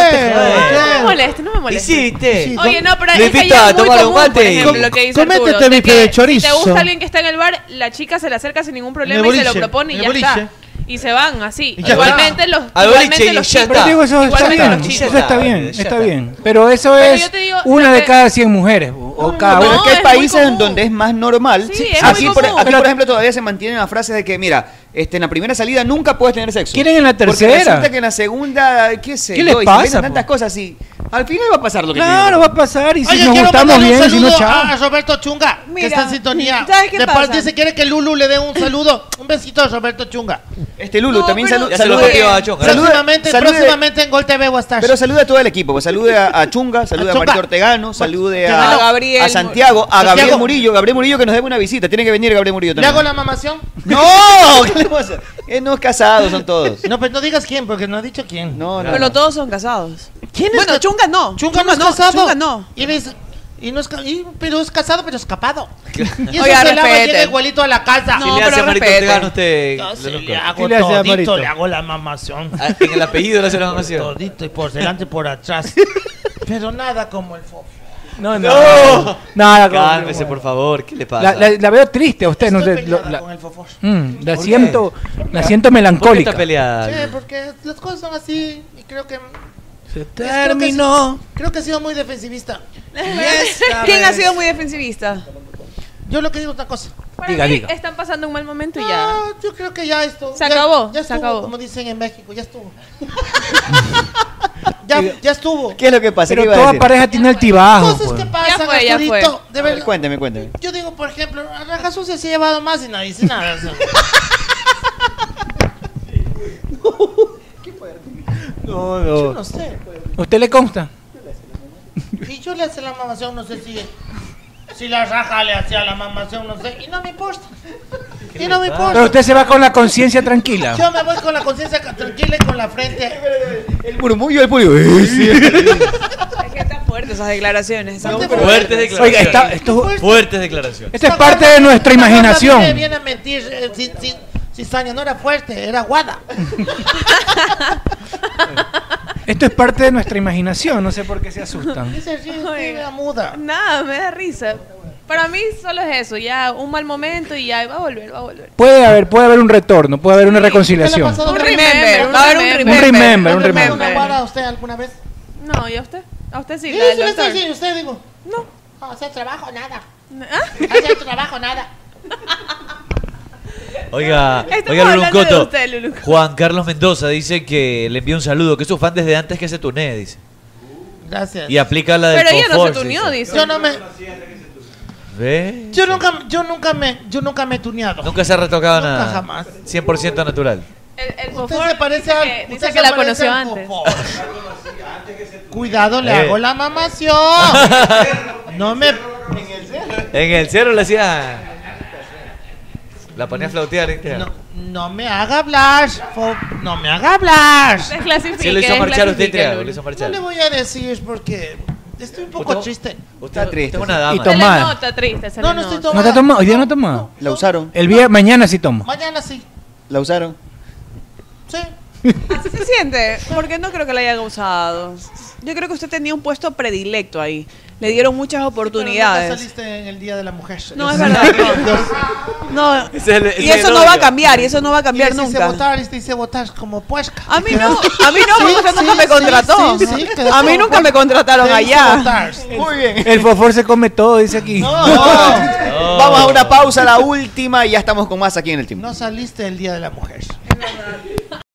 No me moleste, no me moleste. Hiciste. Oye, no, pero Le es que invito ya a es muy tomar un común, por mate. ejemplo, Com- lo que dice cométete Arturo, de mi que pie de Si te chorizo. gusta alguien que está en el bar, la chica se le acerca sin ningún problema En el y se lo boliche, propone y en ya el está. boliche. Y se van así. Y ya igualmente está. los Al igualmente boliche y los ya chicos. Pero digo, eso está Igualmente bien. los chicos. Eso está bien, ya está está. bien. Pero eso Pero es yo te digo, una la de que- cada 100 mujeres. O cada Pero es una. que hay países en donde es más normal. Sí, es aquí, muy por, común. aquí, Pero- por ejemplo, todavía se mantiene la frase de que, mira, este, en la primera salida nunca puedes tener sexo. Quieren en la tercera. Porque resulta que en la segunda, qué sé ¿Qué les yo, y se pasa, inventan po? tantas cosas y al final va a pasar lo que Claro, te digo. va a pasar y si Oye, nos quiero gustamos mandarle un bien, si no, saludo chao. a Roberto Chunga, que Mira, está en sintonía. ¿sabes qué de pasa? parte dice quiere que Lulu le dé un saludo. Un besito a Roberto Chunga. Este Lulu No, también pero- saluda. Ya se lo saluda- metió a Chonga. saluda- Próximamente- salude- próximamente en Gol TV va a estar. Pero saluda a todo el equipo, pues salude a, a Chunga, salude a, Chunga. Marito Ortegano, salude a, A Gabriel. a Santiago, a Gabriel Santiago. Murillo, Gabriel Murillo que nos debe una visita, tiene que venir Gabriel Murillo ¿Le también. hago la mamación? No, ¿qué le pasa? Eh, no es casado, son todos. No, pues no digas quién, porque no ha dicho quién. No, no. Pero todos son casados. ¿Quién es bueno, ca- Chunga no. Chunga no es casado. Chunga no. Y ves- y no es ca- y- pero es casado, pero escapado. Y eso Oiga, que el agua respeten. llega igualito a la casa. Si le hace a Marito Ortegano, usted. Lenuco. Le hago ¿Qué le hace a todito, Marito? le hago la mamación. Ah, En el apellido le hace la mamación. Todito y por delante y por atrás. Pero nada como el fofo. No, No. no. Nada, Cálmese, por favor. ¿Qué le La, pasa? la- la veo triste a usted, no sé. lo- la, Mm, la siento, la siento melancólica. ¿Por qué está peleada? Sí, porque las cosas son así y creo que... Se Terminó. Creo que he sido muy defensivista. ¿Quién ha sido muy defensivista? Yo lo que digo es una cosa. Para Diga, mí diga. están pasando un mal momento y ya. Ah, yo creo que ya esto. Se ya- acabó, Ya se estuvo, acabó. como dicen en México, ya estuvo. ya, ya estuvo. ¿Qué es lo que pasa? Pero ¿Qué iba a toda decir? pareja tiene altibajos. Cosas que pues. pasan, fue, ya fue. Arturito, de A ver, verdad. cuénteme, cuénteme. Yo digo, por ejemplo, a Raja Sucia se ha llevado más y nadie dice nada. o sea. No, Yo no sé. ¿Usted le consta? Y yo le hacía la mamación, no sé si. Si la raja le hacía la mamación, no sé. Y no me importa. Y no me importa. Pero usted se va con la conciencia tranquila. Yo me voy con la conciencia ca- tranquila y con la frente. El murmullo del público. Eh, sí. Es que está fuerte, esas declaraciones. esas cosas. Fuertes declaraciones. Oiga, está- esto- Fuertes declaraciones. Esto es parte de nuestra imaginación. Me viene a mentir eh, sin, sin cizaña, no era fuerte, era guada. Esto es parte de nuestra imaginación, no sé por qué se asustan. Ese río Oiga, muda. Nada, me da risa. Para mí solo es eso, ya un mal momento y ya va a volver, va a volver. Puede haber, puede haber un retorno, puede haber una reconciliación. Un remember, va a haber un Un remember. remember, un ¿Le pasó remember. una guada a usted alguna vez? No, ¿y a usted? ¿A usted sí? Sí, la del sí, sí, doctor? sí, usted digo. No. ¿Ah? Hacer trabajo, nada. Hacer trabajo, nada. Oiga, Estamos oiga Lulun hablando de Coto. usted, Lulun Coto. Juan Carlos Mendoza dice que le envía un saludo, que es su fan desde antes que se tunee, dice. Gracias. Y aplica la del Pero ella no se confort, tuneó, dice. dice. Yo no me, ¿Ve? yo nunca, yo nunca me, yo nunca me he tuneado. Nunca se ha retocado nada. jamás. 100% natural. Usted se parece a, usted dice se que la parece conoció al antes. Fofo. Cuidado, le Eh. hago la mamación. No me, En el cero le hacía. La ponía a flautear, ¿eh? no me haga hablar, Fo- no me haga hablar. Desclasifique, Sí, lo eh, hizo marchar usted, Triago, lo hizo marchar. No le voy a decir porque estoy un poco Usted- triste. Usted es triste. una dama. Y Se le tomada. nota triste, se No, le no estoy nota. ¿No te toma? Hoy día no toma. La usaron. El día mañana sí tomo. Mañana sí. La usaron. Así se siente, porque no creo que la hayan usado. Yo creo que usted tenía un puesto predilecto ahí. Le dieron muchas Pero nunca oportunidades. saliste en el Día de la Mujer. No, es verdad. No. No. Ese es el- ese y es eso el no va a odio. cambiar, y eso no va a cambiar y les hice nunca. votar, y te hice votar como puesca. A mí no, a mí no, porque usted nunca me contrató. A mí nunca me contrataron allá. Muy bien. El fofor se come todo, dice aquí. Vamos a una pausa, la última, y ya estamos con más aquí en el team. No saliste el Día de la Mujer.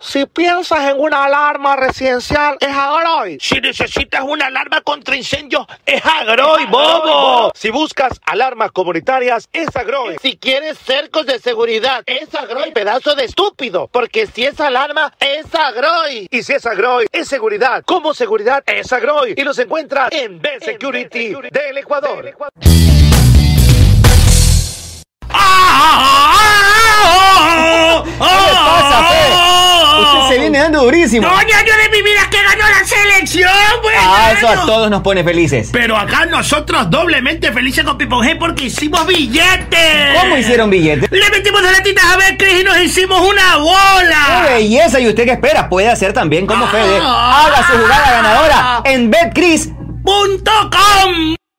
Si piensas en una alarma residencial, es Agroy. Si necesitas una alarma contra incendios, es Agroy, bobo. Si buscas alarmas comunitarias, es Agroy. Si quieres cercos de seguridad, es Agroy, pedazo de estúpido. Porque si es alarma, es Agroy. Y si es Agroy, es seguridad. Como seguridad, es Agroy. Y los encuentras en B Security del Ecuador. ¡Ah! Usted se viene dando durísimo. ¡No, año de mi vida que ganó la selección, bueno! Ah, eso a todos nos pone felices. Pero acá nosotros doblemente felices con Pipo G porque hicimos billetes. ¿Cómo hicieron billetes? Le metimos de latitas a ver, Cris, y nos hicimos una ¡Qué bola. belleza! ¿Y usted qué espera? Puede hacer también como Ah. Fede. Haga su jugada ganadora en betcris.com.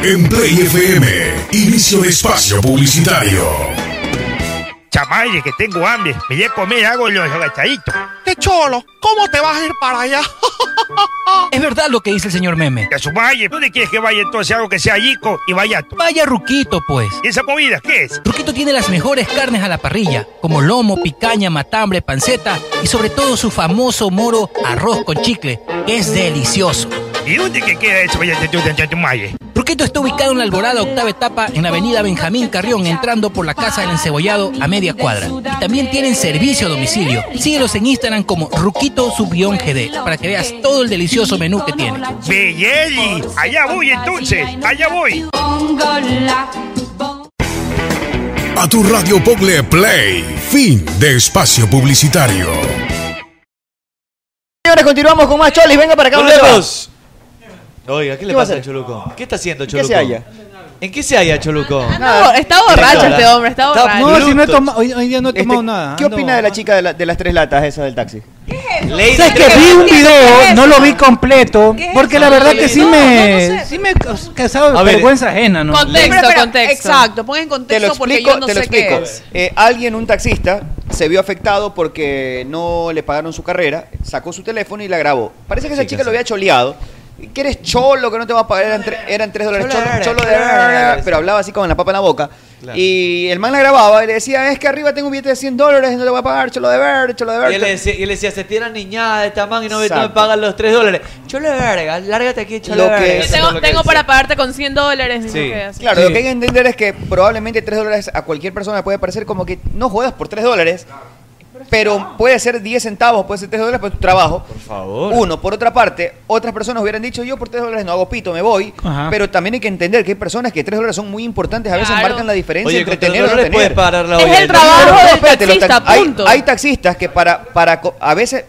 En Play FM, inicio de espacio publicitario. Chamaye, que tengo hambre. Me voy a comer algo los agachaditos. Te cholo, ¿cómo te vas a ir para allá? Es verdad lo que dice el señor Meme. A su valle, ¿dónde quieres que vaya entonces algo que sea yico y vaya? Vaya Ruquito, pues. ¿Y esa comida qué es? Ruquito tiene las mejores carnes a la parrilla, como lomo, picaña, matambre, panceta y sobre todo su famoso moro arroz con chicle, que es delicioso. ¿Y dónde que queda eso? Vaya, te- te- te- te- Chamaye. Ruquito está ubicado en la Alborada Octava Etapa en la avenida Benjamín Carrión, entrando por la Casa del Encebollado a media cuadra. Y también tienen servicio a domicilio. Síguelos en Instagram como Ruquito-GD para que veas todo el delicioso menú que tienen. Belleli, allá voy entonces, allá voy. A tu radio Pogle Play, fin de espacio publicitario. Señores, continuamos con más cholis. Venga para acá. ¿dónde va? Volvemos. Oiga, ¿qué le ¿Qué va a pasa hacer? al Choluco? ¿Qué está haciendo ¿Qué Choluco? se halla? ¿En qué se halla, Choluco? No, está borracho este hombre, está borracho. No, si no he Bruto. tomado- hoy, hoy día no he tomado nada. Este, ¿Qué opina de la chica de, la- de las tres latas esa del taxi? O sea, es que vi un video, no lo vi completo, porque la verdad que sí me... sí me cos- causaba A ver, vergüenza ajena, ¿no? Espera, espera, Exacto, pon en contexto Te lo porque explico, yo no te lo sé qué explico. es. Eh, alguien, un taxista, se vio afectado porque no le pagaron su carrera, sacó su teléfono y la grabó. Parece que esa chica lo había choleado. Que eres cholo, que no te va a pagar, eran, tre- eran tres dólares. Cholo, cholo de... Pero hablaba así con la papa en la boca. Y el man la grababa y le decía, es que arriba tengo un billete de 100 dólares, no le voy a pagar, cholo de ver, cholo de Y ver. él, le decía, y él decía, se tira niñada de esta man y no, me- no me Exacto. pagan los 3 dólares. Cholo de verga, lárgate aquí, cholo Lo de que verga. Eso es- es Tengo, lo que tengo es. para pagarte con 100 dólares. dijo Sí. que así. Claro, lo que hay que entender es que probablemente 3 dólares a cualquier persona puede parecer como que no juegas por 3 dólares, pero puede ser 10 centavos, puede ser 3 dólares por tu trabajo. Por favor. Uno, por otra parte, otras personas hubieran dicho yo por 3 dólares no hago pito, me voy, Ajá. pero también hay que entender que hay personas que 3 dólares son muy importantes, a veces Claro. marcan la diferencia Oye, entre con tres tener o no dólares tener. puedes parar la olla del No, no, taxi. espérate, los tax- hay- Hay, taxistas que para, para co- a veces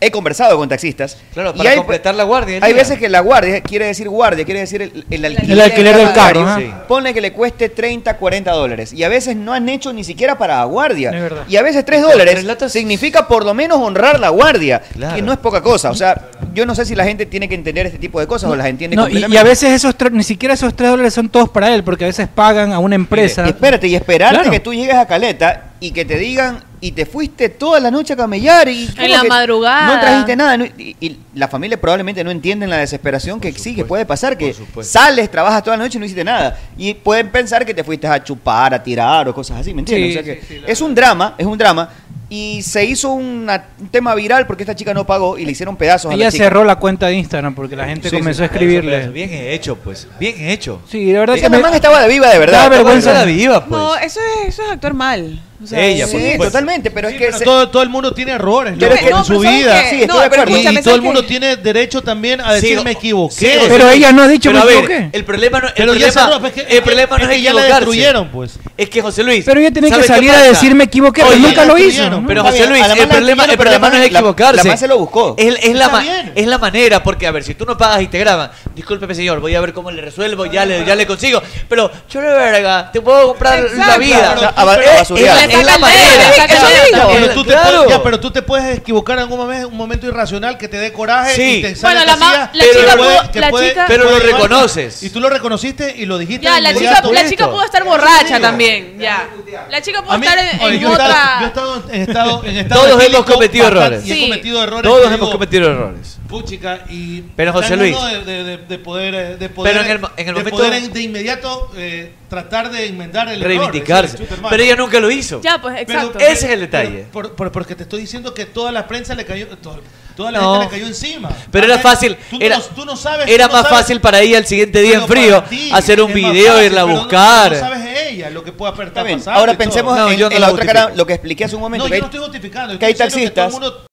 he conversado con taxistas Claro, y para hay- completar la guardia. el hay día. veces que la guardia quiere decir guardia, quiere decir el, alquiler, El alquiler del cada carro, horario. Ponle que le cueste 30, 40 dólares. Y a veces no han hecho ni siquiera para la guardia. Es verdad. Y a veces 3 dólares significa por lo menos honrar la guardia. Que no es poca cosa. O sea, yo no sé si la gente tiene que entender este tipo de cosas o las entiende No, y, completamente. y a veces esos tres- ni siquiera esos 3 dólares son todos para él, porque a veces pagan a una empresa. Y Eh, espérate, y esperarte Claro. que tú llegues a Caleta y que te digan, y te fuiste toda la noche a camellar. Y ¿cómo la que madrugada. No trajiste nada. No- y, y la familia probablemente no entiende la desesperación que exige. Puede pasar que sales, trabajas toda la noche y no hiciste nada. Y pueden pensar que te fuiste a chupar, a tirar o cosas así, ¿me entiendes? Sí, O sea que es un drama, es un drama. Y se hizo una- un tema viral porque esta chica no pagó y le hicieron pedazos a la Ella chica. cerró la cuenta de Instagram porque la gente Sí, comenzó sí, a escribirle. Bien hecho, pues. Bien hecho. Eh, Sí, la verdad Esa mamá Eh, estaba de viva, de verdad. Da Estaba vergüenza. de viva, pues. No, eso es, eso es actuar mal. O sea, Ella, es- por supuesto. totalmente, pero es que se- todo, todo el mundo tiene errores Pero loco, es que- en no, su pero ¿sabes vida. qué? Sí, estoy No, de pero acuerdo. Y escúchame, todo ¿sabes el mundo qué? tiene derecho también a Sí, decir o- me equivoqué. sí, o- sí. Pero a ver, El problema no, el Pero ya problema, cerró, pues, es que- el problema no es es que ya la equivocarse. destruyeron, pues. Es que José Luis. Pero ella tiene que ¿sabe qué salir a pasa? decirme equivoqué, pero Oye, nunca lo hizo. destruyeron, ¿no? Pero Está José bien, Luis, a la el mala problema, destruyeron, el pero la problema no mala- es la- equivocarse. la mala se lo buscó. Es, es la, Está ma- bien. es la manera, porque a ver, si tú no pagas y te graban, discúlpeme señor, voy a ver cómo le resuelvo, ya le, ya le consigo. Pero, yo de verga, te puedo comprar la Exacto. vida. Pero O sea, tú- a- pero- es- basurear. es la- es la manera. Eso digo. Pero tú te Claro. puedes- ya, pero tú te puedes equivocar en algún momento, un momento irracional que te dé coraje Sí. y te Bueno, sale la ma- casilla, la que chica puede- pudo- que la puede- chica- que Pero lo puede llevar- reconoces. Y tú lo reconociste y lo dijiste. Ya, de la chica, inmediato. la chica pudo estar borracha también. Ya. La chica pudo A mí- estar en, oye, en yo he estado- yo he otra. estado en estado, en estado Todos hemos etílico cometido bastante- errores. y he Sí. cometido errores. Todos que hemos digo, cometido errores. Puchica y Pero, José está en Luis. uno de, de- de- de poder eh, de poder en el mo- en el de momento- poder en- de inmediato eh, tratar de enmendar el error, Reivindicarse. es decir, chuta, Pero ella hermano. nunca lo hizo. Ya, pues, exacto. Ese es el detalle. Por- por- porque te estoy diciendo que toda la prensa le cayó to- toda la No. gente le cayó encima. Pero era Alguien- fácil, tú era- no, tú no sabes, Era tú no más sabes- fácil para ella el siguiente día en Pero frío para ti hacer un es más video e fácil, irla a pero no- buscar. No, sabes ella lo que puede apertar Ahora pensemos en, en la otra cara, lo que expliqué hace un No, momento. que yo hay- no estoy justificando. que hay estoy diciendo taxistas todo el mundo